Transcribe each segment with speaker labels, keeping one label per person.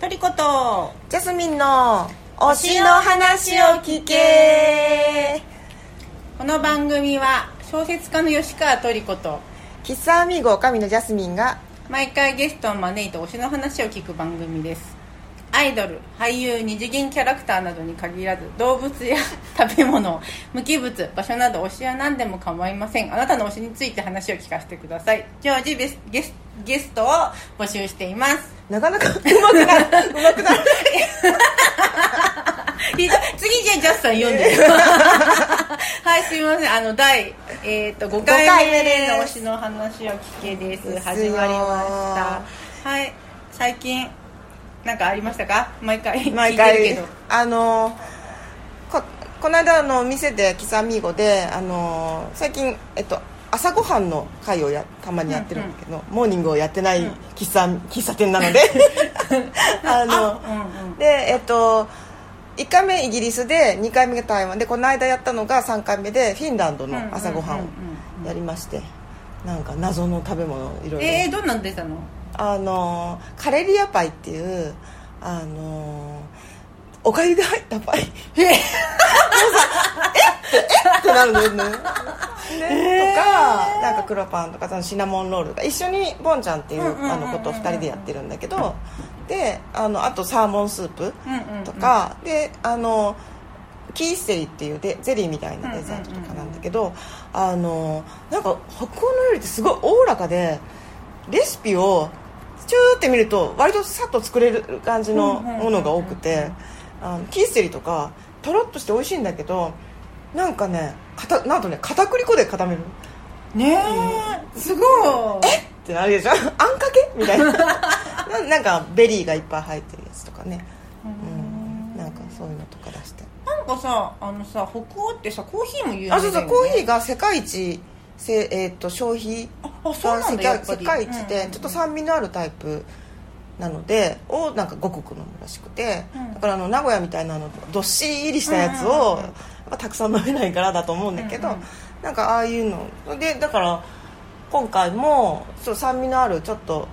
Speaker 1: トリコと
Speaker 2: ジャスミンの推しの話を聞け
Speaker 1: この番組は小説家の吉川トリコと
Speaker 2: 喫茶アミーゴ女将のジャスミンが
Speaker 1: 毎回ゲストを招いて推しの話を聞く番組ですアイドル俳優二次元キャラクターなどに限らず動物や 食べ物無機物場所など推しは何でも構いませんあなたの推しについて話を聞かせてください常時ベスゲスゲストを募集しています
Speaker 2: なかなかうまくなるうまくなる
Speaker 1: 次じゃあジャスさん読んで はいすみませんあの第、えー、と5回目
Speaker 2: 5回目
Speaker 1: の
Speaker 2: で
Speaker 1: 推
Speaker 2: す
Speaker 1: しの話を聞けです
Speaker 2: ですよ
Speaker 1: 始まりましたはい最近なんかありましたか毎回
Speaker 2: 毎
Speaker 1: 聞いて
Speaker 2: 回
Speaker 1: るけど
Speaker 2: あのここの間あの店で喫茶アミーゴであの最近えっと朝ごはんの会をやたまにやってるんだけど、モーニングをやってない喫茶,、喫茶店な のであの
Speaker 1: うんうん
Speaker 2: でえっと1回目イギリスで2回目が台湾でこの間やったのが3回目でフィンランドの朝ごはん
Speaker 1: うんうん
Speaker 2: をやりましてなんか謎の食べ物いろいろ
Speaker 1: えー、どんなん出たの
Speaker 2: あのカレリアパイっていうあのおかゆが入ったパイってなるのよ ねとかなんか黒パンとかそのシナモンロールが一緒にボンちゃんっていう
Speaker 1: うんうんうんうん
Speaker 2: あの子と2人でやってるんだけどであのあとサーモンスープ
Speaker 1: うんうんうん
Speaker 2: とか、であのキーステリっていうでゼリーみたいなデザートとかなんだけど、あのなんか北欧の料理ってすごいおおらかでレシピをチューって見ると割とさっと作れる感じのものが多く
Speaker 1: うんうんう
Speaker 2: て
Speaker 1: ん
Speaker 2: あのキーステリとかとろっとして美味しいんだけどなんかねかたなんとね片栗粉で固める
Speaker 1: ねえすごいえ
Speaker 2: ってなるでしょ あんかけ みたいなななんかベリーがいっぱい入ってるやつとかね、うん、なんかそういうのとか出して
Speaker 1: なんかさあのさ北欧ってさコーヒーも有名だよ、ね、
Speaker 2: あそうそうコーヒーが世界一せ、えー、と消費
Speaker 1: ああそうなんだや
Speaker 2: が
Speaker 1: っぱ
Speaker 2: 世
Speaker 1: り
Speaker 2: 界一
Speaker 1: うんうん
Speaker 2: で
Speaker 1: うん
Speaker 2: ちょっと酸味のあるタイプなのでをなんか5国飲むらしくて、
Speaker 1: うん
Speaker 2: だからあの名古屋みたいなあのどっしりしたやつ
Speaker 1: うんうんうんう
Speaker 2: を
Speaker 1: ん
Speaker 2: やっぱたくさん飲めないからだと思うんだけど、
Speaker 1: うんうん
Speaker 2: なんかああいうのでだから今回もそう酸味のあるちょっと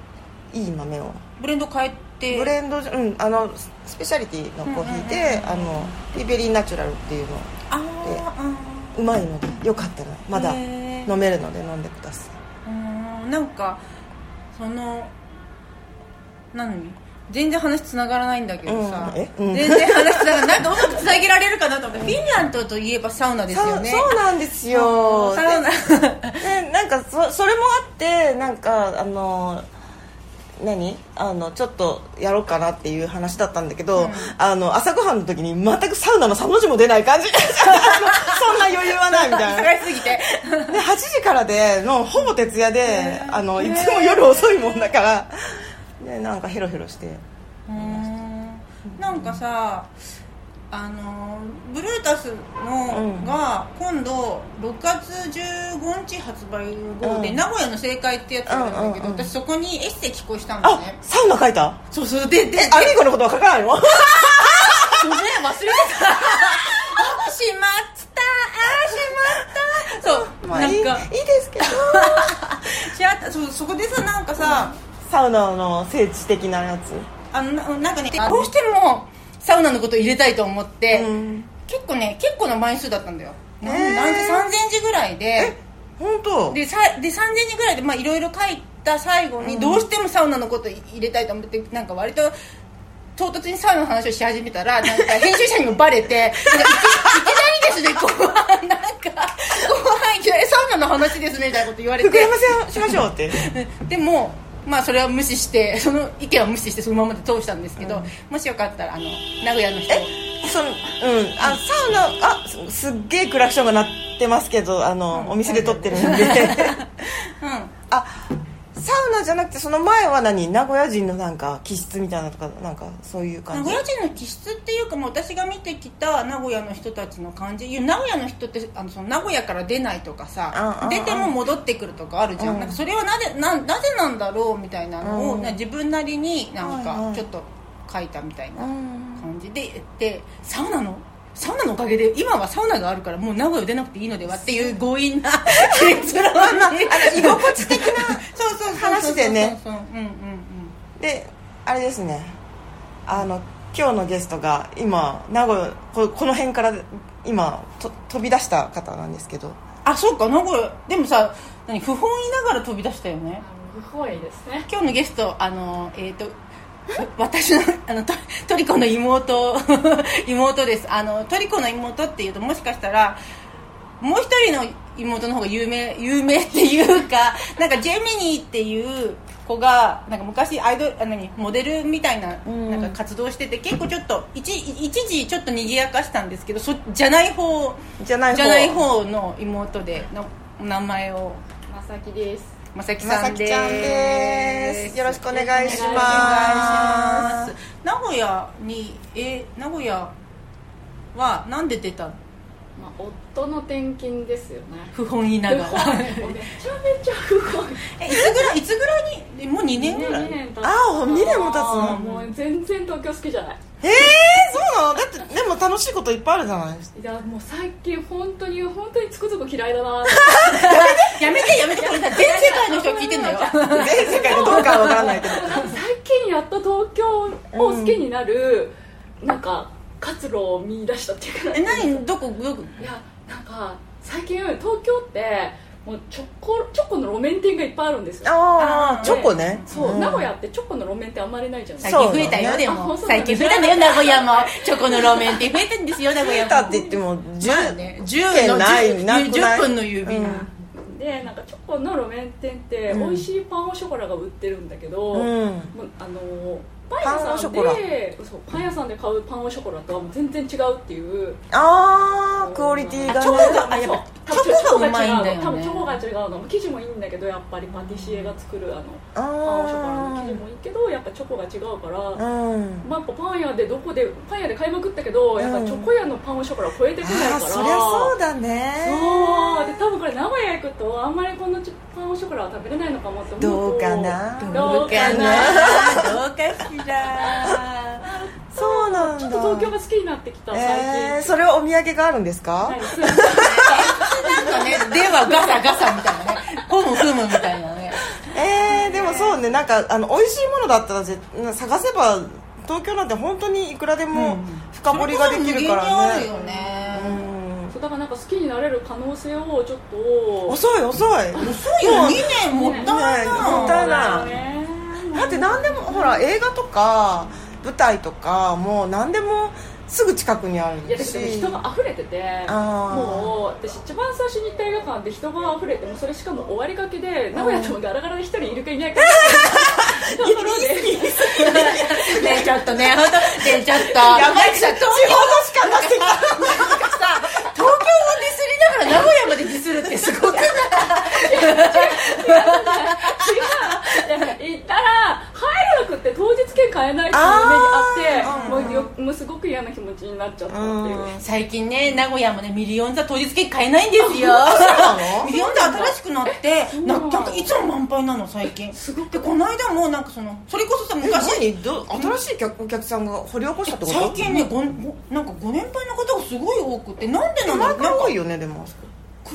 Speaker 2: いい豆を
Speaker 1: ブレンド変えて
Speaker 2: ブレンドじゃ、うん、あのススペシャリティのコーヒーで、
Speaker 1: うんうんうんうん
Speaker 2: あのリベリーナチュラルっていうの
Speaker 1: あーうん
Speaker 2: うまいのでよかったらまだ
Speaker 1: へー
Speaker 2: 飲めるので飲んでくださいう
Speaker 1: ーんなんかその何全然話つながらないんだけどさ、
Speaker 2: うんえうん
Speaker 1: 全然話つながらないなんかうまくつなげられるかなと思ってフィンランドといえばサウナですよね
Speaker 2: さそうなんです よ
Speaker 1: サウナ
Speaker 2: ででなんかそそれもあってなんかあの何あのちょっとやろうかなっていう話だったんだけど、
Speaker 1: うん
Speaker 2: あの朝ごはんの時に全くサウナの3の字も出ない 感じあのそんな余裕はないみたいな
Speaker 1: 忙しすぎて
Speaker 2: で8時からでもうほぼ徹夜で
Speaker 1: へー
Speaker 2: あのいつも夜遅いもんだからでなんかヘロヘロして
Speaker 1: うーんなんかさあのブルータスの
Speaker 2: うん
Speaker 1: が今度6月15日発売号で、
Speaker 2: うん
Speaker 1: 名古屋の正解ってやつなんだけど、
Speaker 2: うんうんうん
Speaker 1: 私そこにエッセイ寄稿したんだよ
Speaker 2: あ
Speaker 1: ね
Speaker 2: サウナ書いた
Speaker 1: そうそうででで
Speaker 2: アミーゴのことは書かないの
Speaker 1: ごめん忘れてたあしまったあしまったそう、
Speaker 2: まあ
Speaker 1: ない
Speaker 2: いい
Speaker 1: ん
Speaker 2: いい
Speaker 1: か
Speaker 2: ですけど
Speaker 1: しあったそうそこでさなんかさ、
Speaker 2: サウナの聖地的なやつ
Speaker 1: あのななんかねどうしてもサウナのこと入れたいと思って、
Speaker 2: うん
Speaker 1: 結構ね結構な枚数だったんだよなん
Speaker 2: へー
Speaker 1: なんで3センチぐらいで
Speaker 2: 本当
Speaker 1: でさで3センチぐらいでまあいろいろ書いた最後に、どうしてもサウナのこと入れたいと思ってなんか割と唐突にサウナの話をし始めたらなんか編集者にもバレてなんかいきいきなりですね後半なんか後半いきなりサウナの話ですねみたいなこと言われて
Speaker 2: 福山さんしましょうって
Speaker 1: でもまあそれは無視してその意見は無視してそのままで通したんですけど、もしよかったらあの名古屋の人
Speaker 2: そのうんあサウナあすすっげえクラクションが鳴ってますけどあの、お店で撮ってるんで
Speaker 1: うん
Speaker 2: あサウナじゃなくてその前は何名古屋人のなんか気質みたいなとかなんかそういう
Speaker 1: 名
Speaker 2: 感じ
Speaker 1: 古屋人の気質っていうかもう私が見てきた名古屋の人たちの感じいや名古屋の人ってあのその名古屋から出ないとか
Speaker 2: うん
Speaker 1: さ
Speaker 2: うんう
Speaker 1: 出
Speaker 2: ん
Speaker 1: ても戻ってくるとかあるじゃん,、
Speaker 2: うん
Speaker 1: なんかそれはなぜなんなぜなんだろうみたいなのを、
Speaker 2: うん
Speaker 1: な自分なりになん
Speaker 2: はいは
Speaker 1: か
Speaker 2: い
Speaker 1: ちょっと書いたみたいな
Speaker 2: うん
Speaker 1: 感じででサウナのサウナのおかげで今はサウナがあるからもう名古屋出なくていいのではっていう強引な 結論
Speaker 2: まあまああの居心地的な
Speaker 1: そうそうそうそうそう
Speaker 2: 話でね
Speaker 1: そうそううんうんうん
Speaker 2: であれですねあの今日のゲストが今名古屋ここの辺から今と飛び出した方なんですけど
Speaker 1: あそうか名古屋でもさ何不本意ながら飛び出したよね
Speaker 3: 不本意ですね
Speaker 1: 今日のゲストあのえっ、とわ私のあのトトリコの妹 妹ですあのトリコの妹っていうともしかしたらもう一人の妹の方が有名有名っていうかなんかジェミニーっていう子がなんか昔アイドルあ何モデルみたいな
Speaker 2: うん
Speaker 1: なんか活動してて結構ちょっと一一時ちょっと賑やかしたんですけどそじゃない方
Speaker 2: じゃない方
Speaker 1: じゃない方の妹でのお名前を
Speaker 3: まさきです
Speaker 1: まさき
Speaker 2: ま
Speaker 1: さ
Speaker 2: さ
Speaker 1: ん
Speaker 2: き
Speaker 1: で
Speaker 2: ちゃんですすよろしくお願い
Speaker 1: お
Speaker 2: しま
Speaker 1: 願いし
Speaker 2: す
Speaker 1: ます名古屋にえ名古屋はなんで出たの
Speaker 3: まあ夫の転勤ですよね
Speaker 1: 不本意な
Speaker 3: 不
Speaker 1: がら
Speaker 3: 本意めちゃめちゃ不本意
Speaker 1: えいつぐらいいつぐらいにえもう2年ぐらい
Speaker 3: 2年経つ
Speaker 2: あ二年も経つの
Speaker 3: あーもう全然東京好きじゃない
Speaker 2: ええそうなのだってでも楽しいこといっぱいあるじゃない
Speaker 3: いやもう最近本当に本当につくづく嫌いだなって
Speaker 1: やめてやめてこれさ全世界の人が聞いてんだよ
Speaker 2: 全世界でどうかは分からないけど
Speaker 3: なんか最近やっと東京を好きになる、なんか活路を見出したっていうかなんか
Speaker 1: え何どこどこ
Speaker 3: いやなんか最近東京ってもうチョコチョコの路面店がいっぱいあるんですよ
Speaker 2: あ
Speaker 1: あー
Speaker 2: あチョコね
Speaker 3: そう、
Speaker 2: ん
Speaker 3: 名古屋ってチョコの路面店あんまりないじゃな
Speaker 1: 最
Speaker 3: いです
Speaker 1: 近
Speaker 3: か
Speaker 1: 増えたよ、
Speaker 2: そうだね
Speaker 1: で
Speaker 3: あ
Speaker 1: も
Speaker 3: 本当だ
Speaker 1: 最近増えたのよ名古 屋もチョコの路面って増えたんですよ名古屋
Speaker 2: 出たっ
Speaker 1: も
Speaker 2: て言っても
Speaker 1: まあ
Speaker 2: 10
Speaker 1: ね
Speaker 2: 件
Speaker 1: 10の
Speaker 2: ないなくない
Speaker 1: 10分の指な、
Speaker 3: でなんかチョコの路面店って
Speaker 2: う
Speaker 3: 美
Speaker 2: ん
Speaker 3: 味しいパンオショコラが売ってるんだけど、
Speaker 2: うん、
Speaker 3: もう
Speaker 2: うん
Speaker 3: あのパン屋さん
Speaker 2: パンオシ
Speaker 3: でそうパン屋さんで買うパンオショコラとはもう全然違うっていう
Speaker 2: ああクオリティが、ね、
Speaker 1: チョコがあやっぱ
Speaker 3: 多
Speaker 1: チョ
Speaker 3: 分
Speaker 1: コがうまいんだよね
Speaker 3: 多分チョコが違うの生地もいいんだけどやっぱりパティシエが作るあのパンオショコラの
Speaker 2: あ
Speaker 3: 生地もいいけどやっぱチョコが違うから、
Speaker 2: ーうん
Speaker 3: まあ、やっぱパン屋でどこでパン屋で買いまくったけど、やっぱチョコ屋のパンオショコラ超えて
Speaker 2: あ
Speaker 3: こないか
Speaker 2: ー
Speaker 3: ら
Speaker 2: そりゃそうだね
Speaker 3: そうで多分これ名古屋行くとあんまりこのチョパンオショコラは食べれないのかもって思
Speaker 2: ど
Speaker 3: うと
Speaker 2: うかな
Speaker 1: ど
Speaker 3: ど
Speaker 1: う
Speaker 3: う
Speaker 1: か
Speaker 3: か
Speaker 1: などうかしら
Speaker 2: そうなんだ
Speaker 3: ちょっと東京が好きになってきた
Speaker 2: えー、
Speaker 3: 最近、
Speaker 2: それはお土産があるんですか、
Speaker 3: はいスー
Speaker 1: なんか ねではガサガサみたいなねふむふむみたいなね
Speaker 2: えー、でもそうねなんかあの美味しいものだったらぜ探せば東京なんて本当にいくらでも深掘りができるから
Speaker 1: それこそ無限にあるよ
Speaker 2: ね、う
Speaker 1: ね
Speaker 2: ん
Speaker 3: パーだからなんか好きになれる可能性をちょっと
Speaker 2: 遅い遅
Speaker 1: 遅
Speaker 2: い
Speaker 1: いよ2年もったいな
Speaker 2: ねもったいない
Speaker 3: ね
Speaker 2: だって何でもほら映画とか舞台とかもう何でもすぐ近くにあるし
Speaker 3: いやだけど人が溢れてて
Speaker 2: あー
Speaker 3: もう私一番最初に行った映画館で人が溢れてもうそれしかも終わりかけで名古屋でもガラガラで一人いるかいないかみたいなところで
Speaker 1: ねえちょっとねほんとねえちょっと
Speaker 2: やばい
Speaker 1: 東京
Speaker 2: しか出してき
Speaker 1: 東京をディスりながら名古屋までディスるってすごくない
Speaker 3: 違う行ったら入れなくって当日券買えないっていう目にあ
Speaker 2: あー
Speaker 3: ってもうよもうすごく嫌な気持ちになっちゃったっていう
Speaker 2: うん
Speaker 1: 最近ね名古屋もねミリオン座当日券買えないんです よ
Speaker 2: なの
Speaker 1: ミリオン座新しくなって
Speaker 3: う
Speaker 1: な
Speaker 3: な
Speaker 1: なん
Speaker 3: だ
Speaker 1: んかいつも満杯なの最近
Speaker 3: すごく
Speaker 1: でこの間もなんかそのそれこそさ昔
Speaker 2: え何ど新しい客お客さんが掘り起こしたってこと
Speaker 1: 最近ねごごなんかご年配の方がすごい多くてなんでな
Speaker 2: え
Speaker 1: の
Speaker 2: 毎
Speaker 1: なんか
Speaker 2: 回多
Speaker 1: 配
Speaker 2: いよねでもあそ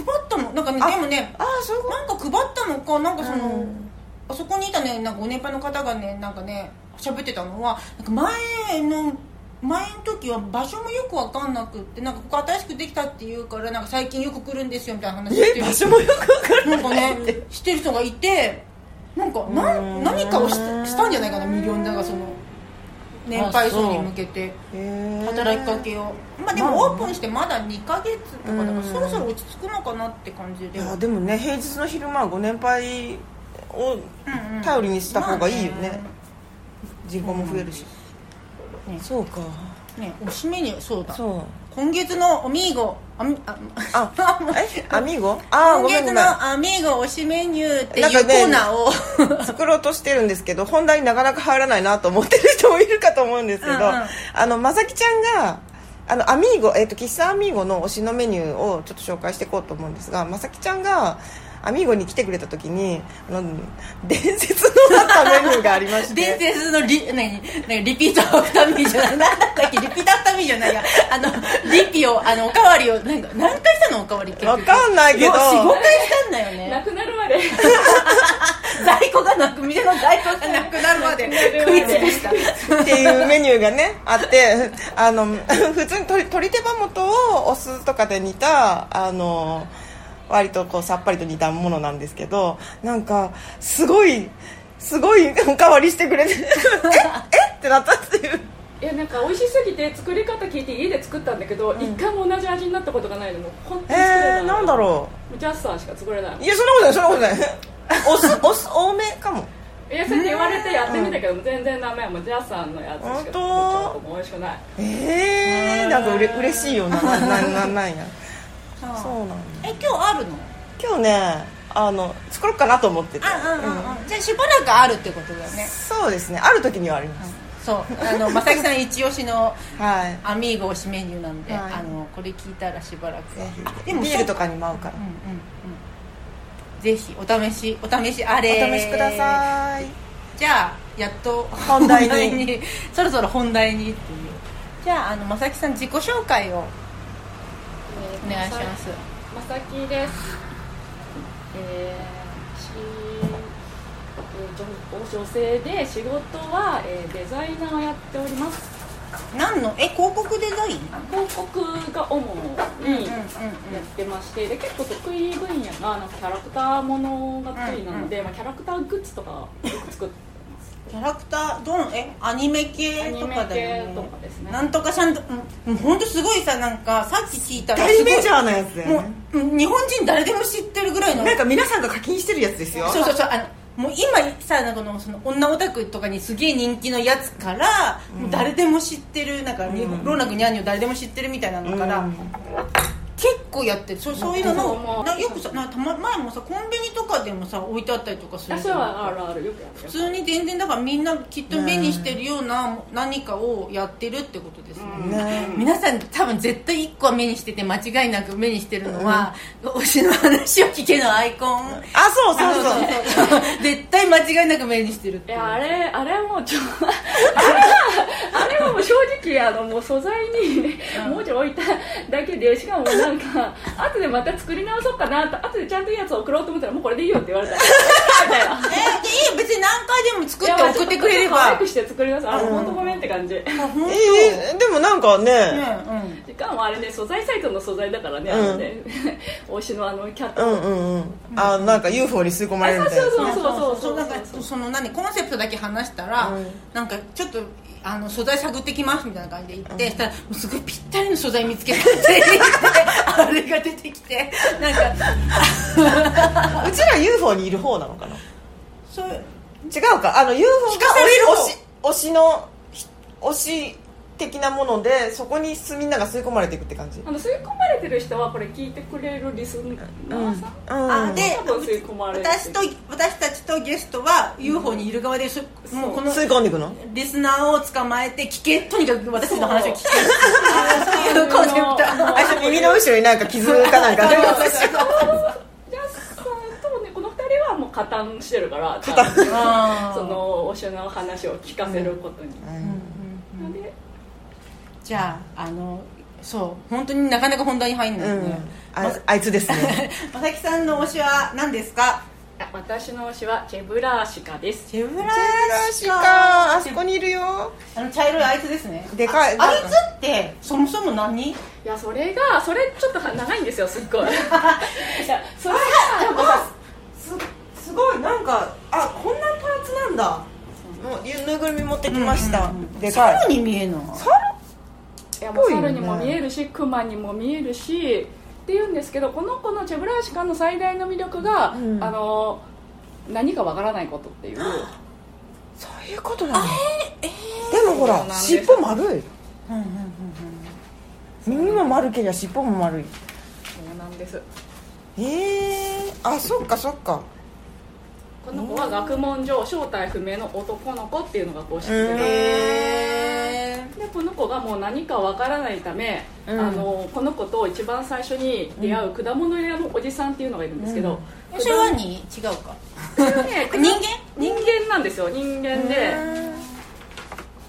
Speaker 2: こ
Speaker 1: ったのなんかね
Speaker 2: あ
Speaker 1: でもね
Speaker 2: ああそういうこ
Speaker 1: なんか配ったのかなんかその、
Speaker 2: うん
Speaker 1: あそこにいたねなんかご年配の方がねなんかね喋ってたのはなんか前の前の時は場所もよくわかんなくってなんかここ新しくできたっていうからなんか最近よく来るんですよみたいな話
Speaker 2: と
Speaker 1: してる
Speaker 2: え場所もよくわかる
Speaker 1: なんかねしてる人がいてなんかな
Speaker 2: うんん
Speaker 1: 何かをししたんじゃないかなミリオンだがその年配層に向けて働きかけをまあでも
Speaker 2: まあね
Speaker 1: オープンしてまだ2ヶ月とかだか
Speaker 2: う
Speaker 1: ら
Speaker 2: ん
Speaker 1: そろそろ落ち着くのかなって感じ
Speaker 2: い
Speaker 1: で
Speaker 2: やでもね平日の昼間はご年配を
Speaker 1: うんうん
Speaker 2: 頼りにした方がいいよね
Speaker 1: まあ
Speaker 2: 人口も増えるし、
Speaker 1: うんね
Speaker 2: そうか
Speaker 1: ねおしめにそうだ
Speaker 2: そう
Speaker 1: 今月のおみーごあみあ
Speaker 2: あえアミーゴああ
Speaker 1: 今
Speaker 2: ごめん
Speaker 1: 月
Speaker 2: ごめん
Speaker 1: のアミーゴ推しメニューっていう
Speaker 2: なん
Speaker 1: コ
Speaker 2: かね
Speaker 1: ーナーを
Speaker 2: 作ろうとしてるんですけど本題になかなか入らないなと思ってる人もいるかと思うんですけど、
Speaker 1: うんうん
Speaker 2: あのまさきちゃんがあのアミーゴ、えっと喫茶アミーゴの推しのメニューをちょっと紹介していこうと思うんですがまさきちゃんがアミーゴに来てくれた時にあの伝説のあったメニューがありまして
Speaker 1: 伝説のリ何何リピートアフターミーじゃないなんだっけリピートアフターミーじゃないやあのリピをあのおかわりをなんか何回したのおかわり結
Speaker 2: わ
Speaker 1: 局
Speaker 2: かんないけど
Speaker 1: 45回したんだよ
Speaker 3: な
Speaker 1: ね
Speaker 3: くなるまで
Speaker 1: 在庫がなく店の在庫がなくなるまで
Speaker 3: なくなるま
Speaker 1: 食
Speaker 3: で
Speaker 1: いつでした
Speaker 2: っていうメニューがね あってあの普通に鶏鶏手羽元をお酢とかで煮たあの割とこうさっぱりと煮たものなんですけどなんかすごいすごい おかわりしてくれてええってなったっていう
Speaker 3: いやなんか美味しすぎて作り方聞いて家で作ったんだけど、一回も同じ味になったことがないのもう本当に作れない、
Speaker 2: えー、なんだろ
Speaker 3: うジャスさんしか作れないう
Speaker 2: いやそんなことないそんなことないお酢 お酢多めかも
Speaker 3: いやそうやって言われてやってみたけど、全然ダメやもうジャスさんのやつしか作っちゃうともう美味しくない
Speaker 2: えー、なんかうれ嬉しいよな ななななんや
Speaker 1: そう
Speaker 2: そうなんだ
Speaker 1: え今日あるの
Speaker 2: 今日ねあの作ろうかなと思ってて
Speaker 1: あうんうんうんじゃあしばらくあるってことだよね
Speaker 2: そうですねある時にはあります、
Speaker 1: そうあの正木さん一押しの
Speaker 2: はい
Speaker 1: アミーゴ推しメニューなんで、
Speaker 2: はい
Speaker 1: あのこれ聞いたらしばらくは
Speaker 2: ぜ
Speaker 1: あ
Speaker 2: ひビールとかにも合うから
Speaker 1: うんうんうんぜひお試しお試しあ
Speaker 2: お
Speaker 1: れ
Speaker 2: 試しください
Speaker 1: じゃあやっと
Speaker 2: 本題に
Speaker 1: そろそろ本題にっていうじゃああの正木さん自己紹介をお願いします
Speaker 3: まさきです。えー、し、えー、女女性で仕事は、えー、デザイナーをやっております。
Speaker 1: 何のえ広告デザイン
Speaker 3: 広告が主にや
Speaker 1: う
Speaker 3: ってまして、で結構得意分野がなんかキャラクターものが得意なので、まあキャラクターグッズとかよく作ってます。
Speaker 1: キャラクターどのえアニメ系とかだよ
Speaker 3: アニ
Speaker 1: ね
Speaker 3: メ系とかですね
Speaker 1: なんとかちゃんとうん本当すごいさなんかさっき聞いたら
Speaker 2: 大
Speaker 1: すごい
Speaker 2: メジャーなやつだよ
Speaker 1: も
Speaker 2: ね
Speaker 1: ううん日本人誰でも知ってるぐらいの
Speaker 2: なんか皆さんが課金してるやつですよ
Speaker 1: そうそうそうあのもう今さなんかのその女オタクとかにすげえ人気のやつから、もう誰でも知ってるなんか、日本ローナ君ニャンニョ誰でも知ってるみたいなのから、
Speaker 2: うん
Speaker 1: 結構やってるそうそういうの
Speaker 3: そう思
Speaker 1: の
Speaker 3: う
Speaker 1: なよくさなたま前もさコンビニとかでもさ置いてあったりとかする
Speaker 3: 私
Speaker 1: じゃん
Speaker 3: はあるあるよくやって
Speaker 1: 普
Speaker 3: ます。
Speaker 1: 通に全然だからみんなきっと目にしてるような何かをやってるってことですね、
Speaker 2: ね
Speaker 1: 皆さん多分絶対1個は目にしてて間違いなく目にしてるのは「推しの話を聞け」のアイコン
Speaker 2: あそうそうそう
Speaker 1: 絶対間違いなく目にしてるっ
Speaker 3: い
Speaker 1: ていう
Speaker 3: やあれあれはもう ちょあれはあれはもう正直あのもう素材に文字を置いただけでしかもなんか後でまた作り直そうかなと後でちゃんといいやつを送ろうと思ったらもうこれでいいよって言わ れたみたいな
Speaker 1: えーでいいよ別に何回でも作って送ってくれれ
Speaker 3: 可愛
Speaker 1: ば
Speaker 3: くして作りますあの本当ごめんって感じ
Speaker 1: 本
Speaker 2: えーでもなんかね、
Speaker 1: 当うんうん
Speaker 3: しかもあれね素材サイトの素材だからね、あのね推しのあのキャッ
Speaker 2: う
Speaker 3: ト、
Speaker 2: んうんうんあなんか UFO に吸い込まれるみたいな
Speaker 3: あそうそうそう
Speaker 1: なんかその何コンセプトだけ話したら、
Speaker 2: うん
Speaker 1: なんかちょっとあの素材探ってきますみたいな感じで行って、したらもうすごいぴったりの素材見つけたって言ってあれが出てきてなんか
Speaker 2: うちら UFO にいる方なのかな
Speaker 1: そういう
Speaker 2: 違うかあの UFO
Speaker 1: 聞かされる方
Speaker 2: 推し推しの推し的なものでそこにみんなが吸い込まれていくって感じ、
Speaker 3: あの吸い込まれてる人はこれ聞いてくれるリスナーさん、
Speaker 1: あで
Speaker 3: 多分吸い込まれてる
Speaker 1: 私と私たちとゲストは UFO にいる側で、そもうこの
Speaker 2: 吸い込んでいくの
Speaker 1: リスナーを捕まえて聞けとにかく私たちの話を聞けそういうコンセプト
Speaker 2: あいつ耳の後ろになんか傷かなんか
Speaker 3: ジャスさんとねこの二人はもう加担してるから加
Speaker 1: 担
Speaker 3: そのおしの話を聞かせることに、なんで
Speaker 1: じゃああのそう本当になかなか本題に入んな
Speaker 2: う
Speaker 1: い
Speaker 2: ん
Speaker 1: ね、
Speaker 2: ああいつですね
Speaker 1: まさきさんの推しは何ですか
Speaker 3: あ私の推しはチェブラーシカです
Speaker 1: ジェブラ
Speaker 2: ジェブラシカあそこにいるよ
Speaker 1: あの茶色いあいつですね
Speaker 2: でかい
Speaker 1: ああいつってそもそも何
Speaker 3: いやそれがそれちょっと長いんですよすっ ごいいやそれがなんかさ
Speaker 2: すすごいなんかあこんなパーツなんだもうゆぬいぐるみ持ってきました、でかい
Speaker 1: 猿に見えない
Speaker 3: いやもう
Speaker 2: すごいよ
Speaker 3: 猿
Speaker 2: ね
Speaker 3: にも見えるし、クマにも見えるしっていうんですけどこの子のチェブラーシカの最大の魅力が、
Speaker 2: うん
Speaker 3: あの何かわからないことっていう
Speaker 2: そういうことなのでもほ
Speaker 3: そうなん
Speaker 2: ら
Speaker 3: です
Speaker 2: 尻尾丸い
Speaker 1: うんうんうんうん
Speaker 2: 耳も丸けりゃ尻尾も丸い
Speaker 3: そうなんです
Speaker 2: へえあそっかそっか
Speaker 3: この子は学問上正体不明の男の子っていうのが公式
Speaker 2: う
Speaker 3: で
Speaker 2: ん
Speaker 1: へー
Speaker 3: でこの子がもう何かわからないため、
Speaker 2: うん
Speaker 3: あのこの子と一番最初に出会う果物屋のおじさんっていうのがいるんですけど、
Speaker 1: 推しはに違うか
Speaker 3: ね
Speaker 1: 人間
Speaker 3: 人間なんですよ人間で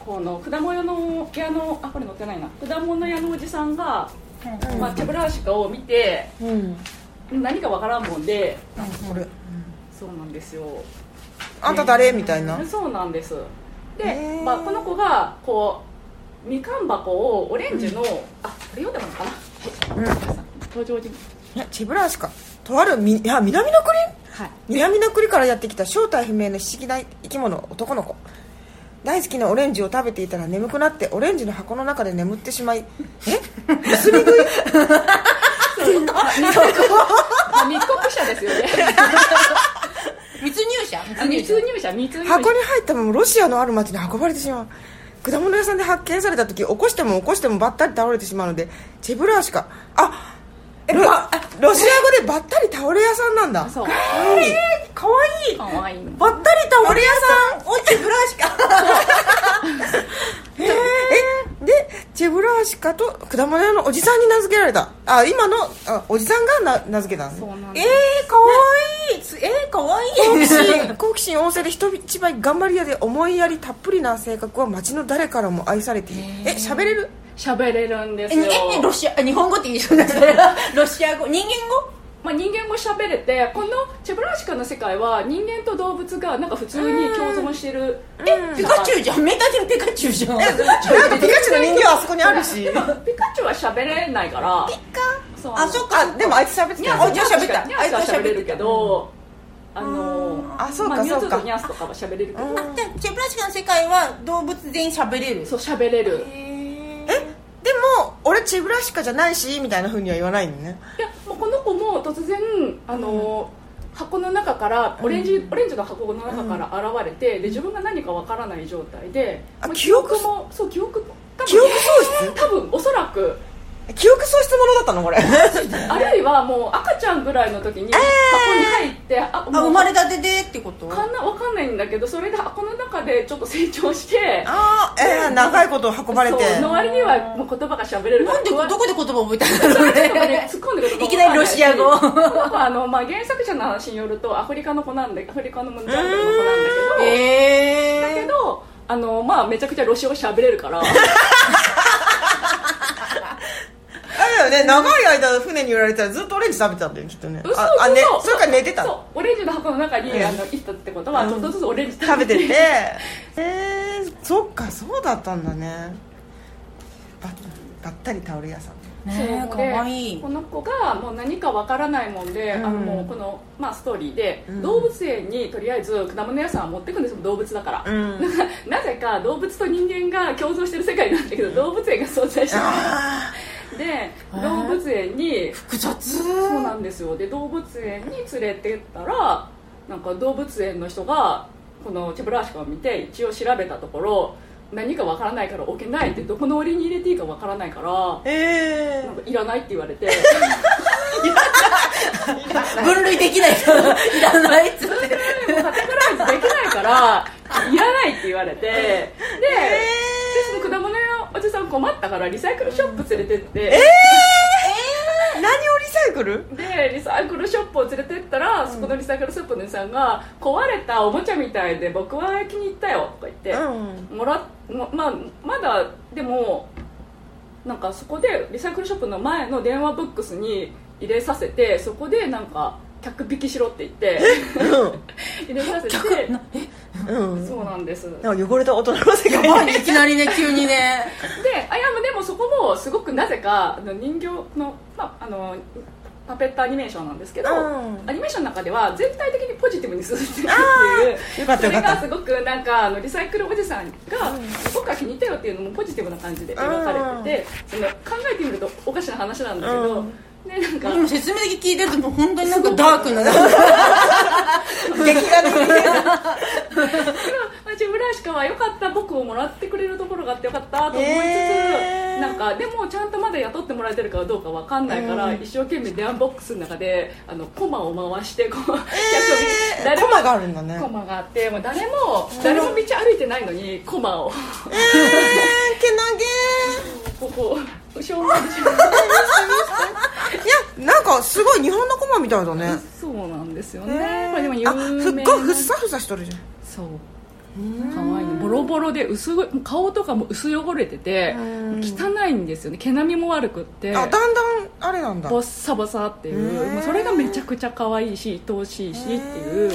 Speaker 3: この果物屋の屋のあこれ載ってないな果物屋のおじさんが、
Speaker 2: うん
Speaker 3: まあ、チェブラーシカを見て
Speaker 2: うん
Speaker 3: 何かわからんもんで
Speaker 2: これ
Speaker 3: そうなんですよ
Speaker 2: あんた誰みたいな
Speaker 3: そうなんですで
Speaker 2: へ、ー
Speaker 3: まあ、この子がこうみかん箱をオレンジの、あこれ読んでもらうのかな、はい登場人物
Speaker 2: ねチブラシカとあるみいや南の国
Speaker 3: はい
Speaker 2: 南の国からやってきた正体不明の不思議な生き物男の子大好きなオレンジを食べていたら眠くなってオレンジの箱の中で眠ってしまいえ結び食い
Speaker 3: あ密告者ですよね
Speaker 1: 密入社
Speaker 3: あ密入者密入者
Speaker 2: 箱に入ったままロシアのある町に運ばれてしまう果物屋さんで発見された時起こしても起こしてもばったり倒れてしまうのでチェブラーシカあロロシア語でばったり倒れ屋さんなんだ
Speaker 3: そう
Speaker 2: えー、かわいい
Speaker 3: かわいい
Speaker 2: ばったり倒れ屋さんおチェブラーシカ ええでチェブラーシカと果物屋のおじさんに名付けられたあ今のあおじさんがな名付けたんです
Speaker 3: そうなん
Speaker 1: え
Speaker 3: で
Speaker 1: ー、かわいい、つえー、かわい
Speaker 2: 好
Speaker 1: い
Speaker 2: 奇心 好奇心旺盛で人一倍頑張り屋で思いやりたっぷりな性格は町の誰からも愛されているえ喋れる
Speaker 3: す喋れるんです
Speaker 1: え
Speaker 3: よ
Speaker 1: にえロシアあ日本語って言いそうだったらロシア語人間語
Speaker 3: まあ、人間も喋れてこのチェブラシカの世界は人間と動物がなんか普通に共存してる
Speaker 1: えピカチュウじゃんメタでピカチュウじゃん
Speaker 2: えなんかピカチュウの人形あそこにあるし
Speaker 3: でもピカチュウは喋れないからそう
Speaker 1: あそっか
Speaker 2: あでもあいつ喋って
Speaker 3: ニ
Speaker 2: た
Speaker 3: ャ
Speaker 2: よ
Speaker 1: あ
Speaker 3: ース
Speaker 1: じゃあ喋った
Speaker 3: ニャースは喋れるけどあ
Speaker 2: あ
Speaker 3: の
Speaker 2: ーあそうか
Speaker 3: まニュー
Speaker 2: そう
Speaker 3: ス
Speaker 2: か
Speaker 3: とニャースとかは喋れるけど
Speaker 2: うん
Speaker 1: でチェプラシカの世界は動物全員喋れる
Speaker 3: そう喋れる
Speaker 1: え
Speaker 2: えでも俺チブラシカじゃないしみたいなふうには言わないのね
Speaker 3: いやもうこの子も突然あの、箱の中からオレンジ、オレンジが箱の中から現れて、で自分が何かわからない状態で、
Speaker 2: あ
Speaker 3: ま
Speaker 2: 記憶
Speaker 3: もそう記憶も多分
Speaker 2: 記憶喪失
Speaker 3: 多分おそらく
Speaker 2: 記憶喪失者だったのこれ
Speaker 3: あるいはもう赤ちゃんぐらいの時に箱に入って、あ
Speaker 1: あ
Speaker 3: もう
Speaker 1: 生まれたてでってこと
Speaker 3: かんなわかんないんだけどそれで箱の中でちょっと成長して
Speaker 2: ああえー、長いこと運ばれて
Speaker 3: そうの割にはもう言葉が喋れるか
Speaker 1: な
Speaker 3: ら
Speaker 1: んでどこで言葉覚えたん
Speaker 3: それちょっと
Speaker 1: だろう
Speaker 3: ね
Speaker 1: ね
Speaker 3: 突っ込んでくると
Speaker 1: いきなりロシア語
Speaker 3: この子あの、まあ、原作者の話によるとアフリカの子なんでアフリカのジャングルの子なんだけど、
Speaker 1: え
Speaker 3: だけ
Speaker 1: ー
Speaker 3: どあの、まあ、めちゃくちゃロシア語喋れるから
Speaker 2: あれだよね長い間船に揺られてたらずっとオレンジ食べてたんだよきっとね
Speaker 3: 嘘
Speaker 2: ああ、ね、
Speaker 3: 嘘
Speaker 2: それから寝てた
Speaker 3: そう
Speaker 2: の
Speaker 3: オレンジの箱の中に、
Speaker 2: うん
Speaker 3: あの行ったってことは、
Speaker 2: うん
Speaker 3: ちょっとずつオレンジ、
Speaker 2: 食べててえー、そっかそうだったんだねばばったり倒れ屋さん
Speaker 1: ねえか
Speaker 3: で
Speaker 1: わいい
Speaker 3: この子がもう何かわからないもんで、
Speaker 2: うん
Speaker 3: あのもうこの、まあ、ストーリーで、
Speaker 2: うん
Speaker 3: 動物園にとりあえず果物屋さんは持ってくんですよ動物だから、
Speaker 2: うん
Speaker 3: なぜか動物と人間が共存してる世界なんだけど動物園が存在してな
Speaker 2: あ
Speaker 3: いで動物園に
Speaker 1: 複雑
Speaker 3: そうなんですよで動物園に連れてったらなんか動物園の人がこのチェブラーシカを見て一応調べたところ何かわからないから置けないってどこの檻に入れていいかわからないから
Speaker 2: ーえ
Speaker 3: なんかいらないって言われて
Speaker 1: 分類できないからいらない っつって
Speaker 3: もうカテゴライズできないからいらないって言われてで,、でその果物屋のおじさん困ったからリサイクルショップ連れてって、
Speaker 2: ー、何をリサイクル
Speaker 3: でリサイクルショップを連れてったら、そこのリサイクルショップのおじさんが壊れたおもちゃみたいで僕は気に入ったよとか言って、
Speaker 2: うん
Speaker 3: もらもまあ、まだでもなんかそこでリサイクルショップの前の電話ボックスに入れさせてそこでなんか客引きしろって言って入れさせて
Speaker 2: うんうん
Speaker 3: そうなんですで
Speaker 2: なんか汚れた大人 の世界
Speaker 1: やばいねいきなりね急に ね
Speaker 3: アヤムでもそこもすごくなぜかあの人形の,、まあ、あのパペットアニメーションなんですけど、
Speaker 2: うん
Speaker 3: アニメーションの中では全体的にポジティブに進んでいくっていう
Speaker 2: よかった
Speaker 3: そ
Speaker 2: よか
Speaker 3: れ
Speaker 2: っ
Speaker 3: が
Speaker 2: た
Speaker 3: すごくなんかあのリサイクルおじさんが僕は気に入ったよっていうのもポジティブな感じで描かれててその考えてみるとおかしな話なんだけど、
Speaker 2: うん
Speaker 3: ねなんか
Speaker 1: 今説明だけ聞いてるともう本当になんかダークななんか
Speaker 2: 劇画的
Speaker 3: まあジブラシカはよかった僕をもらってくれるところがあってよかったと思いつつ、
Speaker 2: えー
Speaker 3: なんかでもちゃんとまだ雇ってもらえてるかどうかわかんないから、
Speaker 2: うん
Speaker 3: 一生懸命電話ボックスの中であのコマを回してこう、逆に
Speaker 2: に
Speaker 3: 誰
Speaker 2: コ
Speaker 3: も
Speaker 2: マがあるんだね
Speaker 3: コマがあってもう誰も誰も道歩いてないのにコマを
Speaker 2: えー、けなげ
Speaker 3: ここ後ろまでしま
Speaker 2: ーいやなんかすごい日本のコマみたいだね
Speaker 3: そうなんですよ
Speaker 2: え
Speaker 3: ね。これでも
Speaker 2: あす
Speaker 3: 有
Speaker 2: っ
Speaker 3: 名な。
Speaker 2: ごいふっさふさしとるじゃ
Speaker 3: そう。
Speaker 2: ん
Speaker 3: 可愛いボロボロで薄い顔とかも薄汚れてて
Speaker 2: うん
Speaker 3: 汚いんですよね。毛並みも悪くって。
Speaker 2: あだんだんあれなんだ
Speaker 3: ボッサボサっていう、
Speaker 2: うん
Speaker 3: もうそれがめちゃくちゃ可愛いし愛おしいしっていう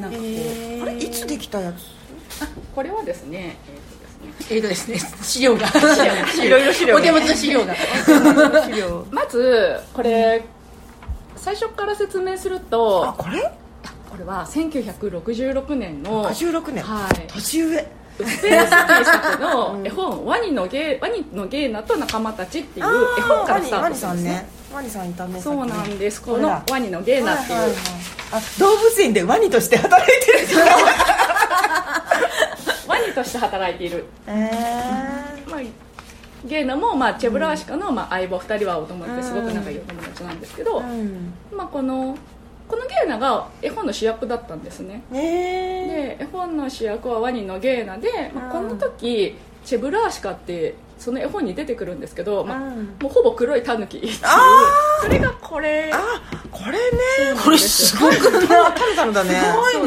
Speaker 3: なんかこう、
Speaker 2: あれいつできたやつ
Speaker 3: これはですね,、えーとですね
Speaker 1: えっとですね資料が
Speaker 2: いろいろ 資料が
Speaker 1: お手元の資料が
Speaker 2: 資料
Speaker 3: まずこれ、最初から説明する
Speaker 2: あ
Speaker 3: と
Speaker 2: これ
Speaker 3: これは1966年の
Speaker 2: 56年、
Speaker 3: はい
Speaker 2: 年上
Speaker 3: ウスペラスキー作 の絵本「ワニのゲーワニのゲーナと仲間たち」っていう絵本からスタートする
Speaker 2: ワ
Speaker 3: ん
Speaker 2: ニさ
Speaker 3: ですね
Speaker 2: んねワニさんいたね
Speaker 3: そうなんですこ
Speaker 2: れだ
Speaker 3: の「ワニのゲーナ」ってい
Speaker 2: は
Speaker 3: う、
Speaker 2: いはいはいあ動物園でワニとして働いてる人
Speaker 3: ワニとして働いている、
Speaker 2: えー
Speaker 3: まあ、ゲーナも、まあ、チェブラーシカの、まあ、相棒2人はお友達ですごく仲良いお友達なんですけど、
Speaker 2: うん
Speaker 3: まあ、このこのゲーナが絵本の主役だったんですね
Speaker 2: ねえ
Speaker 3: で絵本の主役はワニのゲーナで、まあ、こ
Speaker 2: うん
Speaker 3: の時チェブラーシカってその絵本に出てくるんですけど、まあ
Speaker 2: うん
Speaker 3: もうほぼ黒いタヌキっていう
Speaker 2: あ
Speaker 3: それがこれ
Speaker 2: あこれね
Speaker 1: これすごい
Speaker 2: 食べたのだね
Speaker 1: すごい
Speaker 3: そう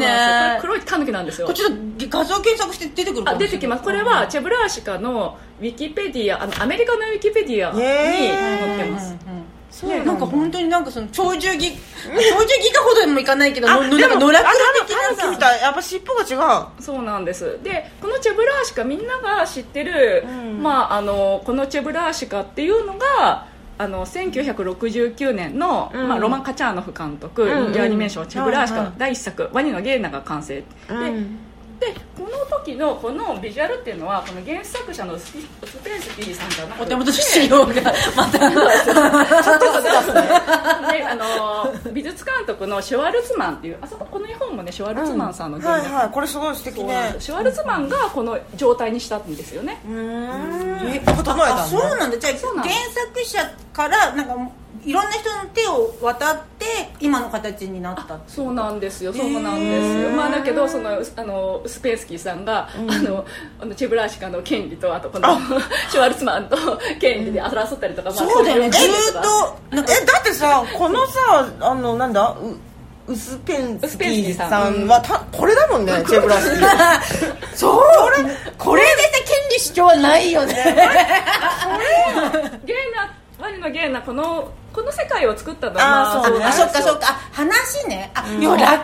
Speaker 1: ね
Speaker 3: なんですよこれ黒いタヌキなんですよ
Speaker 1: これちょっと画像検索して出てくるか
Speaker 3: あ
Speaker 1: もしれ
Speaker 3: 出
Speaker 1: ない
Speaker 3: てきますこれはチェブラーシカのウィキペディアあのアメリカのウィキペディアに載ってます、
Speaker 1: うんうんうん
Speaker 2: そう
Speaker 1: ね
Speaker 2: な
Speaker 1: なんんか
Speaker 2: かほん
Speaker 1: 本当になんかその鳥獣戯鳥獣戯画ほどでもいかないけどののなんか野良
Speaker 2: あ
Speaker 1: 黒的
Speaker 2: タヌキ
Speaker 1: な
Speaker 2: み
Speaker 1: さ
Speaker 2: たいやっぱ尻尾が
Speaker 3: そうなんですでこのチェブラーシカみんなが知ってる、
Speaker 2: うん
Speaker 3: まあ、あのこのチェブラーシカっていうのがあの1969年の、
Speaker 2: うん
Speaker 3: まあ、ロマン・カチャーノフ監督、
Speaker 2: うん
Speaker 3: 人気アニメーション「チェブラーシ
Speaker 2: はいは
Speaker 3: カ
Speaker 2: い」
Speaker 3: 第一作「ワニのゲーナ」が完成、
Speaker 2: 違う
Speaker 3: で
Speaker 2: うん
Speaker 3: でこの時のこのビジュアルっていうのはこの原作者のスピスペースピーさんじゃなくて
Speaker 1: お手元の資料がまた
Speaker 3: であの美術監督のシュワルツマンっていうあそここの絵本もねシュワルツマンさんの原
Speaker 2: はい
Speaker 3: 作
Speaker 2: はいこれすごい素敵
Speaker 3: そうなん
Speaker 2: ね
Speaker 3: ですシュワルツマンがこの状態にしたんですよね
Speaker 2: うーん
Speaker 1: え
Speaker 2: 整えたんだ
Speaker 1: あそうなんだじゃあ
Speaker 3: そうなんだ
Speaker 1: 原作者からなんかいろんな人の手を渡って今の形にな ったって
Speaker 3: そうなんですよそうなんですよ、まあ、だけどそのうすあのウスペンスキーさんが、あのあのチェブラーシカの権利とあとこの シュワルツマンと権利で争ったりとか、まあ
Speaker 1: そうだよねず
Speaker 3: い
Speaker 1: ー
Speaker 3: ろいろ
Speaker 1: っとなんか
Speaker 2: えだってさこのさあのなんだウウスペンスキーさんはたこれだもんねチェブラスキー
Speaker 1: そうこれこれで権利主張はないよね
Speaker 3: ゲーナワニのゲーナこのこの世界を作ったのは
Speaker 2: あー
Speaker 3: ま
Speaker 2: そうね
Speaker 1: あそっかそっ
Speaker 3: か
Speaker 1: かあ話ねあいやラッ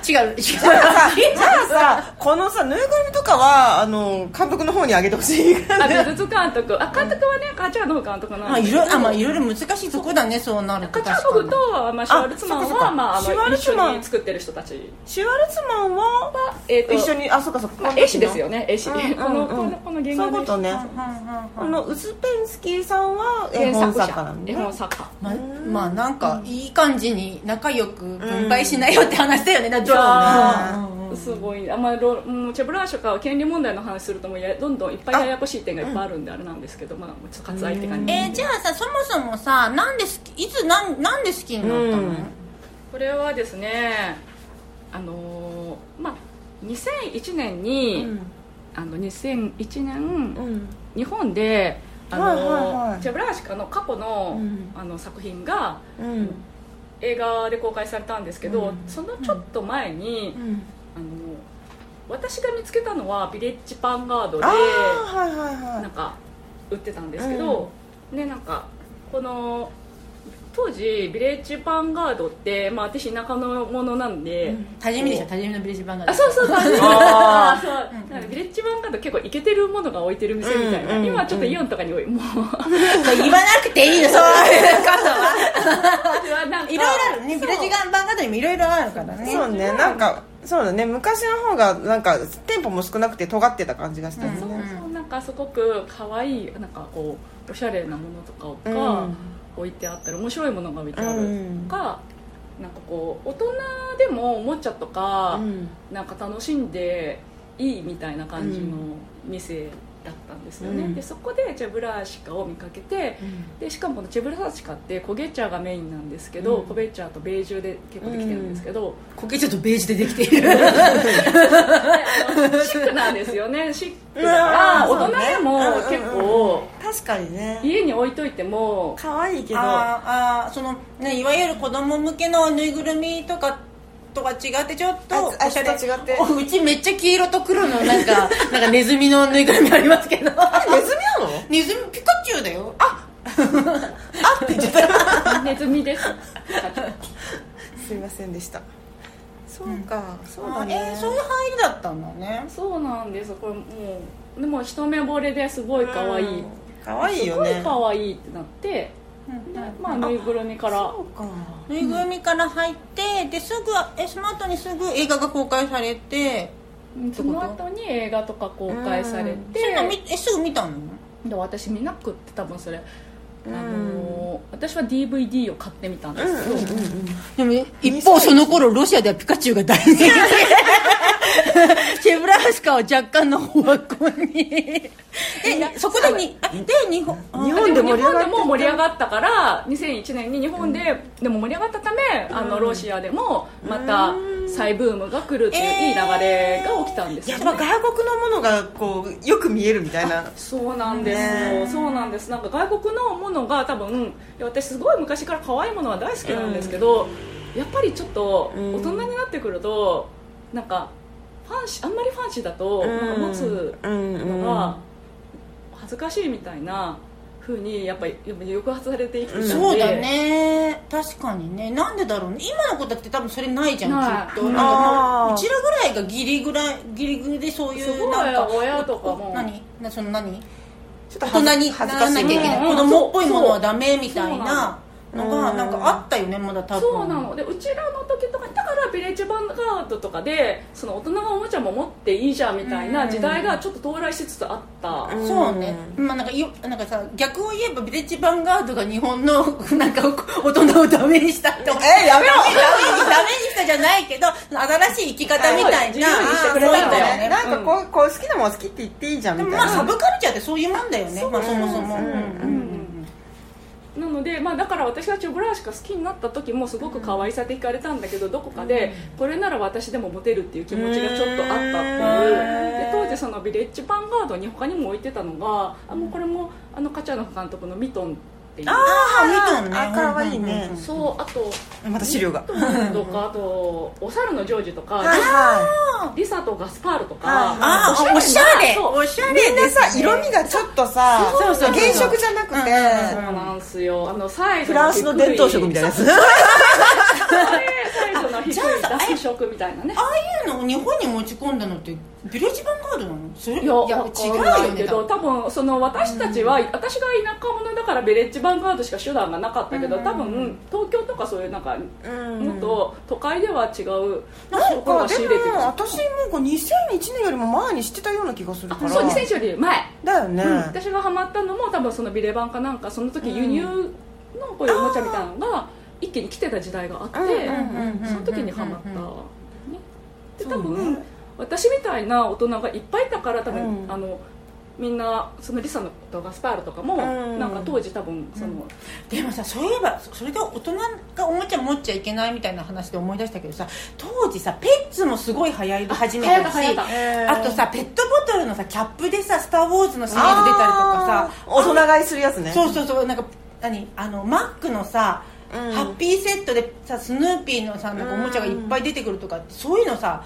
Speaker 1: キーだ違う違
Speaker 2: じゃ
Speaker 1: う
Speaker 2: あさじゃあさこのさぬいぐるみとかはあの監督の方にあげてほしい
Speaker 3: あ美術監督あ監督はねカチャーノフ監督なん
Speaker 1: まあ
Speaker 3: です
Speaker 1: い
Speaker 3: けど
Speaker 1: ろあまあいろいろ難しいとこだねそうなると
Speaker 3: カチャ
Speaker 1: 確
Speaker 3: ーノ
Speaker 1: か
Speaker 3: フ
Speaker 1: に
Speaker 3: と、まあ、シュワルツマ
Speaker 2: あ
Speaker 3: ン
Speaker 2: そっかそっ
Speaker 3: は
Speaker 2: か
Speaker 3: まあ、あ
Speaker 2: シュワ
Speaker 3: の
Speaker 2: ル
Speaker 3: 一
Speaker 2: ツマン
Speaker 3: 緒に作ってる人たち、
Speaker 2: シュワルツマンは
Speaker 3: えー、と
Speaker 2: 一緒にあそうかそうか
Speaker 3: 絵師ですよね絵師、
Speaker 2: うんうんうん
Speaker 3: このこのこの
Speaker 2: そうい
Speaker 3: 原画
Speaker 2: う
Speaker 3: の
Speaker 2: こ
Speaker 3: 絵師
Speaker 2: とねこのウスペンスキーさんは絵本作家なんで
Speaker 3: 絵本作家
Speaker 1: ままあなんかいい感じに仲良く分配しないよって話だよね、だって
Speaker 3: そう
Speaker 2: だ
Speaker 1: うん
Speaker 3: すごいあまあロうんチェブラーショカは権利問題の話するともうやどんどんいっぱいややこしい点がいっぱいあるんであれなんですけど、まあちょっと割愛って感じ、
Speaker 1: えー、じゃあさそもそもさなんで好きいつなんなんで好きになったの、
Speaker 2: うん
Speaker 3: これはですねあのーまあ2001年に、あの2001年
Speaker 2: うん
Speaker 3: 日本であのー、
Speaker 2: はいはいはい
Speaker 3: チェブラーショカの過去の,、
Speaker 2: うん
Speaker 3: あの作品が
Speaker 2: うん
Speaker 3: 映画で公開されたんですけど、
Speaker 2: うん
Speaker 3: そのちょっと前に、
Speaker 2: うん
Speaker 3: あの私が見つけたのはビレッジパンガードで
Speaker 2: ああはいはいは
Speaker 3: ないんか売ってたんですけど、ねなんかこの当時ビレッジヴァンガードって、まあ、私田舎のものなんで、
Speaker 1: 多治見でしょ多治見のビレッジバンガー
Speaker 3: あそうそう そう
Speaker 2: あ
Speaker 3: そうなんかビレッジヴァンガード結構イケてるものが置いてる店みたいな、
Speaker 2: うんうん
Speaker 3: 今はちょっとイオンとかにもう
Speaker 1: そう言わなくていいよそういうことは
Speaker 3: なんか
Speaker 1: いろいろあるねビレッジバンガードにもいろいろあるからね
Speaker 2: そうねなんかそうだね昔の方がなんか店舗も少なくて尖ってた感じがしたよ
Speaker 3: そう
Speaker 2: ね
Speaker 3: そうなんかすごく可愛いなんかこうおしゃれなものとか
Speaker 2: う
Speaker 3: が
Speaker 2: ん
Speaker 3: 置いてあったり面白いものが置いてある
Speaker 2: うん
Speaker 3: とか、なんかこう大人でもおもちゃとか、
Speaker 2: うん
Speaker 3: なんか楽しんでいいみたいな感じの店だったんですよね、
Speaker 2: うん
Speaker 3: でそこでチェブラーシカを見かけてでしかもこのチェブラーシカって焦げ茶がメインなんですけど、
Speaker 2: うん
Speaker 3: 焦げ茶とベージュで結構できてるんですけど、
Speaker 1: こけちょっとベージュでできている
Speaker 3: あのシックなんですよ ねシックだか
Speaker 2: う
Speaker 3: ら
Speaker 2: わー
Speaker 3: 大人でも
Speaker 2: そうね
Speaker 3: 結
Speaker 2: うんうん
Speaker 3: 構
Speaker 2: 確かにね
Speaker 3: 家に置いといても
Speaker 2: 可愛いけど
Speaker 1: あーあーそのねいわゆる子供向けのぬいぐるみとかとは違ってちょっと
Speaker 2: ああちょっと違って
Speaker 1: おうちめっちゃ黄色と黒のなん かなんかネズミのぬいぐるみありますけど
Speaker 2: ネズミなの
Speaker 1: ネズミピカチュウだよあ
Speaker 2: あって言ってた
Speaker 3: ネズミです
Speaker 2: すいませんでしたそうか、そうだ
Speaker 1: あえ
Speaker 2: ね
Speaker 1: ーそういう入りだったんだね
Speaker 3: そうなんですこれもうでも一目惚れですごい可愛い
Speaker 2: 可愛いよね
Speaker 3: すごい可愛いってなって、
Speaker 1: うん
Speaker 3: で
Speaker 1: うん
Speaker 3: まあぬいぐるみから
Speaker 2: そうか
Speaker 1: ぬいぐるみから入ってですぐえその後にすぐ映画が公開されて
Speaker 3: うんその後に映画とか公開され
Speaker 1: そういうの
Speaker 3: て
Speaker 1: 見えすぐ見たの
Speaker 3: で私見なくって多分それ、
Speaker 2: うん
Speaker 3: あのー私は DVD を買ってみたんで
Speaker 2: うん
Speaker 3: すけど、
Speaker 2: うんうんうん
Speaker 1: でも一方その頃ロシアではピカチュウが大 人気チェブラウスカは若干のおわこにえそこでにあで日本あ
Speaker 2: 日本で盛り上がってた
Speaker 3: 日本でも盛り上がったから2001年に日本で、でも盛り上がったため、あのロシアでもまた再ブームが来るっていういい流れが起きたんです
Speaker 2: や
Speaker 3: よ
Speaker 2: っ
Speaker 3: ね、
Speaker 2: ぱ外国のものがこうよく見えるみたいな
Speaker 3: そうなんですよ、
Speaker 2: ね
Speaker 3: そうなんですなんか外国のものが多分いや私すごい昔から可愛いものは大好きなんですけど、やっぱりちょっと
Speaker 2: うん
Speaker 3: 大人になってくると、なんかファンシーあんまりファンシーだと、なんか持つのが恥ずかしいみたいな風にやっぱりやっぱ抑圧されて生きてきたんで
Speaker 1: そうだね確かにねなんでだろうね今の子だって多分それないじゃ
Speaker 3: なんい
Speaker 1: きっとなんかも
Speaker 2: あー
Speaker 1: ううちらぐらいがギリぐらいギリギリでそうい
Speaker 3: す
Speaker 1: う
Speaker 3: ごい
Speaker 1: なんか
Speaker 3: 親とかも
Speaker 1: 何なその何
Speaker 2: ちょっと
Speaker 1: 大人にならなきゃいけ
Speaker 2: みた
Speaker 1: ない
Speaker 3: う
Speaker 1: 子
Speaker 3: ん
Speaker 1: 供っぽいものはダメみたいな
Speaker 2: そ
Speaker 1: の
Speaker 2: うそうな
Speaker 1: が
Speaker 2: の
Speaker 1: なんかあったよねまだ多分
Speaker 3: そうなのでうちらの時とかだからビレッジヴァンガードとかでその大人がおもちゃも持っていいじゃんみたいな時代がちょっと到来しつつあった、
Speaker 2: うん
Speaker 1: そうね、まあ、なんかよなんかさ逆を言えばビレッジヴァンガードが日本の なんか大人をダメにしたって思う
Speaker 2: えやめろ
Speaker 1: ダメにダメにしたじゃないけどその新しい生き方みたい
Speaker 3: 自
Speaker 1: な
Speaker 3: 由にしてくれ
Speaker 1: そう
Speaker 3: た
Speaker 1: だよ
Speaker 3: んだよ
Speaker 1: ね
Speaker 3: ね
Speaker 2: なんかこうこう好きなもの好きって言っていいじゃん
Speaker 1: で
Speaker 2: み
Speaker 1: も
Speaker 2: たい
Speaker 1: まあサ
Speaker 2: な
Speaker 1: ブカルチャーってそういうもんだよねそ,、まあ、そもそも、
Speaker 2: うんうん
Speaker 1: うん
Speaker 3: なので、まあ、だから私がチョブラーシカ好きになった時もすごく可愛さで惹かれたんだけどどこかでこれなら私でもモテるっていう気持ちがちょっとあったっていう
Speaker 2: うん
Speaker 3: で当時そのビレッジヴァンガードに他にも置いてたのがあもうこれもあのカチャノフ監督のミトンっていう
Speaker 1: ああ見た
Speaker 2: あ
Speaker 1: ね
Speaker 2: 可愛いね
Speaker 1: うんうんうん
Speaker 3: そうあと
Speaker 2: また資料が
Speaker 3: ミトンと かあとお猿のジョージとか
Speaker 2: はいは
Speaker 3: リサとガスパールと
Speaker 2: は
Speaker 3: か
Speaker 2: い
Speaker 1: ああ
Speaker 3: な
Speaker 1: おしゃれ
Speaker 3: そう
Speaker 1: おしゃれ
Speaker 2: い
Speaker 1: です
Speaker 2: み
Speaker 1: ね
Speaker 2: んなさ色味がちょっとさ
Speaker 1: そうそうそう
Speaker 2: 原色じゃなく
Speaker 1: うん
Speaker 3: そ
Speaker 2: て
Speaker 3: うなんすよあのサイズ
Speaker 2: フランスの伝統色みたいなやつ
Speaker 3: サイズの低い脱色みたいなね
Speaker 1: ああいうのを日本に持ち込んだのってビレッジヴァンガードなのそれ
Speaker 3: いや
Speaker 1: いや
Speaker 3: わか
Speaker 1: 違うん
Speaker 3: ない
Speaker 1: よね
Speaker 3: けど多分その私たちは、私が田舎者だからベレッジヴァンガードしか手段がなかったけど、
Speaker 1: うん
Speaker 3: 多分東京とかそういうなんか、
Speaker 2: うん
Speaker 3: もっと都会では違う
Speaker 2: なんか
Speaker 3: 仕
Speaker 2: で
Speaker 3: 入
Speaker 2: も
Speaker 3: れてた
Speaker 2: 私もこう2001年よりも前に知ってたような気がするから
Speaker 3: あそう2000より前、
Speaker 2: だよね
Speaker 3: 私がハマったのも多分そのビレバンかなんかその時輸入のこういうおもちゃみたいなのが一気に来てた時代があって、
Speaker 1: うんうん
Speaker 3: その時にハマった、ね、で多
Speaker 2: そう
Speaker 3: 分、
Speaker 2: ね
Speaker 3: 私みたいな大人がいっぱいいたから多分、
Speaker 2: うん
Speaker 3: あのみんなそのリサのとガスパールとかも、
Speaker 2: うん
Speaker 3: なんか当時多分その、
Speaker 1: でもさそういえばそそれで大人がおもちゃ持っちゃいけないみたいな話で思い出したけどさ当時さペッツもすごい流行り始め
Speaker 3: 早
Speaker 1: た
Speaker 3: か
Speaker 1: し
Speaker 3: 早か
Speaker 2: えー
Speaker 1: あとさペットボトルのさキャップでさ「スター・ウォーズ」のシリーズ出たりとか
Speaker 2: あー大人買いするやつね
Speaker 1: さそうそうそうなんか何あのマックのさ、
Speaker 2: うん
Speaker 1: ハッピーセットでさスヌーピーのさなんかおもちゃがいっぱい出てくるとかってそういうのさ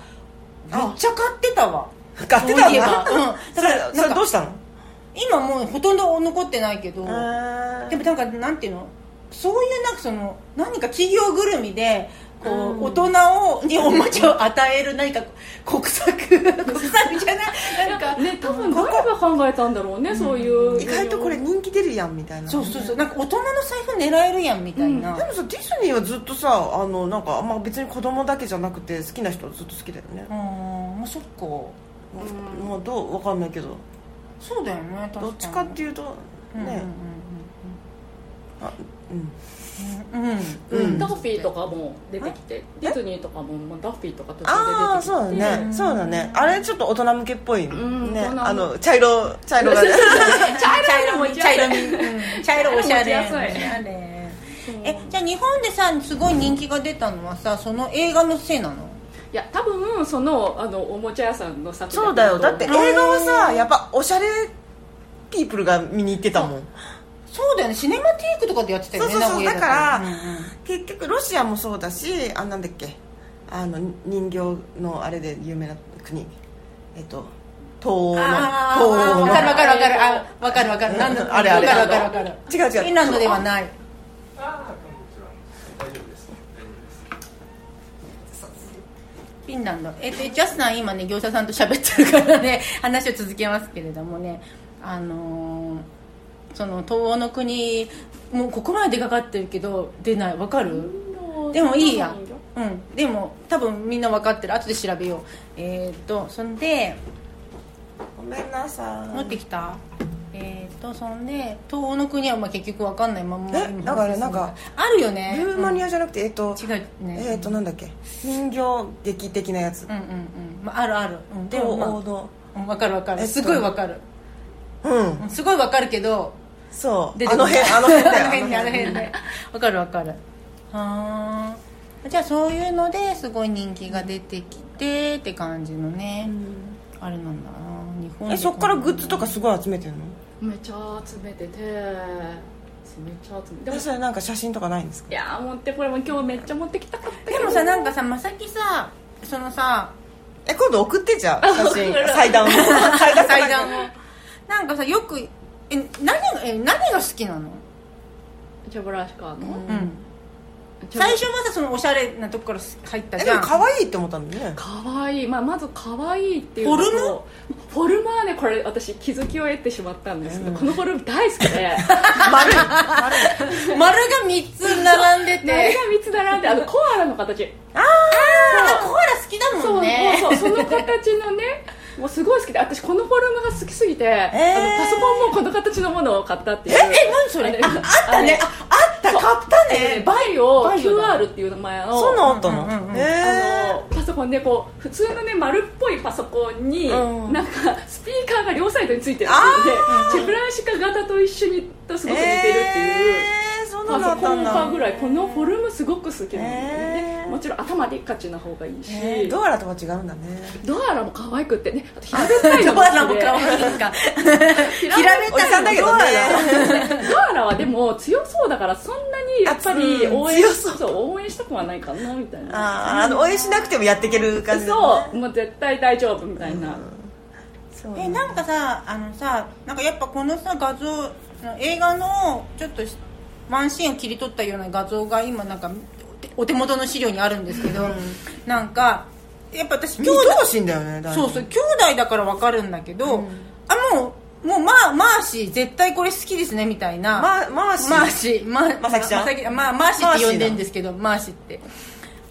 Speaker 1: めっちゃ買ってたわ
Speaker 2: 買ってた
Speaker 1: そういえば
Speaker 2: の
Speaker 1: うん
Speaker 2: そ
Speaker 1: だ
Speaker 2: れ
Speaker 1: から
Speaker 2: そ
Speaker 1: な
Speaker 2: れ
Speaker 1: ん
Speaker 2: ど
Speaker 1: か
Speaker 2: うしたの
Speaker 1: 今もうほとんど残ってないけど、
Speaker 2: で
Speaker 1: でもなんかなんていうのそういうなんかその何か企業ぐるみでこう、
Speaker 2: うん
Speaker 1: 大人をにおもちゃを与える何か国 策国策じゃないなんか
Speaker 3: ね多分誰が考えたんだろうね、そういう
Speaker 2: 意外とこれ人気出るやんみたいな
Speaker 1: そうそうそうなんか大人の財布狙えるやんみたいな、
Speaker 2: でもさディズニーはずっとさあのなんか、まあ、別に子供だけじゃなくて好きな人はずっと好きだよね
Speaker 1: う、んまあそっか
Speaker 3: うん
Speaker 2: もうどうわかんないけど
Speaker 1: そうだよね確かに
Speaker 2: どっちかっていうとねあうん
Speaker 1: うんう んうんうんうん
Speaker 2: うんうん
Speaker 3: ダッフィーとかも出てきてディズニーとかももうダッフィーとか途中
Speaker 2: ああ
Speaker 3: で出てきて
Speaker 2: そうだね、
Speaker 1: うん
Speaker 2: そうだねあれちょっと大人向けっぽいね、
Speaker 3: ん大人
Speaker 2: あの茶色茶色がね
Speaker 3: 茶色いの持ちや
Speaker 1: 茶
Speaker 3: すい
Speaker 1: 色みうん茶色おしゃれ
Speaker 3: 持ちやすい
Speaker 1: おしゃれ
Speaker 3: そう
Speaker 1: えじゃあ日本でさすごい人気が出たのはさその映画のせいなの
Speaker 3: いや多分そのあのおもちゃ屋さんの作
Speaker 2: そうだよだって映
Speaker 1: ん
Speaker 2: 画はさやっぱおしゃれピープルが見に行ってたもん
Speaker 1: そうだよねシネマティークとかでやってたよね
Speaker 2: そうそうそう
Speaker 1: 名古屋と
Speaker 2: だから
Speaker 1: うんうん
Speaker 2: 結局ロシアもそうだしあなんだっけあの人形のあれで有名な国えっと東欧の
Speaker 1: ああ
Speaker 2: 東欧
Speaker 1: わ
Speaker 2: の
Speaker 1: かるわかるわかるあわかるわかるなんだ
Speaker 2: あれあれ
Speaker 1: わかるわかるわかる
Speaker 2: 違う違う
Speaker 1: フィンランドではない
Speaker 4: ああ、こんにちは。大丈夫です。大丈夫です。
Speaker 1: フィンランドえっとジャスさん今ね業者さんと喋ってるからね話を続けますけれどもねあのーその東欧の国もうここまで出かかってるけど出ないわかるでもいいやうんでも多分みんな分かってる後で調べようえっとそんで
Speaker 2: ごめんなさい
Speaker 1: 持ってきたえっとそんで東欧の国はまあ結局分かんないまま
Speaker 2: え
Speaker 1: 今
Speaker 2: だからなんか
Speaker 1: あるよね
Speaker 2: ルーマニアじゃなくてえっと
Speaker 1: うん違うね
Speaker 2: えっとなんだっけ人形劇的なやつ
Speaker 1: うんうんうん、まあ、あるある、うん、で
Speaker 2: 東
Speaker 1: も、まあ
Speaker 2: 欧の
Speaker 1: うん、分かる分か
Speaker 2: え
Speaker 1: る
Speaker 2: っと
Speaker 1: すごい分かる、
Speaker 2: うん
Speaker 1: うんすごい分かるけど
Speaker 2: そう
Speaker 1: 出て
Speaker 2: あ
Speaker 1: こ
Speaker 2: の
Speaker 1: ない
Speaker 2: 辺 あの辺だ
Speaker 1: あの辺
Speaker 2: よ
Speaker 1: ねあの辺ね分かる分かるはあじゃあそういうのですごい人気が出てきてって感じのね、あれなんだな日本
Speaker 2: えそっからグッズと
Speaker 1: か
Speaker 2: かすごい集めてるの
Speaker 3: めっちゃ集めててめっちゃ集めてでも
Speaker 2: でそれなんか写真とかないんですか
Speaker 3: いやー持ってこれも今日めっちゃ持ってきたかったけ
Speaker 1: で
Speaker 3: ど
Speaker 1: もさなんかさまさきさそのさ
Speaker 2: え今度送ってじゃあ写 真
Speaker 3: 送る
Speaker 2: 祭壇を祭壇
Speaker 1: 祭壇をなんかさよくえ何がえ何が好きなの、
Speaker 3: ジョブラシカーの、
Speaker 2: うん
Speaker 1: うん、
Speaker 3: ジョブ
Speaker 1: 最初はさそのおしゃれなとこから入った
Speaker 2: え
Speaker 1: じ
Speaker 2: で
Speaker 1: ゃ
Speaker 2: も
Speaker 1: ん
Speaker 2: 可愛いって思ったんだよね
Speaker 3: かわいい、まあ、まずかわいいっていうのと
Speaker 1: フォル
Speaker 3: フォルムはねこれ私気づきを得てしまったんですけど、
Speaker 2: うん
Speaker 3: このフォルム大好き で
Speaker 2: 丸い
Speaker 1: 丸が3つ並んで
Speaker 3: 何が
Speaker 1: て
Speaker 3: 3つ並んであのコアラの形
Speaker 1: あコアラ好きだ
Speaker 3: そ
Speaker 1: も
Speaker 3: う、
Speaker 1: んね
Speaker 3: そ うそうその形の ねもうすごい好きで私このフォルムが好きすぎて、
Speaker 2: ー
Speaker 3: あのパソコンもこの形のものを買ったっていうえ
Speaker 1: え何それああったねああった買ったね
Speaker 3: バイオ
Speaker 1: バイオだ
Speaker 3: QR っていう名前の
Speaker 2: そんなんあった
Speaker 1: うんうんうん
Speaker 2: の
Speaker 3: あ
Speaker 2: え
Speaker 3: のパソコンでこう普通のね丸っぽいパソコンに、
Speaker 2: うん
Speaker 3: なんかスピーカーが両サイドについてるっていうのでチェブラシカ型と一緒にとす
Speaker 2: ー
Speaker 3: ごく似てるっていう。
Speaker 2: えーそんな
Speaker 3: パ
Speaker 2: のあ
Speaker 3: ソ
Speaker 2: っ
Speaker 3: コ
Speaker 2: たん
Speaker 3: ンかぐ
Speaker 2: だ
Speaker 3: らいこのフォルムすごく好きなんだよね
Speaker 2: へ、ー
Speaker 3: でもちろん頭でっかちな方がいいし、
Speaker 2: えードアラとは違うんだね
Speaker 3: ドアラも可愛くってねあと平べったいの
Speaker 1: ド
Speaker 3: も
Speaker 1: ア
Speaker 3: 好きで
Speaker 1: ラも可愛いですか
Speaker 3: 平
Speaker 1: 平
Speaker 3: べ
Speaker 1: べっ
Speaker 2: おじ
Speaker 1: た
Speaker 2: さ
Speaker 1: い
Speaker 2: んだけど
Speaker 1: ドア
Speaker 2: ね
Speaker 1: ラ
Speaker 3: ドアラはでも強そうだからそんなにやっぱり
Speaker 2: あうん
Speaker 3: 応援
Speaker 2: 強
Speaker 3: し
Speaker 2: そう
Speaker 3: そう応援したくはないかなみたい
Speaker 2: あ
Speaker 3: な
Speaker 2: ーあの応援しなくてもやっていける感じだね
Speaker 3: そうもう絶対大丈夫みたいな、
Speaker 2: そう
Speaker 1: えなんかさあのさなんかやっぱこのさ画像映画のちょっとワンシーンを切り取ったような画像が今なんかお手元の資料にあるんですけど、なんかやっぱ私
Speaker 2: 兄
Speaker 1: 今日
Speaker 2: 弟子だよねだいぶ
Speaker 1: そうそう兄弟だから分かるんだけど、あもうもうまあマーシー絶対これ好きですねみたいな、
Speaker 2: まマーシー
Speaker 1: マーシーマ
Speaker 2: まさきちゃん
Speaker 1: まさきまあマーシーって呼んでんですけどマーシーって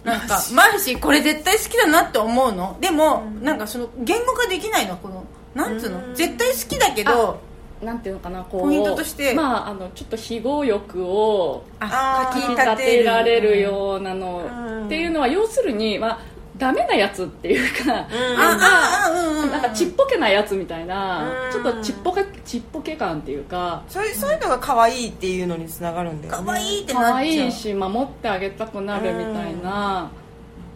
Speaker 1: なんかマーシーこれ絶対好きだなって思うのでも、なんかその言語化できないのこのなんつうの
Speaker 2: うん
Speaker 1: 絶対好きだけど
Speaker 3: なんていうのかなこう
Speaker 1: ポイントとして
Speaker 3: まあ、あのちょっと非合欲を
Speaker 1: あ
Speaker 2: あ
Speaker 3: か
Speaker 1: か
Speaker 3: き
Speaker 1: き
Speaker 3: 立
Speaker 1: 立
Speaker 3: て
Speaker 1: て
Speaker 3: られる
Speaker 1: うん
Speaker 3: ようなの、
Speaker 2: うん
Speaker 3: っていうのは要するに、まあ、ダメなやつっていうか、
Speaker 2: うん
Speaker 1: あああうんうん
Speaker 3: なんかちっぽけなやつみたいな、
Speaker 2: うん
Speaker 3: ちょっとちっぽけちっぽけ感っていうか
Speaker 2: そういうそういうのが可愛いっていうのにつながるんだよね
Speaker 1: かわいいってなっちゃう
Speaker 3: 可愛いし守ってあげたくなるみたいな、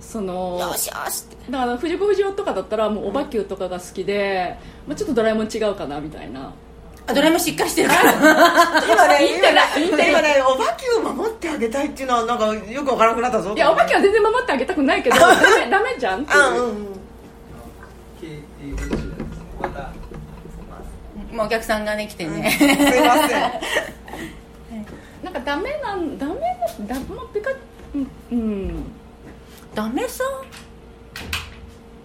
Speaker 3: その
Speaker 2: よしよしって
Speaker 3: だから藤子不二雄とかだったらもうおばきゅうとかが好きで、まあ、ちょっとドラえもん違うかなみたいな
Speaker 1: あドラえもんしっかりしてる から
Speaker 2: 今ね
Speaker 3: インテリイン
Speaker 2: 今
Speaker 3: テ
Speaker 2: ね
Speaker 3: リ
Speaker 2: 今ねお化けを守ってあげたいっていうのはなんかよくわからなくなったぞ
Speaker 3: いやおばきゅうは全然守ってあげたくない けどダメダメじゃんっていう
Speaker 2: あうんうん
Speaker 4: 経っていうことでまた
Speaker 1: もうお客さんがね来てね、
Speaker 2: すいません
Speaker 3: なんかダメなんダメなダメピカうん、うん、
Speaker 1: ダメさ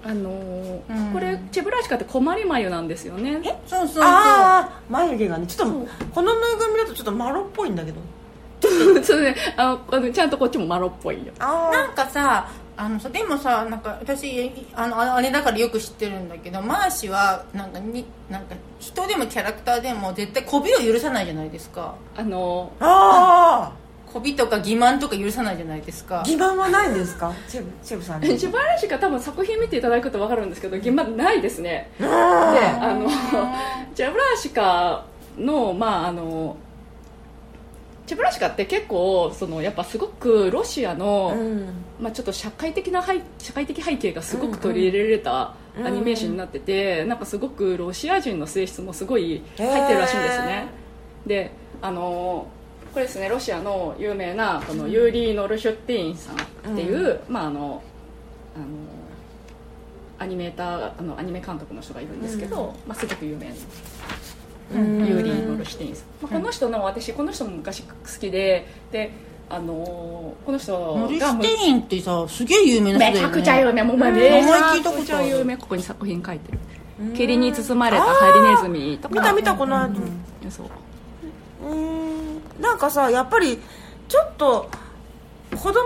Speaker 3: あのー
Speaker 1: うん
Speaker 3: これチェブラシカって困り眉なんですよね
Speaker 1: えそうそうそう
Speaker 2: ああ眉毛がねちょっ
Speaker 3: そう
Speaker 2: とこのぬいぐるみだとちょっとマロっぽいんだけど
Speaker 3: そうねあのあのちゃんとこっちもマロっぽいよ
Speaker 2: あ
Speaker 1: なんかさあのさでもさなんか私あのああれだからよく知ってるんだけどマーシはなんかになんか人でもキャラクターでも絶対媚びを許さないじゃないですか
Speaker 3: あの
Speaker 2: あ
Speaker 1: 媚びとか欺瞞とか許さないじゃないですか
Speaker 2: あ欺瞞はないんですかチェブチェブさん に
Speaker 3: チェブラシカ多分作品見ていただくと分かるんですけど現場ないですね
Speaker 2: うん
Speaker 3: であのチェブラシカのまああのチェブラシカって結構そのやっぱすごくロシアの、
Speaker 2: うん
Speaker 3: まあ、ちょっと社会的な背社会的背景がすごく取り入れられた
Speaker 2: うん
Speaker 3: アニメーションになってて、なんかすごくロシア人の性質もすごい入ってるらしいんですね、であのーこれですねロシアの有名なこのユーリー・ノルシュッティーンさんっていう、まああのあのアニメーターあのアニメ監督の人がいるんですけど、まあ、すごく有名な
Speaker 2: うん
Speaker 3: ユーリー・ノルシュティーンさん、まあ、この人の私この人も昔好きでであのーこの人
Speaker 1: モリ
Speaker 3: が
Speaker 1: ス
Speaker 3: もう
Speaker 1: テインってさすげえ有名な人だよね
Speaker 3: めちゃくちゃ有名もうお前
Speaker 1: 名
Speaker 3: め
Speaker 1: 前
Speaker 3: ち
Speaker 1: 聞いた
Speaker 3: ゃ
Speaker 1: ことある
Speaker 3: くちゃ有名ここに作品書いてる霧に包まれたハリネズミとか
Speaker 2: 見た見たこの後
Speaker 3: そう
Speaker 2: うーんなんかさやっぱりちょっと子供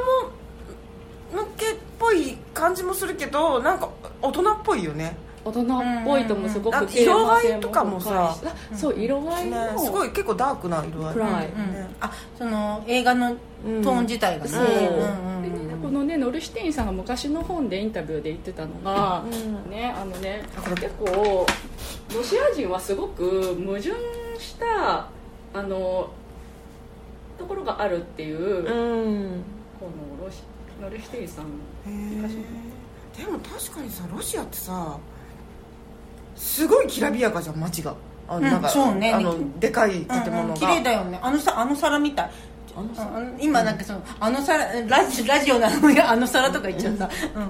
Speaker 2: 向けっぽい感じもするけどなんか大人っぽいよね
Speaker 3: 大人っぽいともすご
Speaker 2: うんうんう
Speaker 3: く
Speaker 2: ん
Speaker 3: テーマ性
Speaker 2: 色合いとかもさ
Speaker 3: 深いしあそう色合い
Speaker 2: ね
Speaker 3: も
Speaker 2: すごい結構ダークな色合い
Speaker 3: 暗い
Speaker 1: うんうんあその映画のトーン自体がね
Speaker 3: そううん
Speaker 1: ん
Speaker 3: で
Speaker 1: ん
Speaker 3: ねこのねノルシュテインさんが昔の本でインタビューで言ってたのが、
Speaker 2: うん
Speaker 3: ねあのね
Speaker 2: あこれ
Speaker 3: 結構ロシア人はすごく矛盾したあのところがあるっていう、こ
Speaker 2: うん
Speaker 3: のロシノルシュテインさん
Speaker 2: へーでも確かにさロシアってさすごいきらびやかじゃん街があ
Speaker 1: う
Speaker 2: の
Speaker 1: ん
Speaker 2: なんか、
Speaker 1: そうね
Speaker 2: あのでかい建
Speaker 1: うん
Speaker 2: 物
Speaker 1: うん
Speaker 2: が
Speaker 1: 綺麗だよねあのさあの皿みたい
Speaker 2: あの
Speaker 1: う
Speaker 2: さ
Speaker 1: んあの今なんかそのあの皿ラジラジオなのにあの皿とか言っちゃった
Speaker 3: な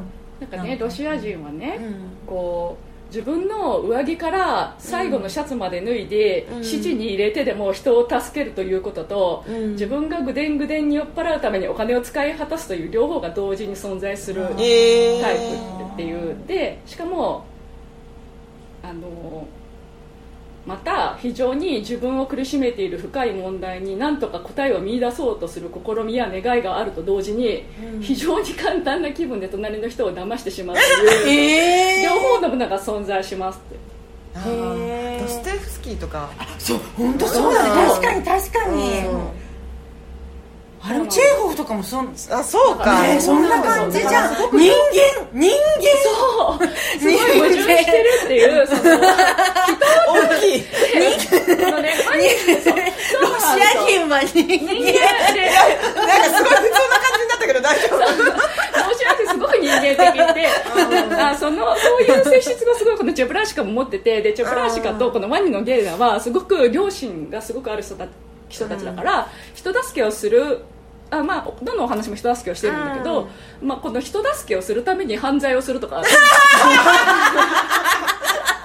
Speaker 3: んかねロシア人はね、
Speaker 2: うん
Speaker 3: こう自分の上着から最後のシャツまで脱いで、
Speaker 2: うん
Speaker 3: 指示に入れてでも人を助けるということと、
Speaker 2: うん
Speaker 3: 自分がぐでんぐでんに酔っ払うためにお金を使い果たすという両方が同時に存在するタイ
Speaker 2: えー
Speaker 3: プっていう、でしかもあのまた非常に自分を苦しめている深い問題に何とか答えを見出そうとする試みや願いがあると同時に、非常に簡単な気分で隣の人を騙してし まうという。
Speaker 1: え
Speaker 3: 両方のものが存在しますって
Speaker 2: あ
Speaker 1: へー
Speaker 2: ードステフスキーとか
Speaker 1: そう本当そう
Speaker 2: そう
Speaker 1: だ
Speaker 2: な
Speaker 1: ね
Speaker 2: の
Speaker 1: 確かに確かに
Speaker 2: うん
Speaker 1: あれもチェーホフとかもそん
Speaker 2: あそうか、
Speaker 1: ねそんな感じじゃん人間人
Speaker 3: そうすごい
Speaker 1: 間
Speaker 3: 矛盾してるっていうその
Speaker 2: 大きい
Speaker 3: そのねマニそう
Speaker 1: ロシア人は人
Speaker 3: 人
Speaker 1: 間
Speaker 3: 間って
Speaker 2: なんかすごい普通な感じになったけど大丈
Speaker 3: ロシアってすごく人間的であそのそういう性質がすごいこのチェプラーシカも持っててでチェプラーシカとこのワニのゲイラはすごく両親がすごくある人た人たちだから、人助けをするあまあ、どのお話も人助けをしてるんだけど、まあ、この人助けをするために犯罪をするとか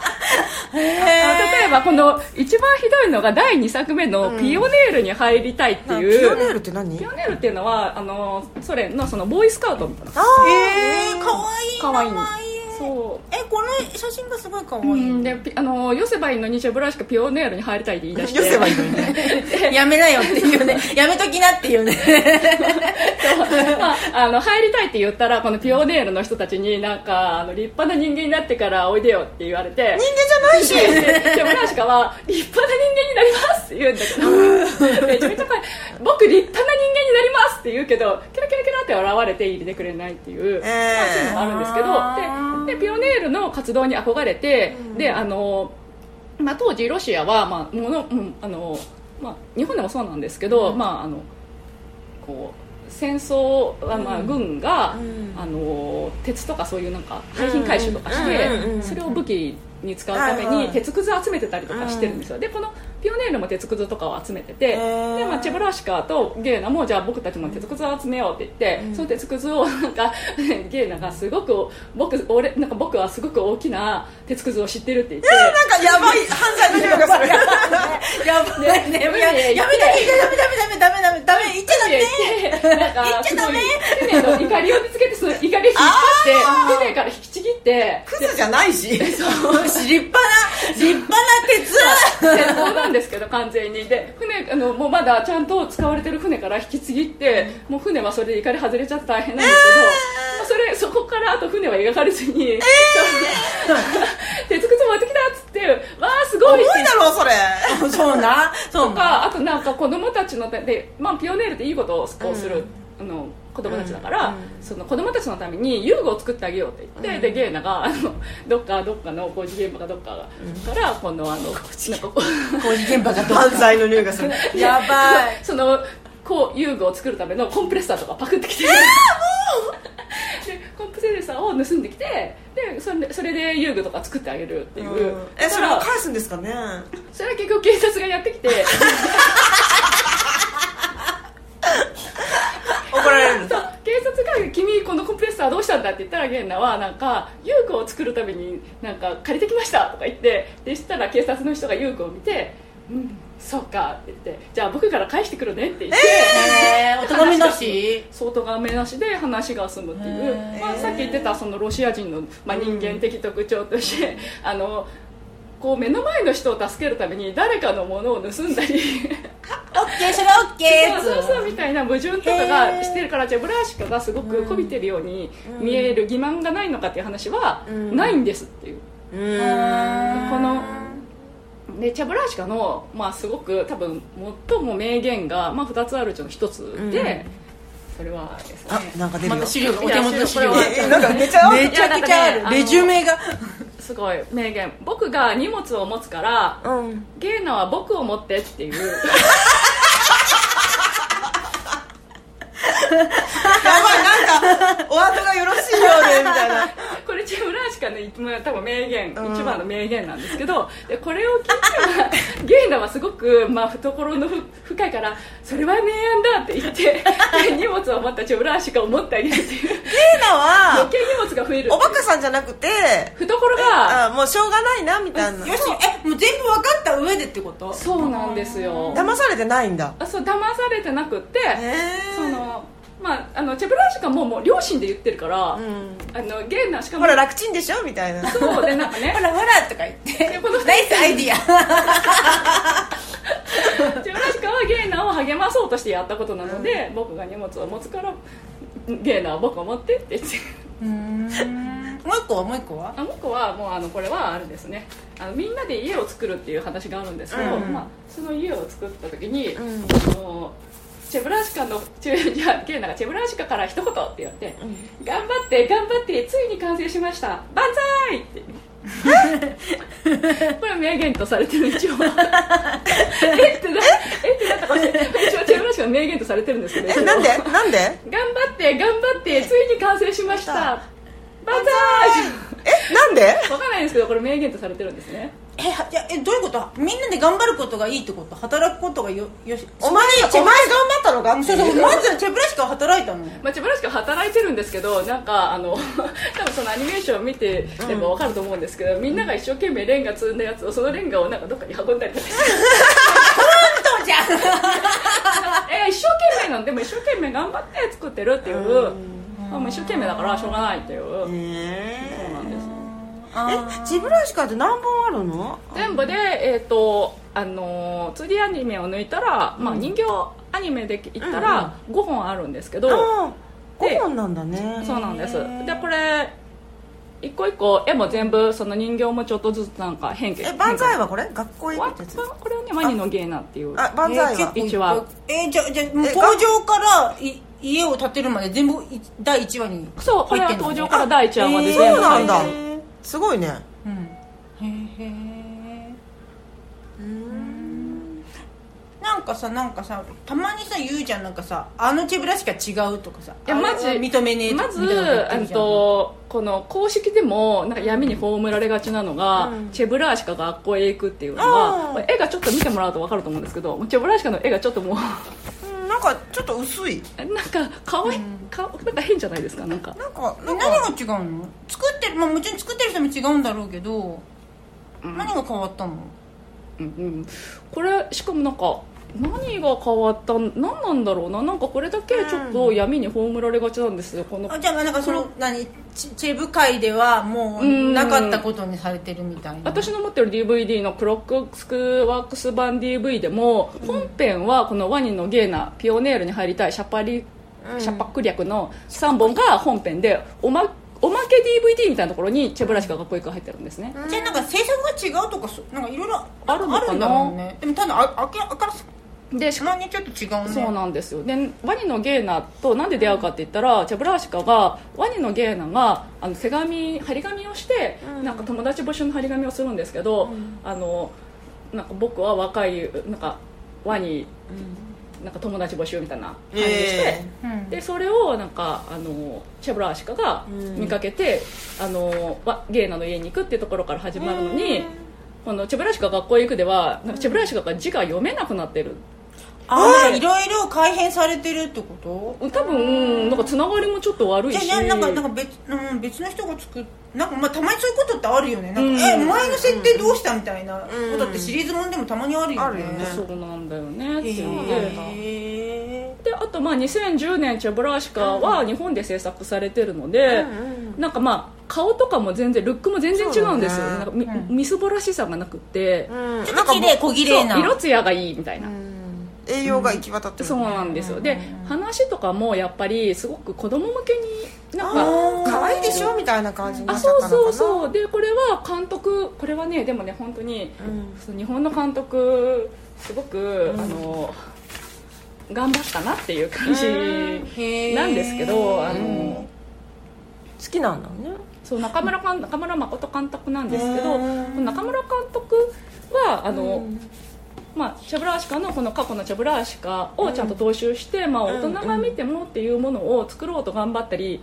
Speaker 3: あ例えばこの一番ひどいのが第2作目のピオネールに入りたいって
Speaker 2: 夫
Speaker 3: いう、
Speaker 2: ールって何
Speaker 3: ピオネールっていうのはあのソ連のそのボーイスカウトみたいな
Speaker 2: あ
Speaker 1: えー、かわいい
Speaker 3: 可愛い
Speaker 1: 名
Speaker 3: の
Speaker 1: 前
Speaker 3: そ、
Speaker 1: えこの写真がすごいかわいう
Speaker 3: う
Speaker 1: い、
Speaker 3: ん、でピあの寄せばいいのにチェブラシカピオネールに入りたいって言い
Speaker 2: ー
Speaker 3: 出して
Speaker 2: 寄せばいいのにね
Speaker 1: やめなよっていう ねやめときなっていうね
Speaker 3: まあ、 あの入りたいって言ったらこのピオネールの人たちになんかあの立派な人間になってからおいでよって言われて人間じゃないしでで村シカは立派な人間になりますって言うんだけど めちゃめちゃ怖い僕立派な人間になりますって言うけどキラキラキラって笑われて入れてくれないっていう、
Speaker 2: え
Speaker 3: まあそういうのもあるんですけどででピオネールの活動に憧れて、であのまあ、当時ロシアは、まあものうんあのまあ、日本でもそうなんですけど、まあ、あのこう戦争、あまあ、軍が、
Speaker 2: うん
Speaker 3: あの鉄とかそういうなんか廃品回収とかして、
Speaker 2: うんうんうんうん
Speaker 3: それを武器に使うため
Speaker 2: はいは
Speaker 3: に
Speaker 2: い
Speaker 3: 鉄くず集めてたりとかしてるんですよ、でこのピオネールも鉄くずとかを集めてて、
Speaker 2: ー
Speaker 3: でまあ、チェブラシカとゲーナもじゃあ僕たちも鉄くずを集めようって言って、その鉄くずをなんか ゲーナがすごく僕俺なんか僕はすごく大きな鉄くずを知ってるっ て言って。
Speaker 2: なんかやばい犯罪の匂いがする
Speaker 1: やばいねやめ
Speaker 3: ね
Speaker 1: やめやめだめだめだめだめだめだめ言っちゃダメ
Speaker 3: なんかすごい船の怒りを見つけてその怒りを引っ張って船から引きちぎって
Speaker 2: クズじゃな いし
Speaker 1: 立派な立派な鉄
Speaker 3: 戦争なんですけど完全にで船あのもうまだちゃんと使われてる船から引きちぎってもう船はそれで怒り外れちゃって大変なんですけど、まあそれそこからあと船は描かれずに、鉄靴持ってきたっつってわあすごいって
Speaker 2: 重いだ ろそれ
Speaker 1: そうなそう
Speaker 3: と
Speaker 1: な
Speaker 3: かあとなんか子供たちのたで、まあ、ピオネールっていいことをこうする、あの子供たちだから、その子供たちのために遊具を作ってあげようって言って、でゲイナがあのどっかどっかの工事現場かどっかから、このあのなんかこ
Speaker 1: 工
Speaker 3: う
Speaker 1: 事現場がど
Speaker 2: 犯罪の匂いがする
Speaker 1: やばい
Speaker 3: そのこう遊具を作るためのコンプレッサーとかパクってきて、でコンプレッサーを盗んできてでそれでそれで遊具とか作ってあげるっていう、
Speaker 2: え
Speaker 3: だ
Speaker 2: そ
Speaker 3: か
Speaker 2: れを
Speaker 3: ら
Speaker 2: 返すんですかね
Speaker 3: それは結局警察がやってきて。
Speaker 2: 怒られるん
Speaker 3: そ
Speaker 2: だ
Speaker 3: う警察が「君このコンプレッサーどうしたんだ?」って言ったらゲンナはなんか遊具を作るためになんか借りてきましたとか言ってでしたら警察の人が遊具を見てうんそうかって言ってじゃあ僕から返してくるねって言って、
Speaker 1: えー、おとがめなし
Speaker 3: 相当がめなしで話が済むってい
Speaker 1: へー
Speaker 3: う、まあ、さっき言ってたそのロシア人の、まあ、人間的特徴として、あのこう目の前の人を助けるために誰かのものを盗んだり
Speaker 1: オッケーそれオッケーっつ
Speaker 3: そうそうそうみたいな矛盾とかがしてるからじゃあブラーシカがすごくこびてるように見える欺瞞がないのかっていう話は
Speaker 2: うん
Speaker 3: ないんですって いう。
Speaker 2: う
Speaker 1: うーん
Speaker 3: このでチャブラーシカの、まあ、すごく多分最も名言が、まあ、2つあるうちの1つで、それはですね
Speaker 2: あなんか出る
Speaker 1: ま
Speaker 2: よ
Speaker 1: た資料がお手元の資料が
Speaker 3: いや
Speaker 2: え なんかめちゃ
Speaker 1: めちゃくちゃある、
Speaker 3: いやなんかね
Speaker 1: レジュメが
Speaker 3: すごい名言僕が荷物を持つから
Speaker 2: うん
Speaker 3: ゲーナは僕を持ってっていう
Speaker 2: やばいなんかお後がよろしいようでみたいな
Speaker 3: これチェブラーシカの一まあ多分名言、
Speaker 2: うん
Speaker 3: 一番の名言なんですけどでこれを聞いて はゲーナはすごく、まあ、懐のふ深いからそれは名案だって言って で荷物を持ったチェブラーシカを持ってあげるっていう
Speaker 2: レーナ
Speaker 3: 余
Speaker 2: は
Speaker 3: 計荷物が増え る
Speaker 2: おバカさんじゃなくて
Speaker 3: 懐が
Speaker 2: あもうしょうがないなみたいな
Speaker 1: よしえもう全部分かった上でってこと
Speaker 3: そうなんですよ
Speaker 2: 騙されてないんだ
Speaker 3: あそう騙されてなくって、
Speaker 2: へえ
Speaker 3: そのまああのチェブラーシカももう両親で言ってるから、
Speaker 2: うん
Speaker 3: あのゲーナしかも
Speaker 2: ほら楽ちんでしょみたいな
Speaker 3: そうでなんかね
Speaker 1: ほらほらとか言って
Speaker 3: でこの
Speaker 1: ナイスアイディア
Speaker 3: チェブラシカはゲーナを励まそうとしてやったことなので、僕が荷物を持つからゲーナは僕を持ってって言って
Speaker 1: もう一個はもう一個は
Speaker 3: あ僕はもうあのこれはあれですねあのみんなで家を作るっていう話があるんですけど、
Speaker 2: うん
Speaker 3: まあ、その家を作った時に、
Speaker 2: うん
Speaker 3: あのチェブラシカのチェじゃあゲーナがチェブラシカから一言って言って「頑張って頑張ってついに完成しました万 歳!」ってこれは名言とされてる 一応えってなえってなったかもしれない一応チェブラシカの名言とされてるんですけど
Speaker 2: えなんでなんで
Speaker 3: 頑張って頑張 ってついに完成しました
Speaker 2: や
Speaker 3: 万歳
Speaker 2: えなんで
Speaker 3: わかんないですけどこれ名言とされてるんですね
Speaker 1: えじゃえどういうことみんなで頑張ることがいいってこと働くことがよよし
Speaker 2: お前お前頑張ったのかって
Speaker 1: そう
Speaker 2: い
Speaker 1: そう
Speaker 2: う
Speaker 1: まずチェブラシカは働いたの
Speaker 3: まあ、チェブラシカ働いてるんですけどなんかあの 多分そのアニメーションを見てればわかると思うんですけど、みんなが一生懸命レンガ積んだやつをそのレンガをなんかどっかに運んだりとかして
Speaker 1: そうじゃん
Speaker 3: えー一生懸命なんでも一生懸命頑張って作ってるっていう、まあ、もう一生懸命だからしょうがないっていう、そう
Speaker 2: え
Speaker 3: なんです
Speaker 2: えジブラシカって何本あるの
Speaker 3: 全部で、えーとあのー、2D アニメを抜いたら、まあ、人形アニメでいったら5本あるんですけど、
Speaker 2: ああ
Speaker 3: で
Speaker 2: 5本なんだね
Speaker 3: そうなんですでこれ一個一個絵も全部その人形もちょっとずつなんか変化
Speaker 2: え万歳
Speaker 3: は
Speaker 2: はこれ学校へ行くってやつ
Speaker 3: これはねワニの芸なっていう
Speaker 2: あ万歳は
Speaker 1: え結
Speaker 3: 一
Speaker 1: 構
Speaker 3: 話
Speaker 1: えじゃじゃもう登場からい家を建てるまで全部い第1話に
Speaker 3: そうこれは
Speaker 1: 入ってんの
Speaker 3: 登場から第1話まで
Speaker 2: そ
Speaker 3: 全
Speaker 2: う
Speaker 3: 部
Speaker 2: な
Speaker 3: 入
Speaker 2: ん
Speaker 3: って
Speaker 2: だ
Speaker 3: る
Speaker 2: すごいね
Speaker 1: うんへえなんかさなんかさたまにさ言うじゃんなんかさあのチェブラシカ違うとかさ
Speaker 3: いや
Speaker 1: あれは
Speaker 3: まず
Speaker 1: 認めねえとか
Speaker 3: まず
Speaker 1: みたいなこと言って
Speaker 3: え
Speaker 1: るじ
Speaker 3: っ
Speaker 1: ゃん
Speaker 3: とこの公式でもなんか闇に葬られがちなのが、
Speaker 2: うん
Speaker 3: チェブラーシカが学校へ行くっていうの
Speaker 2: あー
Speaker 3: はこれ絵がちょっと見てもらうと分かると思うんですけどチェブラーシカの絵がちょっともう
Speaker 2: う んなんかちょっと薄い
Speaker 3: なんか可愛い、かなんか変じゃないですかなんか
Speaker 2: なんか
Speaker 1: 何
Speaker 2: なん
Speaker 1: が
Speaker 2: か
Speaker 1: 違うの作ってるまあもちろん作ってる人も違うんだろうけど、何が変わったの
Speaker 3: うんうん、これしかもなんか何が変わったん何なんだろうななんかこれだけちょっと闇に葬られがちなんですよこの
Speaker 1: あじゃあなんかその何チチェブ界ではもう
Speaker 3: う
Speaker 1: んなかったことにされてるみたいな
Speaker 3: 私の持ってる DVD のクロックスクワークス版 DV でも本編はこのワニのゲーナピオネールに入りたいシャパリ、シャパクリャクの3本が本編でおまおまけ DVD みたいなところにチェブラシカがこういう入ってるんですね、
Speaker 1: じゃあなんか制作が違うとかそなんかいろいろ
Speaker 3: あるのかな
Speaker 1: あるんだろうねでもただああけあからさ
Speaker 3: でしか
Speaker 1: まにちょっと違うね
Speaker 3: そうなんですよでワニのゲーナとなんで出会うかって言ったらチャブラーシカがワニのゲーナがあの手紙張り紙をして、なんか友達募集の張り紙をするんですけど、あのなんか僕は若いなんかワニ、なんか友達募集みたいな感じでして、
Speaker 2: え
Speaker 1: うん
Speaker 3: でそれをなんかあのチェブラーシカが見かけて、あのわゲーナの家に行くっていうところから始まるのに、このチェブラーシカが学校へ行くではなんかチェブラーシカが字が読めなくなってる
Speaker 2: え
Speaker 1: あいろいろ改変されてるってこと
Speaker 3: 多分なんかつながりもちょっと悪い
Speaker 1: じ
Speaker 3: し
Speaker 1: ゃあなんかなんか別,、うん、別の人が作っなんかまあたまにそういうことってあるよねなんか、
Speaker 3: うん
Speaker 1: え前の設定どうしたみたいなことってシリーズもんでもたまにあるよね
Speaker 2: あるよね
Speaker 3: そうなんだよねっていうので、
Speaker 1: へえ
Speaker 3: であとまあ2010年「チェブラーシカ」は日本で制作されてるので、なんかまあ顔とかも全然ルックも全然違うんですよ、
Speaker 2: そう
Speaker 3: なん
Speaker 2: だ
Speaker 3: かみ,、
Speaker 1: うん
Speaker 3: みすぼらしさがなくって、
Speaker 2: うん
Speaker 1: ちょ
Speaker 2: な
Speaker 1: っ
Speaker 2: んか
Speaker 1: と綺麗小綺麗な
Speaker 3: そう色艶がいいみたいな、
Speaker 2: うん栄養が行き渡ってる
Speaker 3: そうなんですよ、で話とかもやっぱりすごく子供向けになんか
Speaker 2: あー可愛いでしょみたいな感じにな
Speaker 3: あ
Speaker 2: った
Speaker 3: そう
Speaker 2: からかな
Speaker 3: そうそうでこれは監督これはねでもね本当に、
Speaker 2: ん
Speaker 3: その日本の監督すごく、あの頑張ったなっていう感じ
Speaker 1: へえ
Speaker 3: なんですけどあの
Speaker 2: 好きなんだね
Speaker 3: そう中村監中村誠監督なんですけど
Speaker 1: う
Speaker 3: この中村監督はあの、まあ、チャブラーシカのこの過去のチャブラーシカをちゃんと踏襲して、まあ、大人が見てもっていうものを作ろうと頑張ったり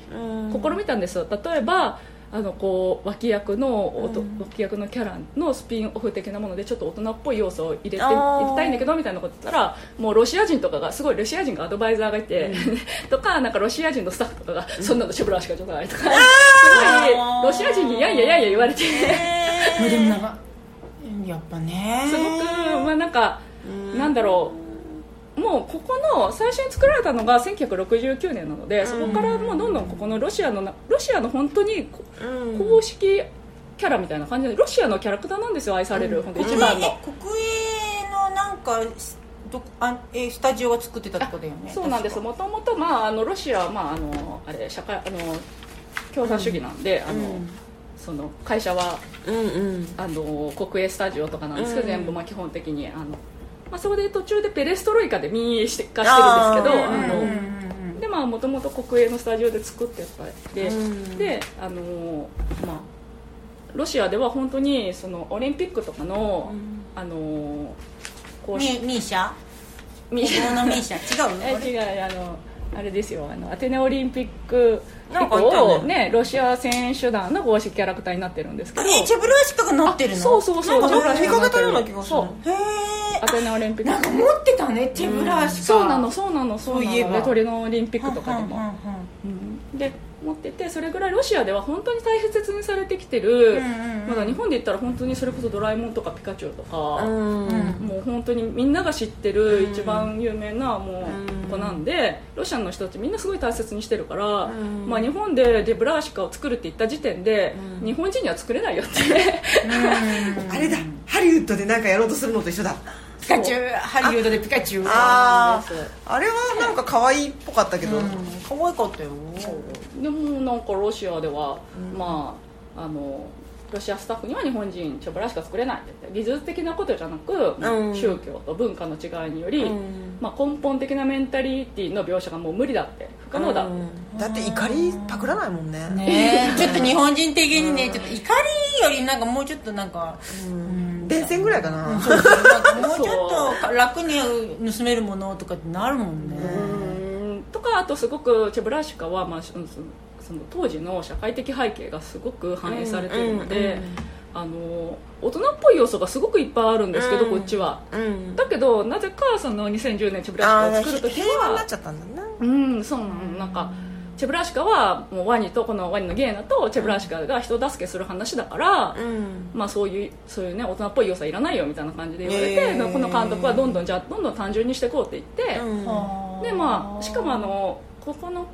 Speaker 3: 試みたんですよ例えばあのこう脇役のおと、脇役のキャラのスピンオフ的なものでちょっと大人っぽい要素を入れて
Speaker 2: あー
Speaker 3: 入れたいんだけどみたいなこと言ったらもうロシア人とかがすごいロシア人がアドバイザーがいて、 とかなんかロシア人のスタッフとかが、そんなのチャブラーシカじゃないとかすごいロシア人にいやいやいやいや言われて。
Speaker 1: まあでもなんかやっぱね
Speaker 3: すごく、まあ、なんか、なんだろうもうここの最初に作られたのが1969年なのでそこからもうどんどんここのロシアのなロシアの本当にこ
Speaker 2: うん
Speaker 3: 公式キャラみたいな感じでロシアのキャラクターなんですよ愛される、本当一
Speaker 1: 国営
Speaker 3: 番の
Speaker 1: え。国営のなんかしどこあえスタジオが作ってたとこだよね
Speaker 3: そうなんですもともと、まあ、あのロシアは、まあ、あのあれ社会あの共産主義なんで、あのその会社は
Speaker 2: うんうん
Speaker 3: あの国営スタジオとかなんですけど、
Speaker 2: うん
Speaker 3: 全部まあ基本的にあの、まあ、そこで途中でペレストロイカで民営化してるんですけどあの、
Speaker 1: うんうん
Speaker 3: でまあもともと国営のスタジオで作ってたで、
Speaker 2: うん
Speaker 3: であのーまあロシアでは本当にそのオリンピックとかの、あのー
Speaker 1: う
Speaker 3: こ
Speaker 1: ん
Speaker 3: う
Speaker 1: ミ
Speaker 3: し
Speaker 1: ミーシャ
Speaker 3: み
Speaker 1: 英語のミーシャ違う
Speaker 3: え
Speaker 1: ね
Speaker 3: 違うあのあれですよあのアテネオリンピック以
Speaker 2: なんか言ったよ
Speaker 3: 降、ね、ロシア選手団の公式キャラクターになってるんですけど
Speaker 1: えチェブラーシカがなってるの
Speaker 3: そうそうそう
Speaker 2: なんか
Speaker 3: チェブラシカ
Speaker 2: 見かけたような気がする
Speaker 3: そう
Speaker 1: へえ
Speaker 3: アテネオリンピック
Speaker 1: なんか持ってたねチェブラーシカ
Speaker 3: そうなのそうなのそうな
Speaker 1: そういえ
Speaker 3: の
Speaker 1: ば
Speaker 3: でトリノオリンピックとかで
Speaker 1: うんう
Speaker 3: も、
Speaker 1: んうんうん
Speaker 3: うんで持っててそれぐらいロシアでは本当に大切にされてきて
Speaker 1: う
Speaker 3: る、
Speaker 1: んうん
Speaker 3: まだ日本で言ったら本当にそれこそ「ドラえもん」とか「ピカチュウ」とか、
Speaker 2: うん
Speaker 3: もう本当にみんなが知ってる一番有名なもう子なんで、ロシアの人たちみんなすごい大切にしてるから、
Speaker 2: ん
Speaker 3: まあ、日本でデブラーシカを作るって言った時点で、日本人には作れないよって
Speaker 5: あれだハリウッドで何かやろうとするのと一緒だ
Speaker 1: ピカチュウハリウッドでピカチュウ
Speaker 2: あ
Speaker 3: そうなんです
Speaker 2: ああれはなんか可愛いっぽかったけど、
Speaker 1: 可愛かったよ
Speaker 3: でもなんかロシアでは、まああのロシアスタッフには日本人チョブラしか作れないって言って技術的なことじゃなく、
Speaker 2: うん
Speaker 3: 宗教と文化の違いにより、
Speaker 2: うん
Speaker 3: まあ、根本的なメンタリティの描写がもう無理だって不可能だって、
Speaker 2: うんだって怒りパクらないもんね
Speaker 1: ねえちょっと日本人的にねちょっと怒りよりなんかもうちょっとなんかうん
Speaker 2: 電線ぐらいかな、
Speaker 1: そうそうなんかもうちょっと楽に盗めるものとかってなるもんね
Speaker 3: うんとかあとすごくチェブラシカは、まあ、そのそのその当時の社会的背景がすごく反映されてるので、あの大人っぽい要素がすごくいっぱいあるんですけど、こっちは。
Speaker 2: うん
Speaker 3: だけどなぜかその2010年チェブ
Speaker 2: あ
Speaker 3: ラシカ
Speaker 2: あ
Speaker 3: を作る時
Speaker 2: 平和になっ
Speaker 3: は
Speaker 2: ちゃったんだね
Speaker 3: うんそうなのなんかチェブラシカはもうワニとこのワニのゲーナとチェブラシカが人助けする話だから、
Speaker 2: うん
Speaker 3: まあそういうそういうね大人っぽい要素はいらないよみたいな感じで言われて、
Speaker 2: へー
Speaker 3: この監督はどんどんじゃあどんどん単純にしていこうって言って、でまあしかもあのここの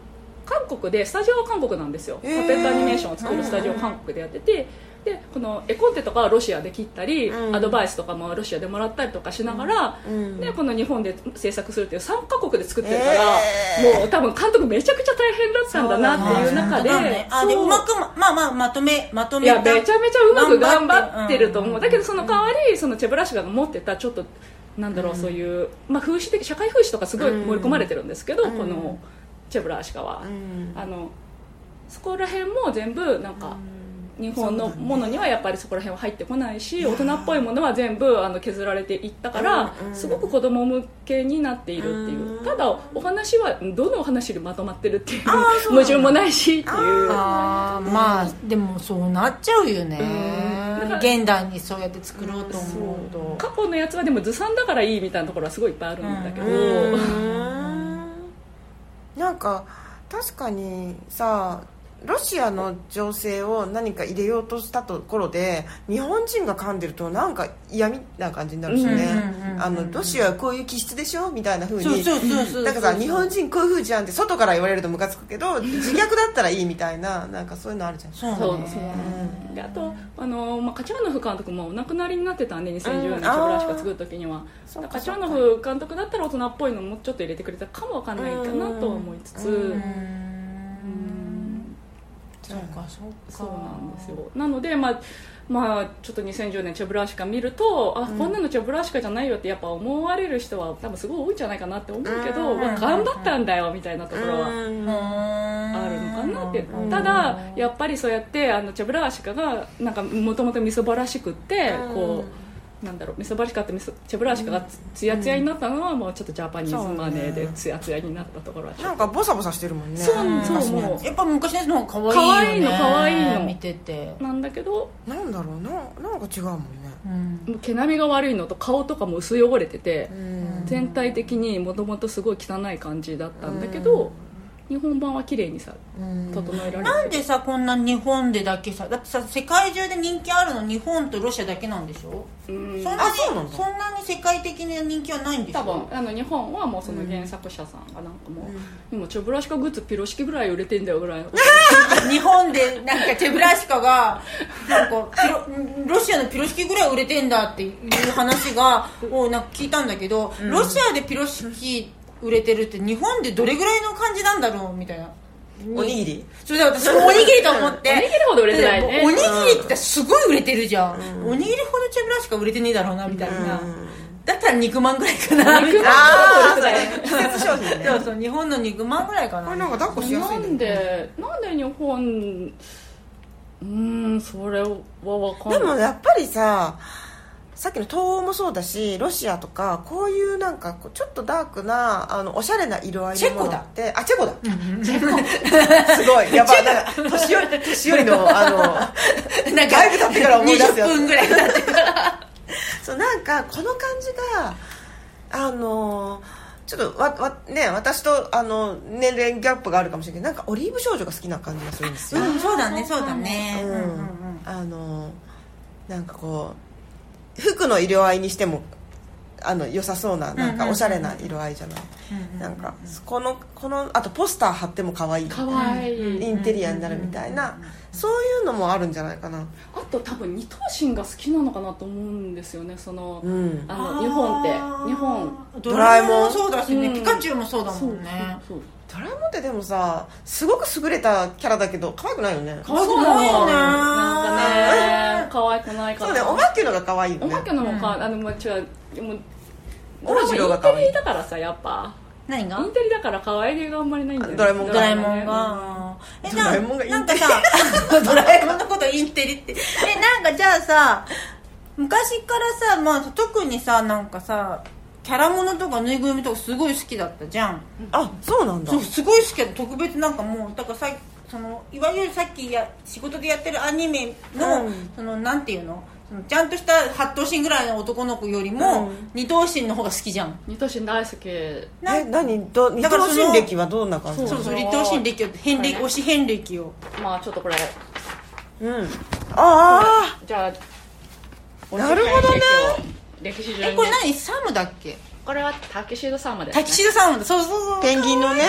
Speaker 3: 韓国でスタジオは韓国なんですよ、
Speaker 2: へー
Speaker 3: パペットアニメーションを作るスタジオを韓国でやっててでこの絵コンテとかはロシアで切ったり、
Speaker 2: うん
Speaker 3: アドバイスとかもロシアでもらったりとかしながら、
Speaker 2: うん
Speaker 3: でこの日本で制作するっていう3カ国で作ってるから、
Speaker 2: へー
Speaker 3: もう多分監督めちゃくちゃ大変だったんだなっていう中で
Speaker 1: そうだねあで
Speaker 3: そう
Speaker 1: うまくままあまあまとめまと
Speaker 3: い
Speaker 1: め
Speaker 3: や
Speaker 1: た
Speaker 3: めちゃめちゃうまく頑張ってると思う、
Speaker 1: うん
Speaker 3: だけどその代わりそのチェブラシカが持ってたちょっとなんだろう、そういう、まあ、風刺的社会風刺とかすごい盛り込まれてるんですけど、このチェブラシカは、
Speaker 2: ん
Speaker 3: あのそこら辺も全部なんか、日本のものにはやっぱりそこら辺は入ってこないし、大人っぽいものは全部あの削られていったから、すごく子供向けになっているっていう、ただお話はどのお話よりまとまってるっていう矛盾もないしっていう
Speaker 1: あーまあでもそうなっちゃうよね
Speaker 3: だ
Speaker 1: 現代にそうやって作ろうと思うと、
Speaker 3: 過去のやつはでもずさんだからいいみたいなところはすごいいっぱいあるんだけど、
Speaker 2: なんか確かにさロシアの情勢を何か入れようとしたところで日本人が噛んでるとなんか嫌みな感じになるしね
Speaker 1: うんうんうんうん
Speaker 2: あのロシアはこういう気質でしょみたいな風
Speaker 1: そう
Speaker 2: に
Speaker 1: そうそうそう
Speaker 2: なんかさ日本人こういう風じゃんって外から言われるとムカつくけど自虐だったらいいみたいななんかそういうのあるじゃん
Speaker 1: そうね
Speaker 3: そうそうであとあの、まあ、カチャーノフ監督もお亡くなりになってたんで2010年チョブラシカ作る時には、
Speaker 2: そう
Speaker 3: だ
Speaker 2: か
Speaker 3: からカチャーノフ監督だったら大人っぽいのもちょっと入れてくれたかもわかんないかなとは思いつつ、
Speaker 1: うー
Speaker 3: うんん
Speaker 1: そうかそうか
Speaker 3: そうなんですよなので、まあまあ、ちょっと2010年チョブラシカ見るとあ、こんなのチョブラシカじゃないよってやっぱ思われる人は多分すごい多いんじゃないかなって思うけど、
Speaker 2: うん
Speaker 3: まあ、頑張ったんだよみたいなところは。あるのかなってただやっぱりそうやってあのチャブラーシカがなんかもともとみそばらしくってこうなんだろうみそばらしかってみそチャブラーシカがつつやつやになったのはもうちょっとジャパニーズマネーでつやつやになったところはちょ
Speaker 2: な
Speaker 3: っ
Speaker 2: んかボサボサしてるもんね
Speaker 3: そうそう
Speaker 2: 昔のや
Speaker 3: も
Speaker 1: やっぱ昔のやつの方が可愛いよね
Speaker 3: 可愛いの可愛いの
Speaker 1: 見てて
Speaker 3: となんだけど
Speaker 2: つなんだろうななんか違うもんね
Speaker 1: うん
Speaker 3: もう毛並みが悪いのと顔とかも薄汚れてて
Speaker 2: うん
Speaker 3: 全体的にもともとすごい汚い感じだったんだけど日本版は綺麗にさ
Speaker 2: うん
Speaker 3: 整えられて
Speaker 1: なんでさこんな日本でだけさだってさ世界中で人気あるの日本とロシアだけなんでしょ
Speaker 3: うん
Speaker 1: そんな
Speaker 2: あ
Speaker 1: に
Speaker 2: そうなんだ
Speaker 1: そんなに世界的な人気はないんでしょ
Speaker 3: 多分あの日本はもうその原作者さんがなんかもう、今チョブラシカグッズピロシキぐらい売れてんだよぐらいの
Speaker 1: 日本でなんかチェブラシカがなんかピロロシアのピロシキぐらい売れてんだっていう話がをなんか聞いたんだけど、ロシアでピロシキ売れてるって日本でどれぐらいの感じなんだろうみたいな
Speaker 2: おにぎり
Speaker 1: それで私 もおにぎりと思って
Speaker 3: おにぎりほど売れてないね
Speaker 1: おにぎりってすごい売れてるじゃん、おにぎりほどチェブラシカ売れてねえだろうなみたいな、だったら肉まんぐらいかなみたいな
Speaker 2: ああそれ季節商品
Speaker 1: そう
Speaker 2: ね
Speaker 1: そう日本の肉まんぐらいか
Speaker 2: こ
Speaker 1: な
Speaker 2: れなんか抱っこしやす
Speaker 3: ない
Speaker 2: ね
Speaker 3: んでなんで日本うーんそれは分かんな
Speaker 2: で
Speaker 3: い
Speaker 2: もやっぱりささっきの東欧もそうだしロシアとかこういうなんかこうちょっとダークなあのおしゃれな色合いのものってあチェコだ すごいやばいなんか年寄り年寄りのあの
Speaker 1: なんか
Speaker 2: だいぶ経ってから思い出すや
Speaker 1: 20
Speaker 2: つ
Speaker 1: 分ぐらい経って
Speaker 2: そうなんかこの感じがあのちょっとわわ、ね、私とあの年齢ギャップがあるかもしれないけどなんかオリーブ少女が好きな感じがするんですよ、
Speaker 1: うん、そうだねそうだね
Speaker 2: うん
Speaker 1: うんうんうん
Speaker 2: あのなんかこう服の色合いにしてもあの良さそうななんかおしゃれな色合いじゃない、なんかこのこのあとポスター貼っても可愛い
Speaker 3: かわいい、
Speaker 2: インテリアになるみたいな、そういうのもあるんじゃないかな
Speaker 3: あと多分二頭身が好きなのかなと思うんですよねその、
Speaker 2: うん
Speaker 3: あの日本って日本
Speaker 1: ドラえもん
Speaker 2: ドラえも
Speaker 1: も
Speaker 2: ん
Speaker 1: そうだしね、
Speaker 3: うん
Speaker 1: ピカチュウもそうだもんね
Speaker 3: そう
Speaker 2: ドラえもんってでもさすごく優れたキャラだけど可愛くないよね
Speaker 3: そうそう
Speaker 1: 可愛くないよね
Speaker 3: なんかね可愛くないか
Speaker 2: そ
Speaker 3: ら
Speaker 2: うねお化けのが可愛いよ
Speaker 3: お
Speaker 2: ね
Speaker 3: まけのもか、あのまあ違うもう
Speaker 2: オラジロが
Speaker 3: イン
Speaker 2: 可
Speaker 3: テ
Speaker 2: 愛い
Speaker 3: リだからさやっぱ
Speaker 1: 何
Speaker 3: インテリだから可愛げがあんまりないんだよ、ね、
Speaker 2: ドラえもん
Speaker 1: ドラえもんがえ
Speaker 2: ドラえもんがインテ
Speaker 1: なんか
Speaker 2: リ
Speaker 1: さ ドラえもんのことインテリってえなんかじゃあさ昔からさ、まあ、特にさなんかさキャラものとかぬいぐるみとかすごい好きだったじゃん
Speaker 2: あそうなんだ
Speaker 1: そうすごい好きだった特別なんかもうだからさそのいわゆるさっきや仕事でやってるアニメの、
Speaker 2: うん
Speaker 1: そのなんていうのそのちゃんとした8頭身ぐらいの男の子よりも、
Speaker 2: うん
Speaker 1: 二頭身の方が好きじゃん
Speaker 3: 二頭身大好き
Speaker 1: な
Speaker 2: え何ど二
Speaker 1: だから
Speaker 2: 等
Speaker 1: その
Speaker 2: 身歴はどんな感じ
Speaker 3: そ
Speaker 1: そううそう立頭身歴を変歴
Speaker 3: はい
Speaker 1: 推し変歴を
Speaker 3: まあちょっとこれ
Speaker 2: うんあ
Speaker 3: じゃあ
Speaker 2: なるほどね
Speaker 3: 歴史上
Speaker 1: え
Speaker 3: に
Speaker 1: これ何サムだっけ
Speaker 3: これはタキシードサーマです、
Speaker 1: タ
Speaker 3: ね
Speaker 1: キ、シードサムだそうそうそ
Speaker 2: あ
Speaker 1: う
Speaker 2: ペンギンのね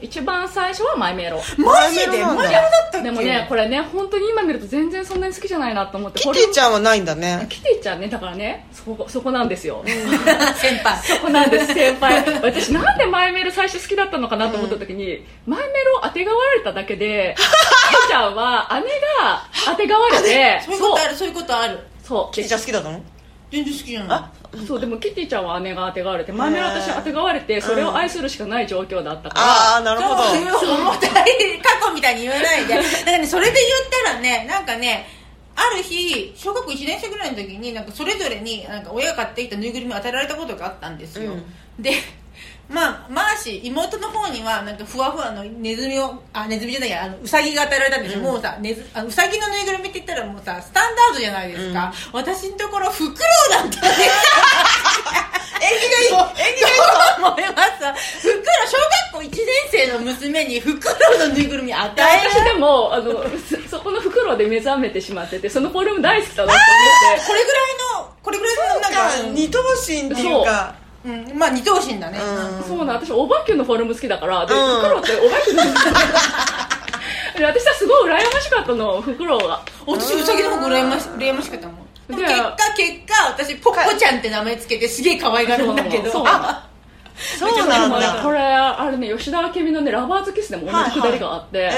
Speaker 3: 一番最初はマイメ ロ
Speaker 1: マジで
Speaker 2: マ
Speaker 1: マ
Speaker 2: イメロなんだ
Speaker 1: ジでだったっけ
Speaker 3: でもねこれね本当に今見ると全然そんなに好きじゃないなと思って
Speaker 2: キティち
Speaker 3: ゃ
Speaker 2: ゃんはないんだね
Speaker 3: キティちゃんねだからねそこそこなんですよ
Speaker 1: 先 輩
Speaker 3: そこ なんです先輩私なんでマイメロ最初好きだったのかなと思った時に、マイメロを当てがわれただけでキティちゃんは姉が当てがわれて
Speaker 1: そういうことあるそういうことある
Speaker 3: そう
Speaker 2: キティちゃん好きだったの
Speaker 1: 全然好きじゃない
Speaker 3: そうでもキティちゃんは姉があてがわれて前村は私あてがわれてそれを愛するしかない状況だったから、
Speaker 2: ああなるほ
Speaker 1: そういう
Speaker 2: ど
Speaker 1: 重たい過去みたいに言わないでだからねそれで言ったらねなんかねある日小学校1年生ぐらいの時になんかそれぞれになんか親が買ってきたぬいぐるみを与えられたことがあったんですよ、
Speaker 2: うん
Speaker 1: でまあマーシー妹の方にはなんかふわふわのネズミをあネズミじゃないやあのウサギが与えられたんですよ、もうさネズあウサギのぬいぐるみって言ったらもうさスタンダードじゃないですか、私のところフクロウだったね縁起がいい縁起がいいと思いますフクロウ小学校1年生の娘にフクロウのぬいぐるみ与えられ
Speaker 3: 私でもあのそ そこの袋で目覚めてしまっててそのフォルム大好きだなと思って
Speaker 1: これぐらいのこれぐらいのなんか
Speaker 2: なんか二等身っていうか
Speaker 1: うん、まあ二等身だね、
Speaker 2: うん
Speaker 3: そうなの私おばきゅんのフォルム好きだからで、
Speaker 2: うん
Speaker 3: フクロウっておばきゅんの で私はすごい羨ましかったのフクロウが
Speaker 1: 私ウサギの方が羨まし羨ましかったもんでも
Speaker 3: じ
Speaker 1: 結
Speaker 3: ゃあ
Speaker 1: 果結果私ポッコちゃんって名前つけてすげえ可愛がるんだけど
Speaker 3: そう
Speaker 1: あ
Speaker 2: そうなん
Speaker 3: でもね
Speaker 2: だ
Speaker 3: これあれね吉田明美のねラバーズキスでも同じくだりがあって、
Speaker 2: え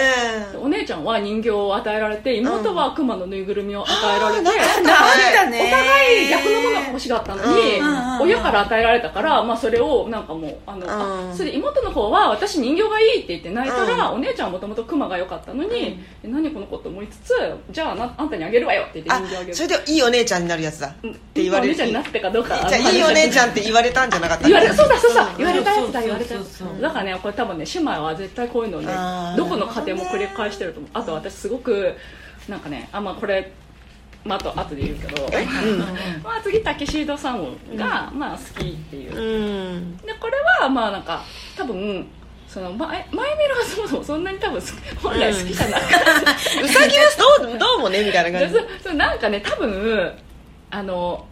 Speaker 2: え
Speaker 3: お姉ちゃんは人形を与えられて妹は熊のぬいぐるみを与えられて、
Speaker 1: なんだね
Speaker 3: お互い逆のものが欲しかったのに、
Speaker 1: うんうんうん
Speaker 3: 親から与えられたから、まあ、それをなんかもうあの、
Speaker 2: うん
Speaker 3: あそれで妹の方は私人形がいいって言って泣いたら、お姉ちゃんはもともと熊が良かったのに、え何この子と思いつつじゃあなあんたにあげるわよって言っ
Speaker 2: あ
Speaker 3: て人形あげる
Speaker 2: それでいいお姉ちゃんになるやつだっ
Speaker 3: うん
Speaker 2: て言われ
Speaker 3: いい
Speaker 2: る
Speaker 3: お姉ちゃんになってかどうか
Speaker 2: じゃあいいお姉ちゃんって言われたんじゃなかった
Speaker 3: 言われそう
Speaker 2: だ
Speaker 3: だそうだ
Speaker 1: そう
Speaker 3: 言われたやつだ
Speaker 1: そう
Speaker 3: 言
Speaker 1: そう
Speaker 3: われたやつ
Speaker 1: そうそう
Speaker 3: だからねこれ多分ね姉妹は絶対こういうのをね
Speaker 2: あー
Speaker 3: どこの家庭も繰り返してると思うあと私すごくなんかねあまあこれまああと後で言うけど、まあ次タキシードさんが、まあ好きっていう、
Speaker 2: う
Speaker 3: で
Speaker 2: ん
Speaker 3: これはまあなんか多分その前前メロはそもそもそんなに多分好き本来好きじゃなかった
Speaker 2: うさぎはどうどうもねみたいな感じ
Speaker 3: でそそうなんかね多分あの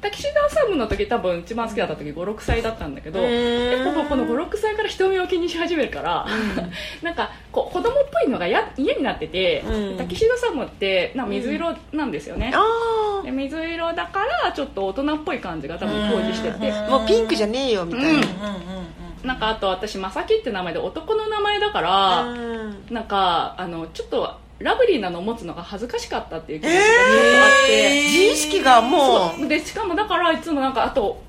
Speaker 3: タキシードアサムの時多分一番好きだった時56歳だったんだけど
Speaker 2: うーん
Speaker 3: やっぱこの56歳から人目を気にし始めるから、なんかこう子供っぽいのがや嫌になってて、
Speaker 2: うん
Speaker 3: タキシードアサムってなんか水色なんですよね、
Speaker 2: あ
Speaker 3: で水色だからちょっと大人っぽい感じが多分当時してて、
Speaker 2: あもうピンクじゃねえよみたい
Speaker 1: うんうんうん
Speaker 3: なんかあと私まさきって名前で男の名前だから、
Speaker 2: なうん
Speaker 3: なんかあのちょっとラブリーなのを持つのが恥ずかしかったっていう気持ちがずっとあって、
Speaker 2: 自意識がも
Speaker 3: そうでしかもだからいつもなんかあと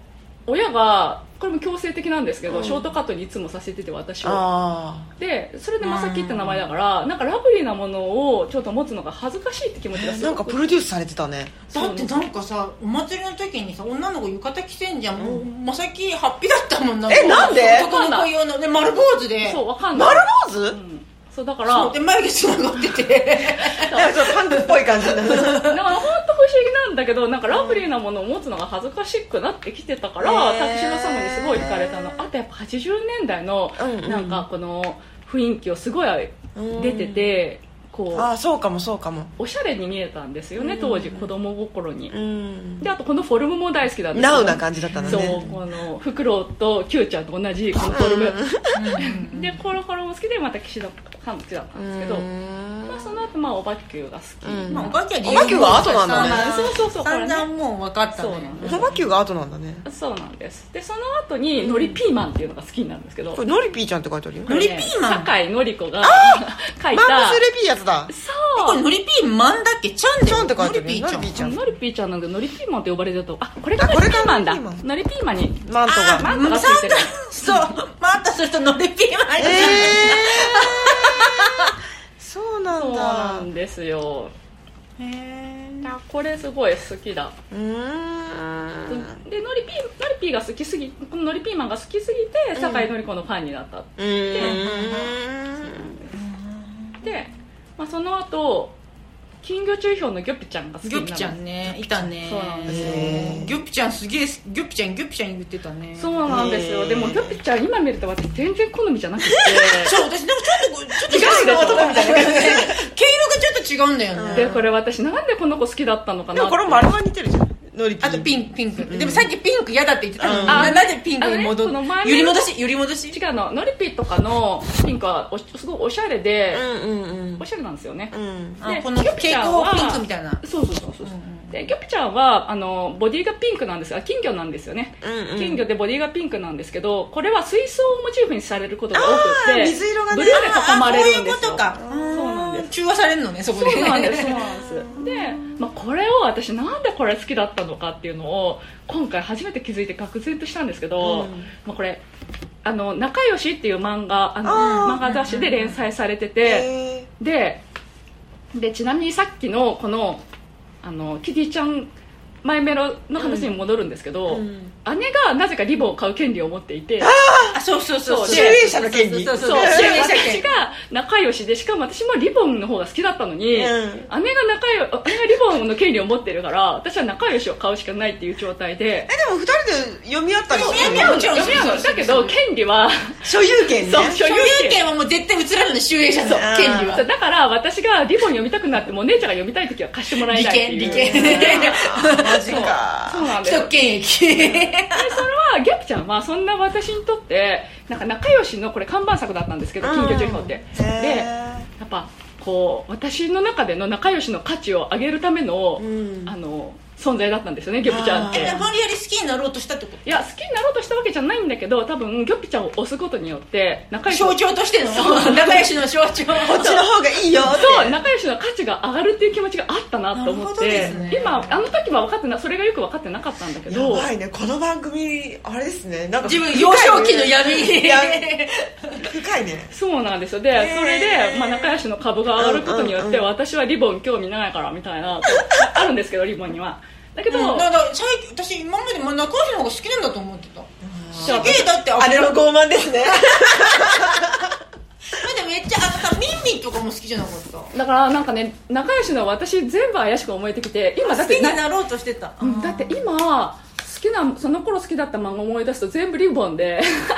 Speaker 3: 親がこれも強制的なんですけど、ショートカットにいつもさせてて私
Speaker 2: う
Speaker 3: を
Speaker 2: あ
Speaker 3: でそれでまさきって名前だからなんかラブリーなものをちょっと持つのが恥ずかしいって気持ちが
Speaker 2: あ
Speaker 3: す
Speaker 2: な
Speaker 3: ご
Speaker 2: んか
Speaker 3: く
Speaker 2: プロデュースされてたね
Speaker 1: だってなんかさお祭りの時にさ女の子浴衣着てんじゃん、もうまさきハッピーだったもんな
Speaker 2: えなんで
Speaker 1: 男の子用ので丸坊主で
Speaker 3: そうわかんない
Speaker 2: 丸坊主
Speaker 3: うんそうだ
Speaker 1: そ
Speaker 3: から
Speaker 1: うで眉毛つながってて
Speaker 2: なんかちょっとパンクっぽい感じになる
Speaker 3: だから本当不思議なんだけどなんかラブリーなものを持つのが恥ずかしくなってきてたから、
Speaker 2: へー
Speaker 3: タクシーの様にすごい惹かれたのあとやっぱ80年代の
Speaker 2: うんうん
Speaker 3: なんかこの雰囲気をすごい出てて、こ
Speaker 2: あ
Speaker 3: う
Speaker 2: あそうかもそうかも
Speaker 3: おしゃれに見えたんですよね当時子供心に
Speaker 2: う、ん
Speaker 3: であとこのフォルムも大好きだったんです
Speaker 2: ナ
Speaker 3: よ
Speaker 2: ウな感じだったの
Speaker 3: そう
Speaker 2: ね
Speaker 3: このフクロウとキューちゃんと同じこのフォルム、でコロコロも好きでまた岸田さんも好きだったんですけど、まあ、その後まあおばきゅうが好き、
Speaker 2: うん
Speaker 1: まあ
Speaker 3: ま
Speaker 1: おばきゃ
Speaker 2: おばきゅうは後なんだね
Speaker 1: 散々
Speaker 3: そうそうそうこれ
Speaker 1: 散
Speaker 3: ね
Speaker 1: 々もう分かった
Speaker 3: そう
Speaker 1: ね
Speaker 3: なんです
Speaker 2: サバキューが後なんだね
Speaker 3: あそうなんですでその後にのりピーマンっていうのが好きになるんですけど
Speaker 2: これノリピーちゃんって書いてあるよ
Speaker 1: のりピーマン
Speaker 3: 酒井のり子が 書い
Speaker 2: マン
Speaker 3: た
Speaker 2: モスレピーやつだ
Speaker 1: これのりピーマンだっけちゃんで
Speaker 2: ちゃんって書いてあ
Speaker 1: の
Speaker 2: る
Speaker 1: りピー
Speaker 2: よノ
Speaker 1: ち
Speaker 2: リ
Speaker 1: ゃん
Speaker 2: ピーちゃん
Speaker 3: のりピーちゃんなんでのりピーマンって呼ばれてたとあこれが
Speaker 2: あ
Speaker 3: の
Speaker 2: これ
Speaker 3: りピ
Speaker 2: が
Speaker 3: ーマンだ
Speaker 2: のりピーマン
Speaker 3: のりピーマンに
Speaker 2: マント
Speaker 3: あ
Speaker 2: が
Speaker 3: マントがついてる
Speaker 1: そうまたするとのりピーマン
Speaker 2: え
Speaker 1: に
Speaker 2: えそうな
Speaker 3: そうんな
Speaker 2: だ
Speaker 3: んですよ
Speaker 1: へー
Speaker 3: あこれすごい好きだ
Speaker 2: うーん
Speaker 3: でのりピーのりピーが好きすぎこののりピーマンが好きすぎて酒井のり子のファンになった、
Speaker 2: うーん
Speaker 3: で、まあ、その後金魚中氷のギョピちゃんが好きに
Speaker 1: ギ
Speaker 3: なる
Speaker 1: ョピちゃんねいたね
Speaker 3: そうなんです
Speaker 2: よ
Speaker 1: ギョピちゃんすげえギョピちゃんギョピちゃん言ってたね
Speaker 3: そうなんですよ、
Speaker 2: へー
Speaker 3: でもギョピちゃん今見ると私全然好みじゃなくて
Speaker 1: そう私なんかちょっとこうちょっと
Speaker 3: 違うでしょ
Speaker 1: 毛色がちょっと違うんだよね
Speaker 3: でこれ私なんでこの子好きだったのか
Speaker 2: で
Speaker 3: なっ
Speaker 2: もこ
Speaker 3: て
Speaker 2: れ丸は似てるじゃんノリピー
Speaker 1: あとピンクピンク、でもさっきピンク嫌だって言ってたのに、
Speaker 2: うん
Speaker 1: ななんでピンクに戻
Speaker 3: あ
Speaker 1: っ
Speaker 3: のねこの前の
Speaker 1: 揺り戻し揺り戻し
Speaker 3: 違うのノリピとかのピンクはおすごいおしゃれで、
Speaker 2: うんうん
Speaker 3: おしゃれなんですよね
Speaker 2: う、ん
Speaker 1: あ
Speaker 3: で
Speaker 1: この
Speaker 3: ギョピち
Speaker 1: 蛍
Speaker 3: ゃん
Speaker 1: 光
Speaker 3: は
Speaker 1: ピンクみたいな
Speaker 3: そうそうそうそう、でギョピちゃんはあのボディがピンクなんですが金魚なんですよね、
Speaker 2: うんうん
Speaker 3: 金魚でボディがピンクなんですけどこれは水槽をモチーフにされることが多く
Speaker 2: あー
Speaker 3: て
Speaker 2: 水色がね
Speaker 3: ブルーで囲まれるんで
Speaker 1: あーこういうこ
Speaker 3: すよ
Speaker 1: とか
Speaker 3: そうなんです
Speaker 1: 中和されるのねそこで
Speaker 3: そうなんですそうなんですで、まあ、これを私なんでこれ好きだったのかっていうのを今回初めて気づいて愕然としたんですけど、
Speaker 2: うん
Speaker 3: まあ、これ「あの仲良し」っていう漫画あの
Speaker 2: あー
Speaker 3: 漫画雑誌で連載されてて、
Speaker 2: え
Speaker 3: ででちなみにさっきのこのあのキティちゃんマイメロの話に戻るんですけど、姉がなぜかリボンを買う権利を持っていて
Speaker 1: あそうそうそう
Speaker 3: そう
Speaker 2: 集英者の権利
Speaker 1: そうそう
Speaker 3: そう
Speaker 1: そう
Speaker 3: で
Speaker 1: 集英社
Speaker 3: 私
Speaker 1: 権
Speaker 3: が仲良しでしかも私もリボンの方が好きだったの
Speaker 2: うん
Speaker 3: に、姉が仲よ姉がリボンの権利を持ってるから私は仲良しを買うしかないっていう状態
Speaker 2: え
Speaker 3: で
Speaker 2: でも二人で読み合ったり
Speaker 1: 読
Speaker 2: す
Speaker 1: み合
Speaker 2: る
Speaker 1: う
Speaker 2: の
Speaker 1: もちろん
Speaker 3: 読み合うのだけど権利は
Speaker 2: 所有権ね
Speaker 3: そう所
Speaker 1: 所
Speaker 3: 有
Speaker 1: 有
Speaker 3: 権
Speaker 1: 権はもう絶対移らないの集英社と権利
Speaker 3: そう
Speaker 1: は
Speaker 3: だから私がリボン読みたくなってもお姉ちゃんが読みたい時は貸してもらえ
Speaker 1: 利
Speaker 3: ないって
Speaker 1: 権
Speaker 3: いう
Speaker 1: 利権
Speaker 2: マジか
Speaker 3: そうな
Speaker 1: 既
Speaker 3: んです
Speaker 1: 得権益
Speaker 3: でそれはギャプちゃんはそんな私にとってなんか仲良しのこれ看板作だったんですけど「近距受表って、
Speaker 2: へ
Speaker 3: でや
Speaker 2: ー
Speaker 3: っぱこう私の中での仲良しの価値を上げるための,、
Speaker 2: うん
Speaker 3: あの存在だったんですよねギャプちゃんって
Speaker 1: え無理やり好きになろうとしたってこ
Speaker 3: いや好きになろうとしたわけじゃないんだけど多分ギョッピちゃんを押すことによって仲
Speaker 1: と
Speaker 3: 良し
Speaker 1: 象徴としての仲良しの象徴
Speaker 2: こっちの方がいいよ
Speaker 3: そう仲良しの価値が上がるっていう気持ちがあったなと思っ
Speaker 2: なるほ
Speaker 3: て、
Speaker 2: ど
Speaker 1: ですね
Speaker 3: 今あの時は分かってなそれがよく分かってなかったんだけ
Speaker 2: や
Speaker 3: ど
Speaker 2: ばいねこの番組あれですねなんか
Speaker 1: 自分幼少期の 闇
Speaker 2: いや深いね
Speaker 3: そうなんですよで、
Speaker 2: へー
Speaker 3: それで、まあ、仲良しの株が上がることによって、
Speaker 2: うんうんうん
Speaker 3: 私はリボン興味ないからみたいなあるんですけどリボンにはだけど、
Speaker 1: うんだから最近私今まで仲良しの方が好きなんだと思ってたす
Speaker 3: じゃあ
Speaker 1: げえだってあ
Speaker 2: あれの傲慢ですね
Speaker 1: だってめっちゃあのさミンミンとかも好きじゃなかった好
Speaker 3: だからなんかね仲良しの私全部怪しく思えてきて今だっ
Speaker 1: き
Speaker 3: て
Speaker 1: に
Speaker 3: な
Speaker 1: なろうとしてた
Speaker 3: うんだって今好きなその頃好きだった漫画思い出すと全部リボンで
Speaker 2: そう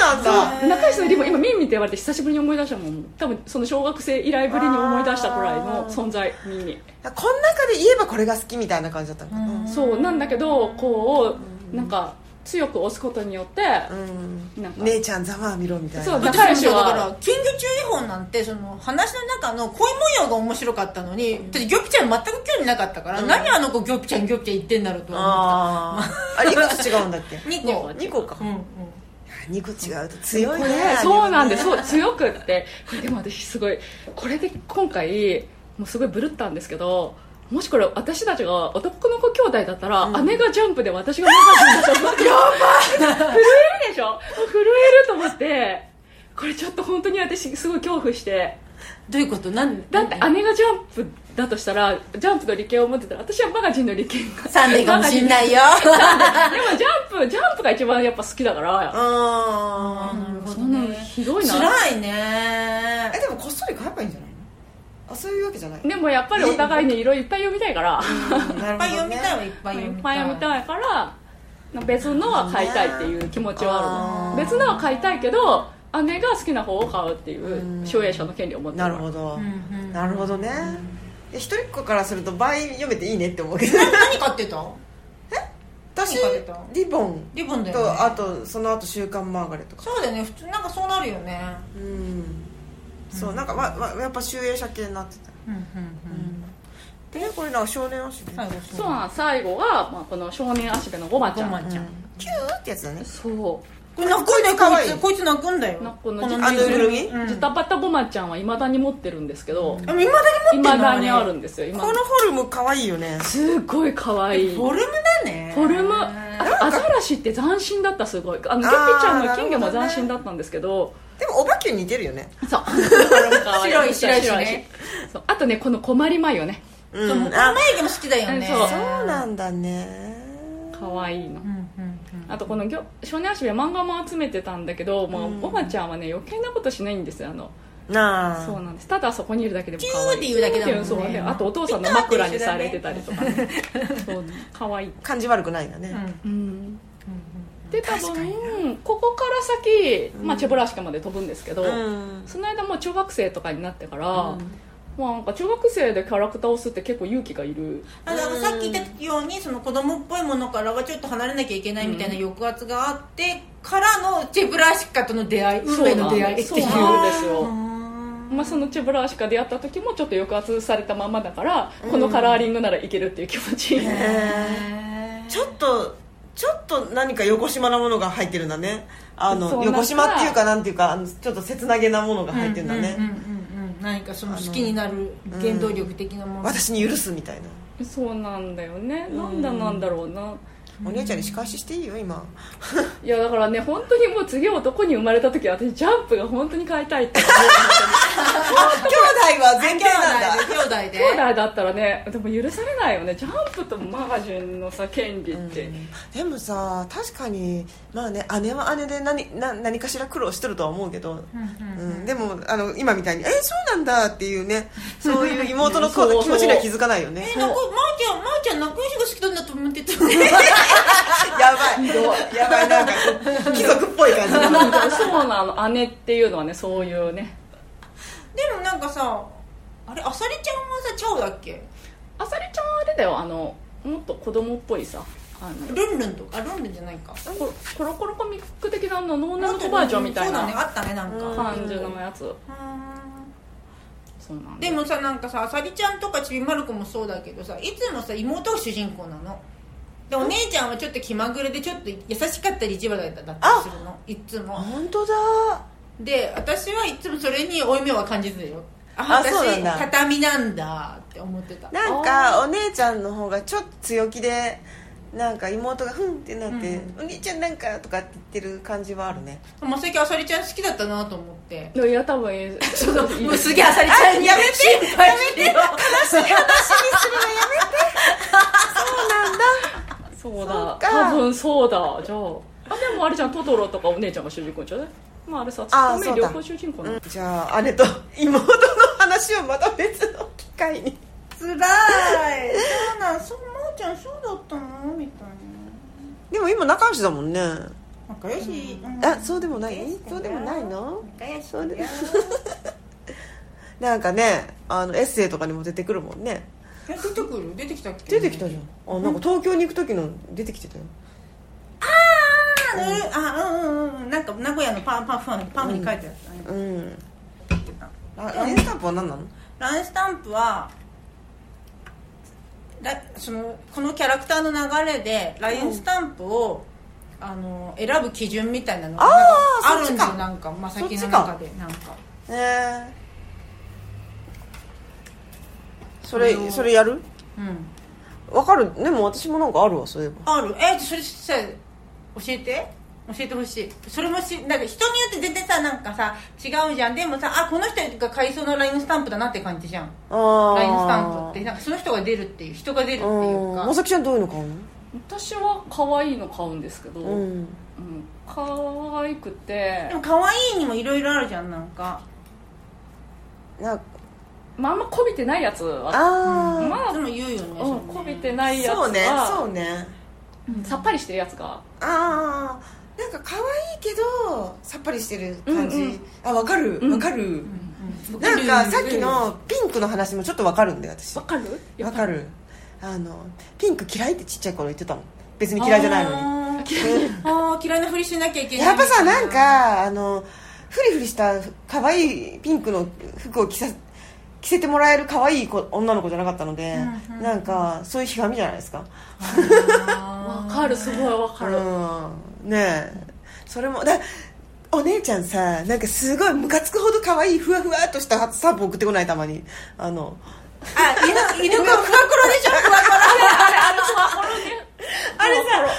Speaker 2: なんだ
Speaker 3: 仲良しのリボン今ミンミンって言われて久しぶりに思い出したもん多分その小学生以来ぶりに思い出したくらいの存在ミンミン
Speaker 2: この中で言えばこれが好きみたいな感じだったのかな
Speaker 3: そうなんだけどこうなんか強く押すことによって、
Speaker 2: うん
Speaker 3: なんか
Speaker 2: 姉ちゃんざまあ見ろみたい
Speaker 3: そう
Speaker 2: な
Speaker 1: だって
Speaker 3: 仲良し
Speaker 1: そのだか
Speaker 3: は
Speaker 1: ら金魚注意報なんてその話の中の恋模様が面白かったのに、だってギョピちゃん全く興味なかったから、何あの子ギョピちゃんギョピちゃん言ってんだろうと思っ
Speaker 2: あーあれいくつ違うんだっけ
Speaker 1: てた2個
Speaker 2: 2個か
Speaker 1: うんうん
Speaker 2: 2個違うと強い
Speaker 3: こ
Speaker 2: ね
Speaker 3: れそうなんですそう強くってこれでも私すごいこれで今回もうすごいブルったんですけどもしこれ私たちが男の子兄弟だったら、姉がジャンプで私がマガジンだと思ってやば震えるでしょもう震えると思ってこれちょっと本当に私すごい恐怖して
Speaker 1: どういうことなん
Speaker 3: だって姉がジャンプだとしたらジャンプの利権を持ってたら私はマガジンの利権 が
Speaker 1: サンデーかもしんない よ
Speaker 3: でもジャンプジャンプが一番やっぱ好きだから
Speaker 2: あー
Speaker 3: そんなのひどいな
Speaker 1: 辛いね
Speaker 5: えでもこっそり買えばいいんじゃないのあそういうわけじゃない
Speaker 3: でもやっぱりお互いに色いっぱい読みたいから
Speaker 5: ない
Speaker 1: っぱい読みたいはいっぱい
Speaker 3: いっ
Speaker 1: 読み
Speaker 3: ぱ
Speaker 1: た
Speaker 3: い
Speaker 1: い
Speaker 3: 読みたいから別のは買いたいっていう気持ちはあるの別のは買いたいけど姉が好きな方を買うっていう所有者の権利を持って
Speaker 2: なる
Speaker 3: ど
Speaker 2: ほど
Speaker 1: うんうん
Speaker 2: なるほどね一人っ子からすると倍読めていいねって思うけど
Speaker 1: 何買ってた
Speaker 2: 私
Speaker 1: 何かけた
Speaker 2: リボン
Speaker 1: リボンだよ、ね、
Speaker 2: とあとその後週刊マーガレットか
Speaker 1: そうだよね普通なんかそうなるよね
Speaker 2: うんそうなんかわわやっぱ集英社系になってた
Speaker 1: うんうん
Speaker 2: でこれなんか少年足ね
Speaker 1: 最後
Speaker 3: そうなん最後が、まあ、この少年足部のごまちゃん
Speaker 1: ごまちゃん
Speaker 2: キューってやつだね
Speaker 3: そ
Speaker 1: これ泣くね
Speaker 2: 可
Speaker 1: こ
Speaker 2: 愛
Speaker 1: い
Speaker 2: い
Speaker 1: つこいつ泣くんだよ
Speaker 3: 泣くの
Speaker 1: こ
Speaker 2: あ
Speaker 1: ぬい
Speaker 2: ぬいぐるみ
Speaker 1: う
Speaker 3: う、
Speaker 1: ん
Speaker 3: ジタバタごまちゃんはいまだに持ってるんですけど
Speaker 1: でも未だに
Speaker 3: い
Speaker 1: 持っ
Speaker 3: ま
Speaker 1: てんの
Speaker 3: だにある
Speaker 1: れ
Speaker 3: んですよ
Speaker 2: こ
Speaker 3: 今
Speaker 2: のフォルム可愛いよね
Speaker 3: すごい可愛い
Speaker 1: フォルムだね
Speaker 3: フォルムあアザラシって斬新だったすごいあのギョ
Speaker 2: あー
Speaker 3: ピちゃんの金魚
Speaker 2: な
Speaker 3: も
Speaker 2: るほどね
Speaker 3: 斬新だったんですけど
Speaker 2: でもおばきゅん似てるよね
Speaker 3: そう
Speaker 1: 白い白いしね
Speaker 3: そうあとねこの困り眉よね
Speaker 2: う
Speaker 1: そう
Speaker 2: あ
Speaker 1: 眉毛も好きだよね
Speaker 3: うんそう
Speaker 2: そうなんだね
Speaker 3: 可愛いの
Speaker 1: うんうんうん
Speaker 3: あとこの魚「少年足部」漫画も集めてたんだけど、まあ
Speaker 2: うん
Speaker 3: おばちゃんはね余計なことしないんですよあの、
Speaker 2: なあ
Speaker 3: そうなんですただそこにいるだけでも可愛い
Speaker 1: キューって言うだけだもんね
Speaker 3: キューそうであとお父さんの枕にされてたりとか、ね、そう可愛い
Speaker 2: 感じ悪くないんだね、
Speaker 1: うん
Speaker 3: うんで多分ここから先、まあ、チェブラシカまで飛ぶんですけど、
Speaker 2: うん
Speaker 3: その間もう中学生とかになってから、
Speaker 2: うん
Speaker 3: まあ、なんか中学生でキャラクターをすって結構勇気がいる
Speaker 1: あだからさっき言ったようにその子供っぽいものからはちょっと離れなきゃいけないみたいな抑圧があってからのチェブラシカとの出会い運命の出会いって
Speaker 3: そう
Speaker 1: い
Speaker 3: な
Speaker 1: うん
Speaker 3: ですよ
Speaker 1: うん
Speaker 3: まあ、そのチェブラーシカ出会った時もちょっと抑圧されたままだから、このカラーリングならいけるっていう気持ち、
Speaker 1: へー
Speaker 2: ちょっとちょっと何か横島なものが入ってるんだねあ
Speaker 3: そ
Speaker 2: の
Speaker 3: うなんか
Speaker 2: 横島っていうかなんていうかあのちょっと切なげなものが入ってるんだね、
Speaker 1: うんうんうんうん何かその好きになる原動力的なもの
Speaker 2: 私に許すみたいな、
Speaker 3: そうなんだよねなんだなんだろうな
Speaker 2: お姉ちゃんに仕返ししていいよ今
Speaker 3: いやだ からね本当にもう次男に生まれた時は私ジャンプが本当に買いたいって思う
Speaker 2: は前提なんだ
Speaker 6: 兄弟で兄弟で
Speaker 3: 兄弟だったらねでも許されないよねジャンプとマガジンのさ権利って、
Speaker 2: でもさ確かにまあね姉は姉で何な何かしら苦労してるとは思うけど、
Speaker 6: うん
Speaker 2: う
Speaker 6: うん
Speaker 2: んでもあの今みたいに「えそうなんだ」っていう ねそういう妹の声の気持ちには気づかないよね
Speaker 1: えなんかまーちゃんまーちゃん仲良しが好きなんだと思ってた
Speaker 2: やばいやばいなんかこう貴族っぽい感じ
Speaker 3: なんかそうなの姉っていうのはねそういうね
Speaker 1: でもなんかさあれあさりちゃんはさチャオだっけ
Speaker 3: あさりちゃんはあれだよあのもっと子供っぽいさあの
Speaker 1: ルンルンとかあルンルンじゃないか
Speaker 3: ココロコロコミック的なのノーナルトバージョンみたい
Speaker 1: そうだね
Speaker 3: な
Speaker 1: あったねなんか、
Speaker 2: うん
Speaker 3: 感じのやつ
Speaker 1: うん
Speaker 3: そうなん
Speaker 1: で
Speaker 3: だ
Speaker 1: もさなんかさあさりちゃんとかちびまる子もそうだけどさいつもさ妹が主人公なのでお姉ちゃんはちょっと気まぐれでちょっと優しかったり意地悪だったりするのいつも
Speaker 2: 本当だ
Speaker 1: で私はいつもそれに負い目は感じずよ
Speaker 2: あ
Speaker 1: あ私
Speaker 2: そうなんだ
Speaker 1: 畳なんだって思ってた
Speaker 2: なんかお姉ちゃんの方がちょっと強気でなんか妹が「ふん」ってなって
Speaker 1: う
Speaker 2: 「お兄ちゃんなんか」とかって言ってる感じはあるね
Speaker 1: まさきあさりちゃん好きだったなと思って
Speaker 3: いや多分いい
Speaker 1: そうだもうすげえあさりちゃんにやめてやめて
Speaker 3: そうだ
Speaker 2: そっか
Speaker 3: 多分そうだじゃああでもあれじゃんトトロとかお姉ちゃんが主人公じゃないまああれさツ
Speaker 2: あ
Speaker 3: ッ
Speaker 2: ー
Speaker 3: コ
Speaker 2: そう
Speaker 3: ミ
Speaker 2: だ
Speaker 3: 両方主人公なの
Speaker 2: じゃあ姉と妹の話をまた別の機会に
Speaker 1: つらい そうなんそうまーちゃんそうだったのみたい
Speaker 2: でも今仲良しだもんね
Speaker 1: な仲良し、うん
Speaker 2: あそうでもないそうでもないの
Speaker 1: 仲良し
Speaker 2: そうで なんかねあのエッセイとかにも出てくるもんね
Speaker 1: え出てくる出てきたっけ
Speaker 2: 出てきたじゃんあなんか東京に行く時の出てきてたよ
Speaker 1: あうんあうんうんうんなんか名古屋のパンパンファンパンフに書いてあったね、
Speaker 2: うんあラインスタンプは何なの
Speaker 1: ランスタンプはラそのこのキャラクターの流れでラインスタンプを、あの選ぶ基準みたいなのが
Speaker 2: あー
Speaker 1: なんかあるん
Speaker 2: そ
Speaker 1: で
Speaker 2: っちか
Speaker 1: なんかまさき
Speaker 2: そ
Speaker 1: の
Speaker 2: っちか
Speaker 1: 中でなんか
Speaker 2: ええそれそれやる
Speaker 1: うん
Speaker 2: わかるでも私もなんかあるわそういえば
Speaker 1: あるえそれさ教えて教えてほしいそれもしなんか人によって全然さなんかさ違うじゃんでもさあこの人が買いそうなラインスタンプだなって感じじゃん
Speaker 2: あ
Speaker 1: ラインスタンプってなんかその人が出るっていう人が出るっていう
Speaker 2: うんま
Speaker 1: か
Speaker 2: さきちゃんどういうの買うの
Speaker 3: 私は可愛いの買うんですけど、う
Speaker 2: うんん
Speaker 3: 可愛くて
Speaker 1: でも可愛いにもいろいろあるじゃんなんか
Speaker 2: なんか
Speaker 3: まああんまこびてないやつは
Speaker 2: ああ
Speaker 3: まあ
Speaker 1: いつも言うよね
Speaker 3: うん、こびてないやつ
Speaker 2: そうねそう
Speaker 3: は、
Speaker 2: ね
Speaker 3: うんさっぱりしてるやつが
Speaker 2: ああなんか可愛いけどさっぱりしてる感じ、
Speaker 3: うんうん
Speaker 2: あわかる
Speaker 3: うん
Speaker 2: わかる、
Speaker 1: うん
Speaker 2: なんかさっきのピンクの話もちょっとわかるんだよ私
Speaker 3: わかる
Speaker 2: わかるあのピンク嫌いってちっちゃい頃言ってたもん別に嫌いじゃないのに
Speaker 1: のにあー嫌いなふりしなきゃいけない
Speaker 2: やっぱさなんかあのフリフリした可愛いピンクの服を着さ着せてもらえる可愛い子女の子じゃなかったので、
Speaker 1: うんうん
Speaker 2: なんかそういうひがみじゃないですか
Speaker 3: わ
Speaker 1: あ
Speaker 3: かるすごいわかる、
Speaker 2: うんねえそれもだお姉ちゃんさなんかすごいムカつくほど可愛いふわふわっとしたハッサープ送ってこないたまにあの
Speaker 1: ー犬がふわころでしょふわ
Speaker 2: あれさなんかなんか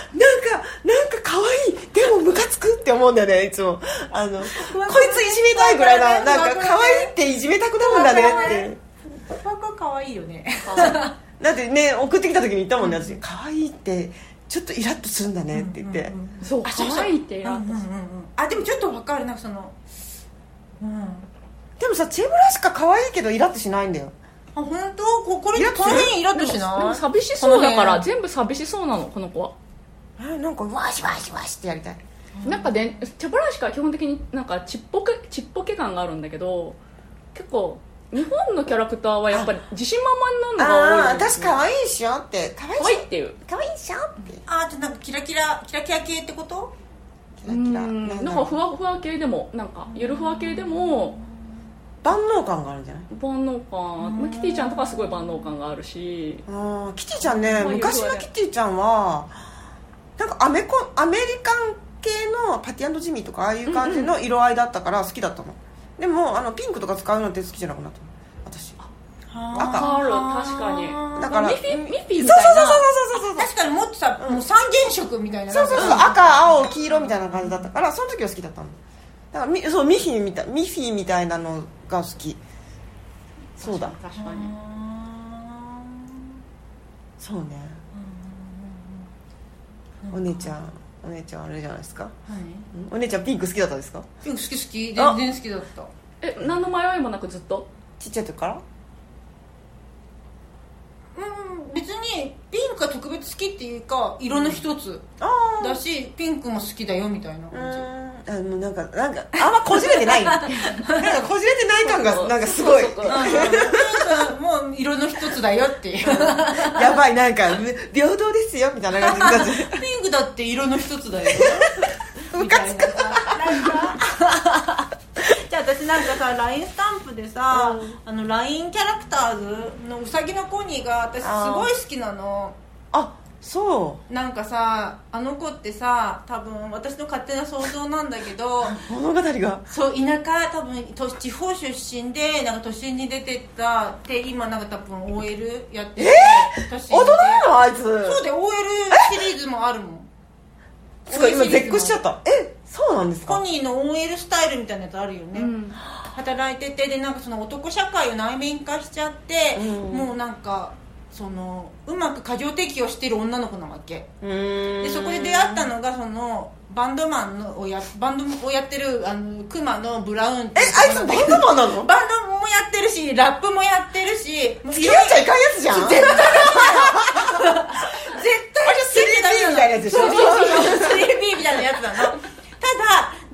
Speaker 2: 可愛いでもムカつくって思うんだよねいつもあのこいついじめたいぐらいななんか可愛いっていじめたくなるんだねって
Speaker 1: こふわころ可愛いよね
Speaker 2: だってね送ってきた時に言ったもんね私可愛いってちょっとイラッとするんだねって言って、
Speaker 1: うんうんうん
Speaker 3: そう
Speaker 1: あそうそう
Speaker 3: 可愛いって
Speaker 1: うん
Speaker 3: や
Speaker 1: うんうんうんあでもちょっとわかるなんかそのうんあ
Speaker 2: でもさチェブラシカ可愛いけどイラッとしないんだよ
Speaker 1: 本当ここれ
Speaker 2: イ
Speaker 1: こ
Speaker 2: ラ
Speaker 1: の
Speaker 2: ッとする
Speaker 1: 辺イラッとし
Speaker 3: で
Speaker 1: ない
Speaker 3: も寂しそうだ
Speaker 1: こ
Speaker 3: から
Speaker 1: の辺
Speaker 3: 全部寂しそうなのこの子は
Speaker 2: えなんかワシワシワシってやりたい
Speaker 3: なんかで手放しか基本的になんかちっぽけちっぽけ感があるんだけど結構日本のキャラクターはやっぱり自信満々なのが多い
Speaker 2: ああ
Speaker 3: ので
Speaker 2: 私
Speaker 3: す
Speaker 2: 可愛いっしょって可
Speaker 3: 可
Speaker 2: 愛
Speaker 3: 愛
Speaker 2: いっしょ
Speaker 3: いっていう
Speaker 2: 可愛いっしょって
Speaker 1: あーじゃあなんかキラキラキラキラ系ってこと
Speaker 2: キ
Speaker 3: う
Speaker 2: ラキラ
Speaker 3: んなん
Speaker 2: だ
Speaker 3: か
Speaker 2: ろう
Speaker 3: ふわふわ系でもなんかゆるふわ系でも
Speaker 2: 万能感があるんじゃない
Speaker 3: 万能感、まあ、キティちゃんとかすごい万能感があるし
Speaker 2: あーキティちゃんね
Speaker 3: まあ
Speaker 2: 昔の
Speaker 3: よくある
Speaker 2: キティちゃんはなんかアメコンアメリカン系のパティジミーとかああいう感じの色合いだったから好きだったの、でもあのピンクとか使うのって好きじゃなくなったの私
Speaker 1: あ
Speaker 2: 赤
Speaker 3: ある確かに
Speaker 2: だから
Speaker 3: ミフィ
Speaker 2: そ
Speaker 3: ミフィ
Speaker 2: うそうそう
Speaker 3: みたいな
Speaker 2: そうそうそうそう
Speaker 1: 確かにもっとさ、もう三原色みたいな
Speaker 2: そうそうそう
Speaker 1: なんか
Speaker 2: 赤青黄色みたいな感じだったからその時は好きだったのだからみそうミフィみたいミフィみたいなのが好きそうだ
Speaker 1: 確かに
Speaker 2: そうねお姉ちゃんお姉ちゃんあれじゃないですかんお姉ちゃんピンク好きだったんですか
Speaker 7: ピンク好き好き
Speaker 2: あ
Speaker 7: 全然好きだった
Speaker 3: え何の迷いもなくずっと
Speaker 2: ちっちゃい時から
Speaker 7: うん別にピンクが特別好きっていうか色の一つ
Speaker 2: あ
Speaker 7: だしピンクも好きだよみたいな
Speaker 2: う
Speaker 7: 感じ
Speaker 2: ーんあもうなんかなんかあんまこじれてないなんかこじれてない感がなんかすごい
Speaker 3: そうそうそう
Speaker 7: うんもう色の一つだよっていう
Speaker 2: やばいなんかむ平等ですよみたいな感じ
Speaker 7: ピンクだって色の一つだよ
Speaker 1: み たいなさなんかじゃあ私なんかさ LINE スタンプでさ、あの LINE キャラクターズのうさぎのコニーが私すごい好きなの
Speaker 2: あそ
Speaker 1: なんかさあの子ってさ多分私の勝手な想像なんだけ ど
Speaker 2: う物語が
Speaker 1: そう田舎多分都地方出身でなんか都心に出てったって今なんか多分 OL やってて、都心
Speaker 2: 大人
Speaker 1: で
Speaker 2: なのあいつ
Speaker 1: そうで OL シリーズもあるもん
Speaker 2: すごい今絶句しちゃ
Speaker 1: た
Speaker 2: ったえそうなんです
Speaker 1: コ
Speaker 2: か
Speaker 1: ニーの OL スタイルみたいなやつあるよね、
Speaker 3: うん
Speaker 1: 働いててでなんかその男社会を内面化しちゃって、
Speaker 2: うん
Speaker 1: もうなんかそのうまく過剰適応してる女の子なわけ
Speaker 2: うーん
Speaker 1: でそこで出会ったのがそのバンドマンのをやバンドをやってるあのクマのブラウンって
Speaker 2: えあいつバンドマンなの
Speaker 1: バンドもやってるしラップもやってるしもう
Speaker 2: 付き合っちゃいかんやつじゃん絶対
Speaker 1: 絶対
Speaker 2: スリーみたいなやつでしょ
Speaker 1: そうそうそう 3B みたいなやつなのただ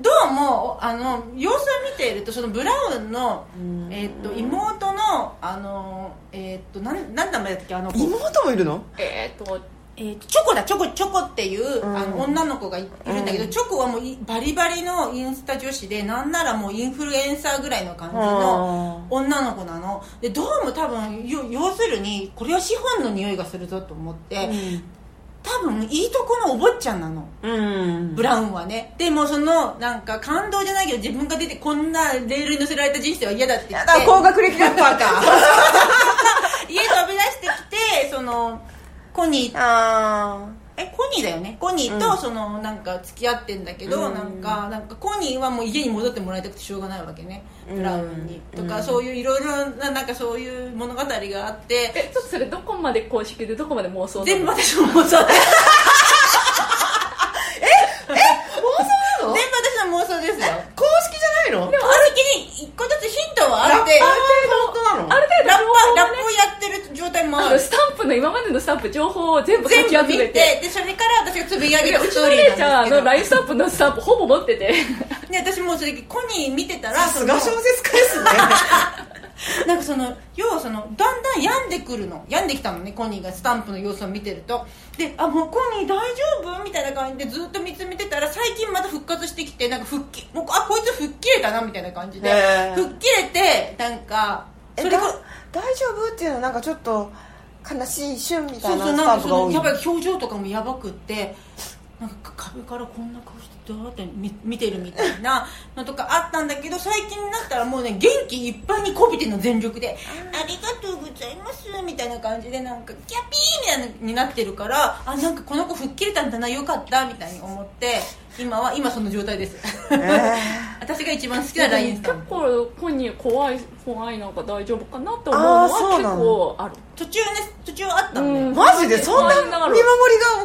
Speaker 1: どうもあの様子を見ているとそのブラウンの、えー、と妹のあのえっ、となんなんだっけあの子
Speaker 2: 妹もいるの
Speaker 3: えーっと
Speaker 1: えーとチョコだチョコチョコっていう、
Speaker 2: うん
Speaker 1: あの女の子がいいるんだけど、チョコはもういバリバリのインスタ女子でなんならもうインフルエンサーぐらいの感じの女の子なのでどうも多分よ要するにこれは資本の匂いがするぞと思って、多分いいとこのお坊ちゃんなの
Speaker 2: うん
Speaker 1: ブラウンはねでもそのなんか感動じゃないけど自分が出てこんなレールに乗せられた人生は嫌だって言って
Speaker 2: あ高学歴ラッパーか
Speaker 1: 家飛び出してきてそのコニー
Speaker 2: あ
Speaker 1: えコニーだよねコニー
Speaker 2: う
Speaker 1: と
Speaker 2: ん
Speaker 1: そのなんか付き合ってんだけど、
Speaker 2: うん
Speaker 1: なんかなんかコニーはもう家に戻ってもらいたくてしょうがないわけね
Speaker 2: うん
Speaker 1: ブラウンに、と
Speaker 2: う
Speaker 1: か
Speaker 2: ん
Speaker 1: そういういろいろななんかそういう物語があっ
Speaker 3: え
Speaker 1: て
Speaker 3: ちょっとそれどこまで公式でどこまで妄想なの
Speaker 1: 全部私の妄想ですええ妄想なの全部私の妄想ですよ
Speaker 2: ー公式じゃないの
Speaker 1: でもある気に一個ずつヒントはあって
Speaker 2: ラッパーの本当なの
Speaker 3: ある程度
Speaker 1: ラッ
Speaker 3: 情報
Speaker 1: パラ
Speaker 3: をね
Speaker 1: ップをやってる状態も
Speaker 3: あ
Speaker 1: あ
Speaker 3: の
Speaker 1: る
Speaker 3: スタンプの今までのスタンプ情報を全部か
Speaker 1: 全
Speaker 3: き集
Speaker 1: 部見
Speaker 3: め
Speaker 1: て
Speaker 3: て
Speaker 1: でそれから私がつぶやい
Speaker 3: い
Speaker 1: た
Speaker 3: やう
Speaker 1: ス
Speaker 3: ち
Speaker 1: ト
Speaker 3: の
Speaker 1: ーリー
Speaker 3: 姉ちゃ
Speaker 1: なんで
Speaker 3: んあ
Speaker 1: すけ
Speaker 3: の
Speaker 1: ど
Speaker 3: LINE スタンプのスタンプほぼ持ってて
Speaker 1: ね私もうそれコニー見てたらそ
Speaker 2: 菅
Speaker 1: の
Speaker 2: 小説家ですね
Speaker 1: なんかその要はそのだんだん病んでくるの病んできたのねコニーがスタンプの様子を見てるとであもうコニー大丈夫みたいな感じでずっと見つめてたら最近また復活してきてなんか復帰もうあこいつ吹っ切れたなみたいな感じで
Speaker 2: へー
Speaker 1: 吹っ切れてなんか
Speaker 2: え
Speaker 1: それ
Speaker 2: だ
Speaker 1: こ
Speaker 2: 大丈夫っていうのはなんかちょっと悲しい旬みた
Speaker 1: そ
Speaker 2: いうな
Speaker 1: そう
Speaker 2: ス
Speaker 1: な
Speaker 2: タ
Speaker 1: んか
Speaker 2: ン
Speaker 1: そ
Speaker 2: プが多
Speaker 1: の
Speaker 2: い
Speaker 1: やばい表情とかもやばくってなんか壁からこんな顔してだーって見見てるみたいなのとかあったんだけど最近になったらもうね元気いっぱいにこびてんの全力で「ありがとうございます」みたいな感じでなんかキャピーみたいなになってるからあなんかこの子吹っ切れたんだなよかったみたいに思って今は今その状態です 私が一番好きな LINE スタ
Speaker 3: 結
Speaker 1: ンプ
Speaker 3: 構本人怖い怖いなんか大丈夫かなって思うの
Speaker 2: あーそうなの
Speaker 3: は結構ある
Speaker 1: 途中ね途中あったんだよ
Speaker 3: うん
Speaker 2: マジでそんな見守りが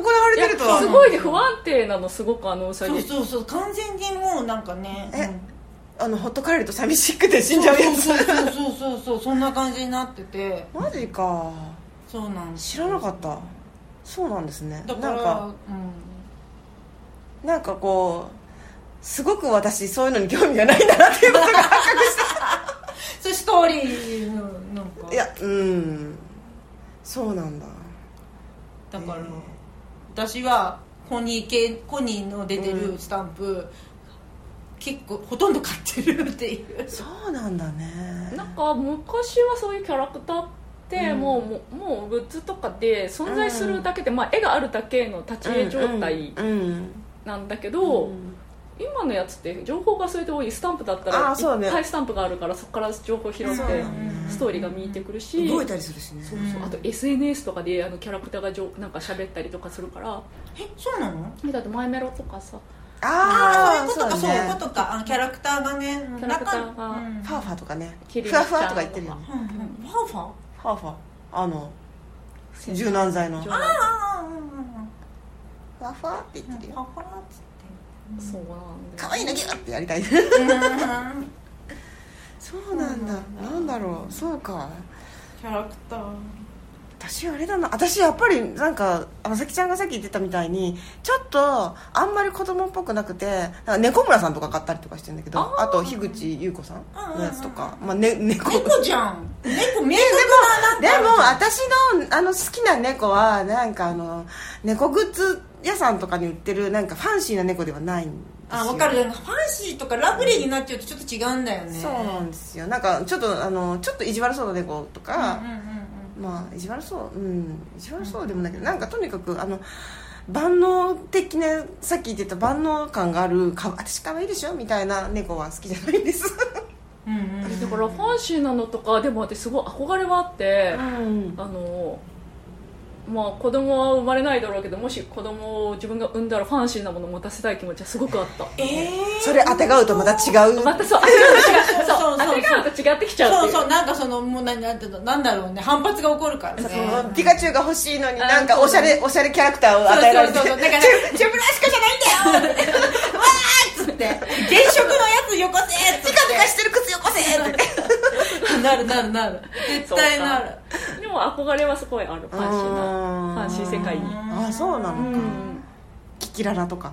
Speaker 2: 行われてると
Speaker 3: いやす
Speaker 2: は
Speaker 3: ごいね不安定なのすごくあのうさぎ
Speaker 1: そうそうそう完全にもうなんかね
Speaker 2: え
Speaker 1: うん
Speaker 2: あのほっとかれると寂しくて死んじゃうやつ
Speaker 1: そうそうそうそうそうそんな感じになってて
Speaker 2: マジか
Speaker 1: そうなんです
Speaker 2: 知らなかったそうなんですね
Speaker 1: だか
Speaker 2: な
Speaker 1: ら
Speaker 2: んか
Speaker 1: うん、
Speaker 2: なんかこうすごく私そういうのに興味がないんだなっていうことが
Speaker 1: そうストーリーのなんか
Speaker 2: いやうんそうなんだ
Speaker 1: だから、私はコニー系コニーの出てるスタンプ、結構ほとんど買ってるっていう
Speaker 2: そうなんだね
Speaker 3: なんか昔はそういうキャラクターってもう,、もうもうグッズとかで存在するだけで、まあ、絵があるだけの立ち絵状態
Speaker 2: うんうん
Speaker 3: なんだけ
Speaker 2: うん
Speaker 3: ど、今のやつって情報がそれで多いスタンプだった
Speaker 2: あー
Speaker 3: ら
Speaker 2: そう
Speaker 3: い
Speaker 2: ね
Speaker 3: っぱいスタンプがあるからそこから情報拾って
Speaker 2: そうだね
Speaker 3: ストーリーが見えてくるし、
Speaker 5: 動いたりするしね
Speaker 3: そうそうあと SNS とかであのキャラクターがじょなんか喋ったりとかするから
Speaker 1: えそうなの
Speaker 3: だってマイメロとかさ
Speaker 2: ああ
Speaker 1: そういうことかそう,、
Speaker 2: だ
Speaker 1: いうことかあのキャラクターがね
Speaker 3: キャラクターが
Speaker 1: 中にうん
Speaker 2: ファーファーとかね
Speaker 3: キリン
Speaker 2: ふわふわとか言ってるよね
Speaker 1: うんうんファンファンあ
Speaker 2: ファーファーあの柔軟剤のふわ
Speaker 1: あうんうん
Speaker 2: ふわって言って
Speaker 1: うんファ
Speaker 2: るよ
Speaker 1: ンファンっつって
Speaker 3: そうなんだ
Speaker 2: か
Speaker 3: よ
Speaker 2: わいいのギューってやりたい そうなんだなんだろうそうか
Speaker 1: キャラクター
Speaker 2: 私あれだな私やっぱりなんかあさきちゃんがさっき言ってたみたいにちょっとあんまり子供っぽくなくてなんか猫村さんとか買ったりとかしてるんだけどあと樋口優子さんのやつとか、まあね、猫
Speaker 1: 猫じゃん猫明確
Speaker 2: で
Speaker 1: な
Speaker 2: も
Speaker 1: なんか
Speaker 2: 私のあの好きな猫はなんかあの猫グッズ屋さんとかに売ってるなんかファンシーな猫ではないんですよ
Speaker 1: あわかるファンシーとかラブリーになっちゃうとちょっと違うんだよね
Speaker 2: そうなんですよなんかちょっとあのちょっと意地悪そうな猫とか、
Speaker 1: うんうんうん
Speaker 2: まあ意地悪そううん意地悪そうでもないけどなんかとにかくあの万能的なさっき言ってた万能感があるか私可愛いでしょみたいな猫は好きじゃないんです
Speaker 1: うんうん
Speaker 3: だからファンシーなのとかでも私すごい憧れはあって
Speaker 2: うん
Speaker 3: あのまあ子供は生まれないだろうけどもし子供を自分が産んだらファンシーなものを持たせたい気持ちはすごくあった
Speaker 2: それあてがうとまた違う
Speaker 3: またそうあ違う違う
Speaker 1: そう
Speaker 3: そ
Speaker 1: そ
Speaker 3: う
Speaker 1: うそう
Speaker 3: あてがうと違ってきちゃうって
Speaker 1: そう
Speaker 3: いう
Speaker 1: そうなんかそのもう何なんていうのなんだろうね反発が起こるからね
Speaker 2: そうピカチュウが欲しいのに
Speaker 3: あ
Speaker 2: なんかおしゃれおしゃれキャラクターを与えられて
Speaker 1: そうそうそうだから
Speaker 2: チュチュブラシカじゃないんだよ
Speaker 1: つって現職のやつよこせっつって
Speaker 2: ピカピカしてる靴よこせって
Speaker 1: なるなるなる絶対なる
Speaker 3: でも憧れはすごいある ファンシーなフ
Speaker 2: あー
Speaker 3: ァンシー世界に
Speaker 2: あそうなの
Speaker 3: う
Speaker 2: か、
Speaker 3: ん
Speaker 2: キキララとか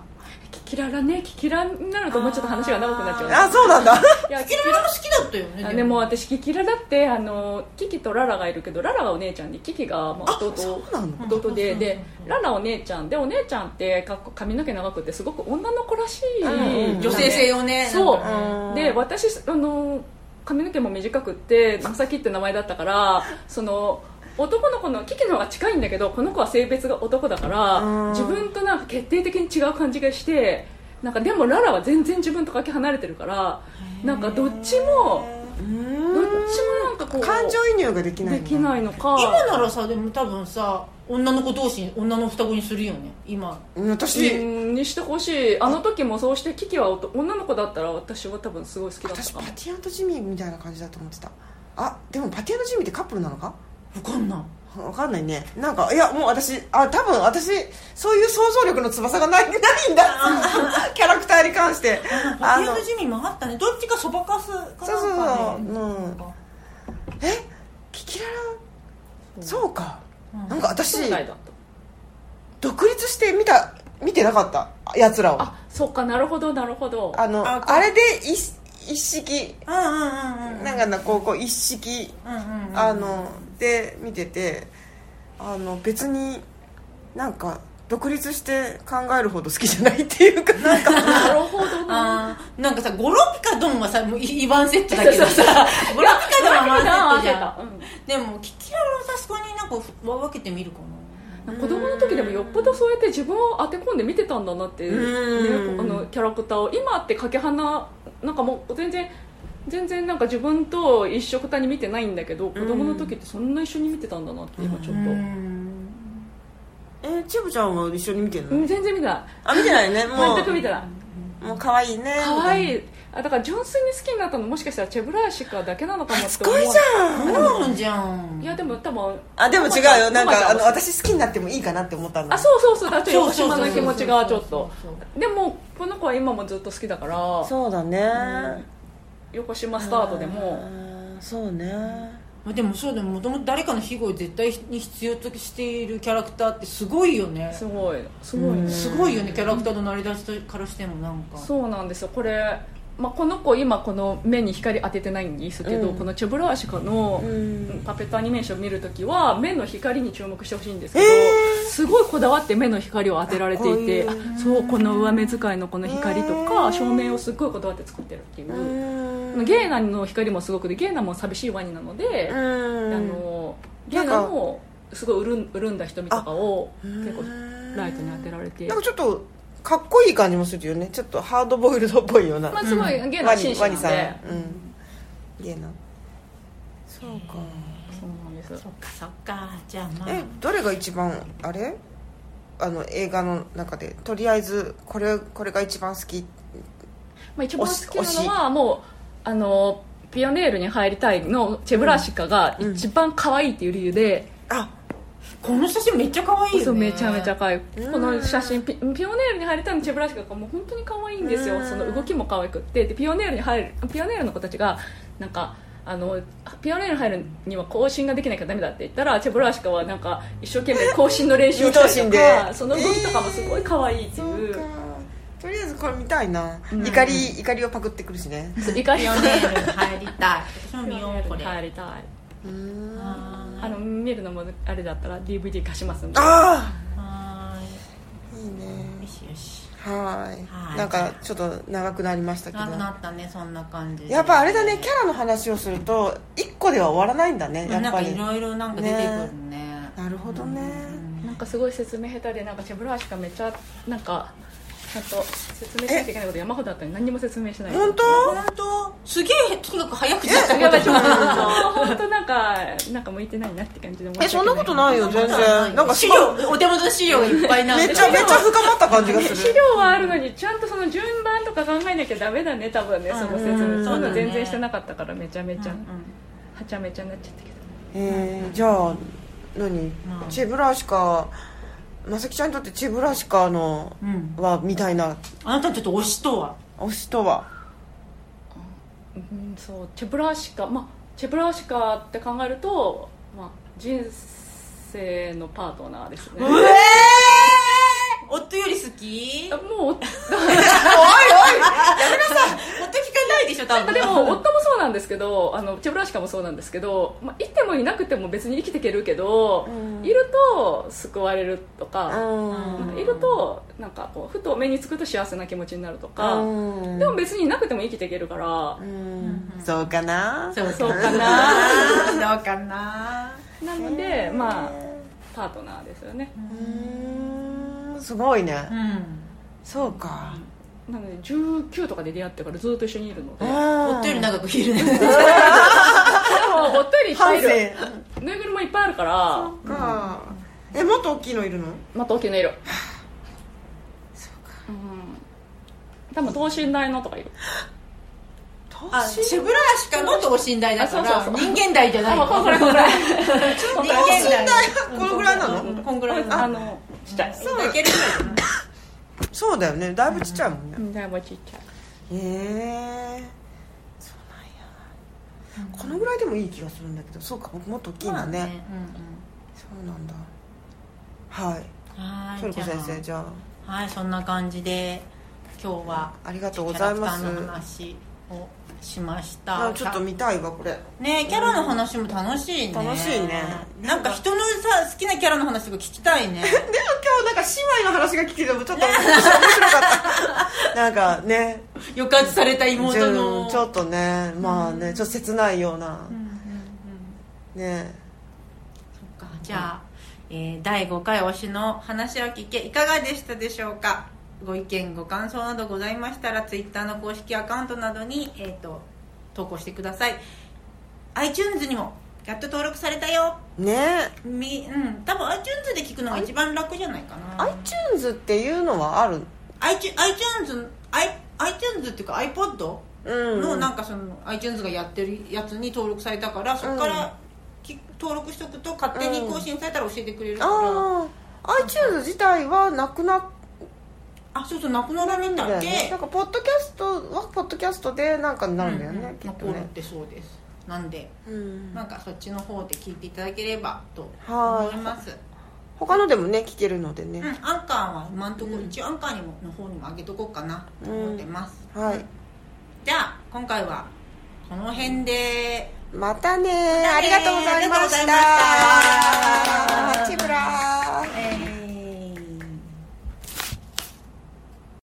Speaker 3: キキララねキキラになるともうちょっと話が長くなっちゃう
Speaker 2: あそうなんだ
Speaker 3: いや
Speaker 1: キララも好きだったよね
Speaker 3: あでも私キキラだってあのキキとララがいるけどララがお姉ちゃんでキキがまあ弟
Speaker 2: そうなの
Speaker 3: 弟で
Speaker 1: うん
Speaker 3: でララお姉ちゃんでお姉ちゃんってかっこ髪の毛長くてすごく女の子らしい
Speaker 2: うんうん
Speaker 1: 女性性をね
Speaker 3: そう
Speaker 1: なんかね
Speaker 2: うん
Speaker 3: で私あの髪の毛も短くってまさきって名前だったからその男の子のキキの方が近いんだけどこの子は性別が男だから
Speaker 2: うん
Speaker 3: 自分となんか決定的に違う感じがしてなんかでもララは全然自分とかけ離れてるからなんかどっちも
Speaker 2: う
Speaker 3: どっちも
Speaker 2: ん
Speaker 3: なんかこう
Speaker 2: 感情移入ができない
Speaker 3: で
Speaker 2: の
Speaker 3: きないのか
Speaker 1: 今ならさでも多分さ女の子同士女の双子にするよね今
Speaker 2: うん私、
Speaker 3: うんにしてほしいあの時もそうしてキキは男女の子だったら私は多分すごい好きだった
Speaker 2: 私
Speaker 3: か
Speaker 2: パ
Speaker 3: も
Speaker 2: ティアンとジミーみたいな感じだと思ってたあでもパティアンとジミーってカップルなのか
Speaker 1: 分かんない
Speaker 2: わかんないねなんかいやもう私あ多分私そういう想像力の翼がない ないん だキャラクターに関して
Speaker 1: パ
Speaker 2: あ
Speaker 1: ティ
Speaker 2: の
Speaker 1: アンとジミーもあったねどっちかそばかすかなんかね
Speaker 2: そうそうそううんえキキララそうか
Speaker 1: うん
Speaker 2: なんか私
Speaker 3: 兄弟だった
Speaker 2: 独立して見た見てなかったやつらを
Speaker 3: あそうかなるほどなるほど
Speaker 2: あの
Speaker 1: あ
Speaker 2: あれで一一式
Speaker 1: うんうんうんうん
Speaker 2: なんかなこうこう一式
Speaker 1: うんうんうん
Speaker 2: あので見ててあの別になんか独立して考えるほど好きじゃないっていうかなんか
Speaker 3: なるほどな
Speaker 1: あーなんかさゴロピカドンはさもうイワンセットだけどさ ゴロピカドンはワンセットじゃんでもキキララはさすがになんか分けてみるか
Speaker 3: うん子供の時でもよっぽどそうやって自分を当て込んで見てたんだなって、ね、
Speaker 2: うん
Speaker 3: あのキャラクターを今ってかけ離なんかもう全然全然なんか自分と一緒くたに見てないんだけど子供の時ってそんな一緒に見てたんだなって今ちょっ
Speaker 1: な
Speaker 3: と、
Speaker 2: えー、チブちゃんは一緒に見てる
Speaker 3: う
Speaker 2: の
Speaker 3: ん全然見てな
Speaker 2: あ見てないね
Speaker 3: い
Speaker 2: も
Speaker 3: 全く見て
Speaker 2: う
Speaker 3: ない
Speaker 2: もう可愛いね
Speaker 3: 可愛いあだから純粋に好きになったのもしかしたらチェブラシカだけなのかもって思
Speaker 2: ご
Speaker 3: う
Speaker 2: いじゃん
Speaker 1: ゴロンじゃん
Speaker 3: いやでも多分
Speaker 2: あでも違うよなんかあの私好きになってもいいかなって思ったんだ
Speaker 3: あそうそうそうだって
Speaker 1: そう
Speaker 3: 横
Speaker 1: そうそう
Speaker 3: 島の気持ちがちょっと
Speaker 1: そうそうそ
Speaker 3: でもこの子は今もずっと好きだから
Speaker 2: そうだね
Speaker 3: 横島スタートで
Speaker 2: う
Speaker 3: も
Speaker 2: んそうね
Speaker 1: まあでもそうでももともと誰かの庇護を絶対に必要としているキャラクターってすごいよね
Speaker 3: すごいすごいね
Speaker 1: すごいよねキャラクターの成り立ちからしてもなんか
Speaker 3: そうなんですよこれ、まあ、この子今この目に光当ててないんですけど、
Speaker 2: うん
Speaker 3: このチェブラーシカの
Speaker 2: ん
Speaker 3: パペットアニメーション見るときは目の光に注目してほしいんですけど、
Speaker 2: へ
Speaker 3: すごいこだわって目の光を当てられていて
Speaker 2: かっこ
Speaker 3: そうこの上目遣いのこの光と
Speaker 2: へ
Speaker 3: か
Speaker 2: ー
Speaker 3: 照明をすっごいこだわって作ってるっていうう、
Speaker 2: ん
Speaker 3: ゲーナの光もすごくてゲーナも寂しいワニなので、
Speaker 2: うん
Speaker 3: あのゲーナもすごい潤潤んだ瞳とかを結構ライトに当てられて
Speaker 2: なんかちょっとかっこいい感じもするよねちょっとハードボイルドっぽいような、
Speaker 3: まあ、すごいゲーナは紳士な
Speaker 2: ワ
Speaker 3: の
Speaker 2: ニ
Speaker 3: で、
Speaker 2: さんうんゲイなそうか
Speaker 3: そうなんです
Speaker 1: そっかそっかじゃあまあ
Speaker 2: え誰が一番あれあの映画の中でとりあえずこれこれが一番好き
Speaker 3: まあ、一番好き
Speaker 2: 推
Speaker 3: な
Speaker 2: し
Speaker 3: のはもうあのピオネールに入りたいのチェブラシカが
Speaker 2: うん
Speaker 3: 一番可愛いっていう理由で、
Speaker 2: あ
Speaker 1: この写真めっちゃ可愛い
Speaker 3: そ
Speaker 1: よ
Speaker 3: う
Speaker 1: ね
Speaker 3: めちゃめちゃ可愛い、
Speaker 2: うん
Speaker 3: この写真ピピオネールに入りたいのチェブラシカがもう本当に可愛いんですよ、
Speaker 2: うん
Speaker 3: その動きも可愛くってでピオネールに入るピオネールの子たちがなんかあのピオネールに入るには更新ができなきゃダメだって言ったらチェブラシカはなんか一生懸命更新の練習をしたりと
Speaker 2: 二頭身
Speaker 3: か
Speaker 2: で
Speaker 3: その動きとかもすごい可愛いって
Speaker 2: そう
Speaker 3: いう
Speaker 2: か、とりあえずこれ見たいな、
Speaker 3: うん
Speaker 2: 怒り怒りをパクってくるしね
Speaker 3: 理解
Speaker 1: ピオネールに入りたい私も見ようこれ
Speaker 3: 入りたい
Speaker 2: うん
Speaker 3: あの見るのもあれだったら DVD 貸しますんで
Speaker 2: あ
Speaker 1: は
Speaker 2: あいい
Speaker 1: ーいよ
Speaker 2: ね
Speaker 1: しよし
Speaker 2: はい
Speaker 1: はい
Speaker 2: なんかちょっと長くなりましたけど
Speaker 1: なくなったねそんな感じで
Speaker 2: やっぱあれだねキャラの話をすると一個では終わらないんだねや
Speaker 1: な
Speaker 2: っ
Speaker 1: ん
Speaker 2: ぱ
Speaker 1: か
Speaker 2: り
Speaker 1: い
Speaker 2: な
Speaker 1: ろいろなんか出てくるね
Speaker 2: るほどね
Speaker 3: なんかすごい説明下手でなんかチェブラーシがめっちゃなんかちゃんと説明しなきゃいけないこと山ほどあったのに何にも説明しない
Speaker 2: 本当
Speaker 1: 本当すげえとにかく早口だった
Speaker 3: やばい
Speaker 1: け
Speaker 3: ちょ
Speaker 1: ど
Speaker 3: っと 本当なんかなんか向いてないなって感じで
Speaker 2: えそんなことないよ全然なんか
Speaker 1: 資
Speaker 2: 資料
Speaker 1: 料お手元の資料がいっぱいなん
Speaker 2: め
Speaker 1: で
Speaker 2: っちゃめっちゃ深まった感じがす
Speaker 3: 資
Speaker 2: る
Speaker 3: 料はあるのにちゃんとその順番とか考えなきゃダメだね多分ねその説明
Speaker 2: うん
Speaker 3: そうい
Speaker 1: そう
Speaker 3: うの全
Speaker 1: だね
Speaker 3: 然してなかったからめちゃめちゃ
Speaker 1: うん
Speaker 3: はちゃめちゃになっちゃったけど
Speaker 2: えー、じゃあ何
Speaker 1: ん
Speaker 2: チェブラシカまさきちゃんにとってチェブラシカの
Speaker 1: うんうん
Speaker 2: はみたいな
Speaker 1: あなたにちょっと推しとは
Speaker 2: 推しとは
Speaker 3: うんそうチェブラーシカまあチェブラーシカって考えるとまあ人生のパートナーですね
Speaker 1: うえー夫より好き
Speaker 3: あもう
Speaker 1: 夫聞かないでしょ多
Speaker 3: まあ
Speaker 1: 分
Speaker 3: でも夫もそうなんですけどあのチェブラシカもそうなんですけど、まあ、いてもいなくても別に生きていけるけど、
Speaker 2: うん
Speaker 3: いると救われるとか,、
Speaker 2: うん
Speaker 3: なんかいるとなんかこうふと目につくと幸せな気持ちになるとか、
Speaker 2: うん
Speaker 3: でも別にいなくても生きていけるから
Speaker 2: う、んそうかな
Speaker 1: そう
Speaker 3: そう
Speaker 1: か
Speaker 3: かな
Speaker 1: どうかな
Speaker 3: なのでまあパートナーですよね
Speaker 2: うーんすごいね
Speaker 1: うん
Speaker 2: そうか
Speaker 3: なので19とかで出会ってからずっと一緒にいるので、
Speaker 2: 夫
Speaker 1: 夫より長くいるね
Speaker 3: でもおっとりいっぱ
Speaker 2: 半
Speaker 3: いい
Speaker 2: 生
Speaker 3: るぬいぐるみもいっぱいあるから
Speaker 2: かえもっと大きいのいるの
Speaker 3: また大きな色そうかうん多分等身大のとかいる
Speaker 1: あシブラシカの等身大だか
Speaker 3: あ
Speaker 1: ら
Speaker 3: そうそうそ
Speaker 1: 人間大じゃない
Speaker 3: あ、こんぐらいこんぐらい。こんぐらい
Speaker 1: 人間大
Speaker 2: このぐらいな
Speaker 3: うん
Speaker 2: の
Speaker 1: こんぐらいなの
Speaker 3: あの、ちっちゃい。
Speaker 1: そうだいける
Speaker 2: そうだよねだいぶちっちゃいもんね
Speaker 3: うん、だいぶちっちゃい。
Speaker 2: へえそうなんやこのぐらいでもいい気がするんだけどそうかもっと大きいんだねそうなんだはい
Speaker 1: はい
Speaker 2: トルコ先生
Speaker 1: じ
Speaker 2: じゃ
Speaker 1: ゃあはいそんな感じで今日は
Speaker 2: あありがとうございます
Speaker 1: キャラクターの話をしまし
Speaker 2: あ
Speaker 1: た
Speaker 2: ちょっと見たいわこれ
Speaker 1: ねキャラの話も楽しいね
Speaker 2: 楽しいね
Speaker 1: なんか人のさ好きなキャラの話とか聞きたい ね
Speaker 2: でも今日なんか姉妹の話が聞けてもちょっと面白かった なんかね
Speaker 1: 抑圧された
Speaker 2: ち
Speaker 1: 妹の
Speaker 2: ょっとねまあねちょっと切ないような
Speaker 1: うんうんうん
Speaker 2: ね
Speaker 1: そっかじゃあ、えー第5回推しの話を聞けいかがでしたでしょうかご意見ご感想などございましたら Twitter の公式アカウントなどに、えー、と投稿してください iTunes にもやっと登録されたよ
Speaker 2: ね
Speaker 1: み、うん、多分 iTunes で聞くのが一番楽じゃないかな
Speaker 2: iTunes っていうのはある
Speaker 1: iTunes, iTunes, i- iTunes っていうか iPod
Speaker 2: うん
Speaker 1: のなんかその iTunes がやってるやつに登録されたからそこからき、登録しとくと勝手に更新されたら教えてくれるから、
Speaker 2: ああ iTunes 自体はなくなっ
Speaker 1: あそうそうなくなら
Speaker 2: た
Speaker 1: れ
Speaker 2: ん
Speaker 1: た
Speaker 2: だよ
Speaker 1: っ
Speaker 2: ね
Speaker 1: け
Speaker 2: なんかポッドキャストはポッドキャストでなんかになるんだよね、きっと
Speaker 1: 残るっ
Speaker 2: ね、
Speaker 1: てそうですなんで
Speaker 2: うん、
Speaker 1: なんかそっちの方で聞いていただければと
Speaker 2: はい
Speaker 1: 思います
Speaker 2: 他のでもね聞けるので
Speaker 1: うん
Speaker 2: ね、
Speaker 1: アンカーは今んところ一応アンカーにもの方にも上げとこうかなと思ってます
Speaker 2: はい
Speaker 1: じゃあ今回はこの辺で
Speaker 2: またね
Speaker 1: たね
Speaker 2: ありがとうございま
Speaker 1: ありがとうござい
Speaker 2: し
Speaker 1: ました
Speaker 2: た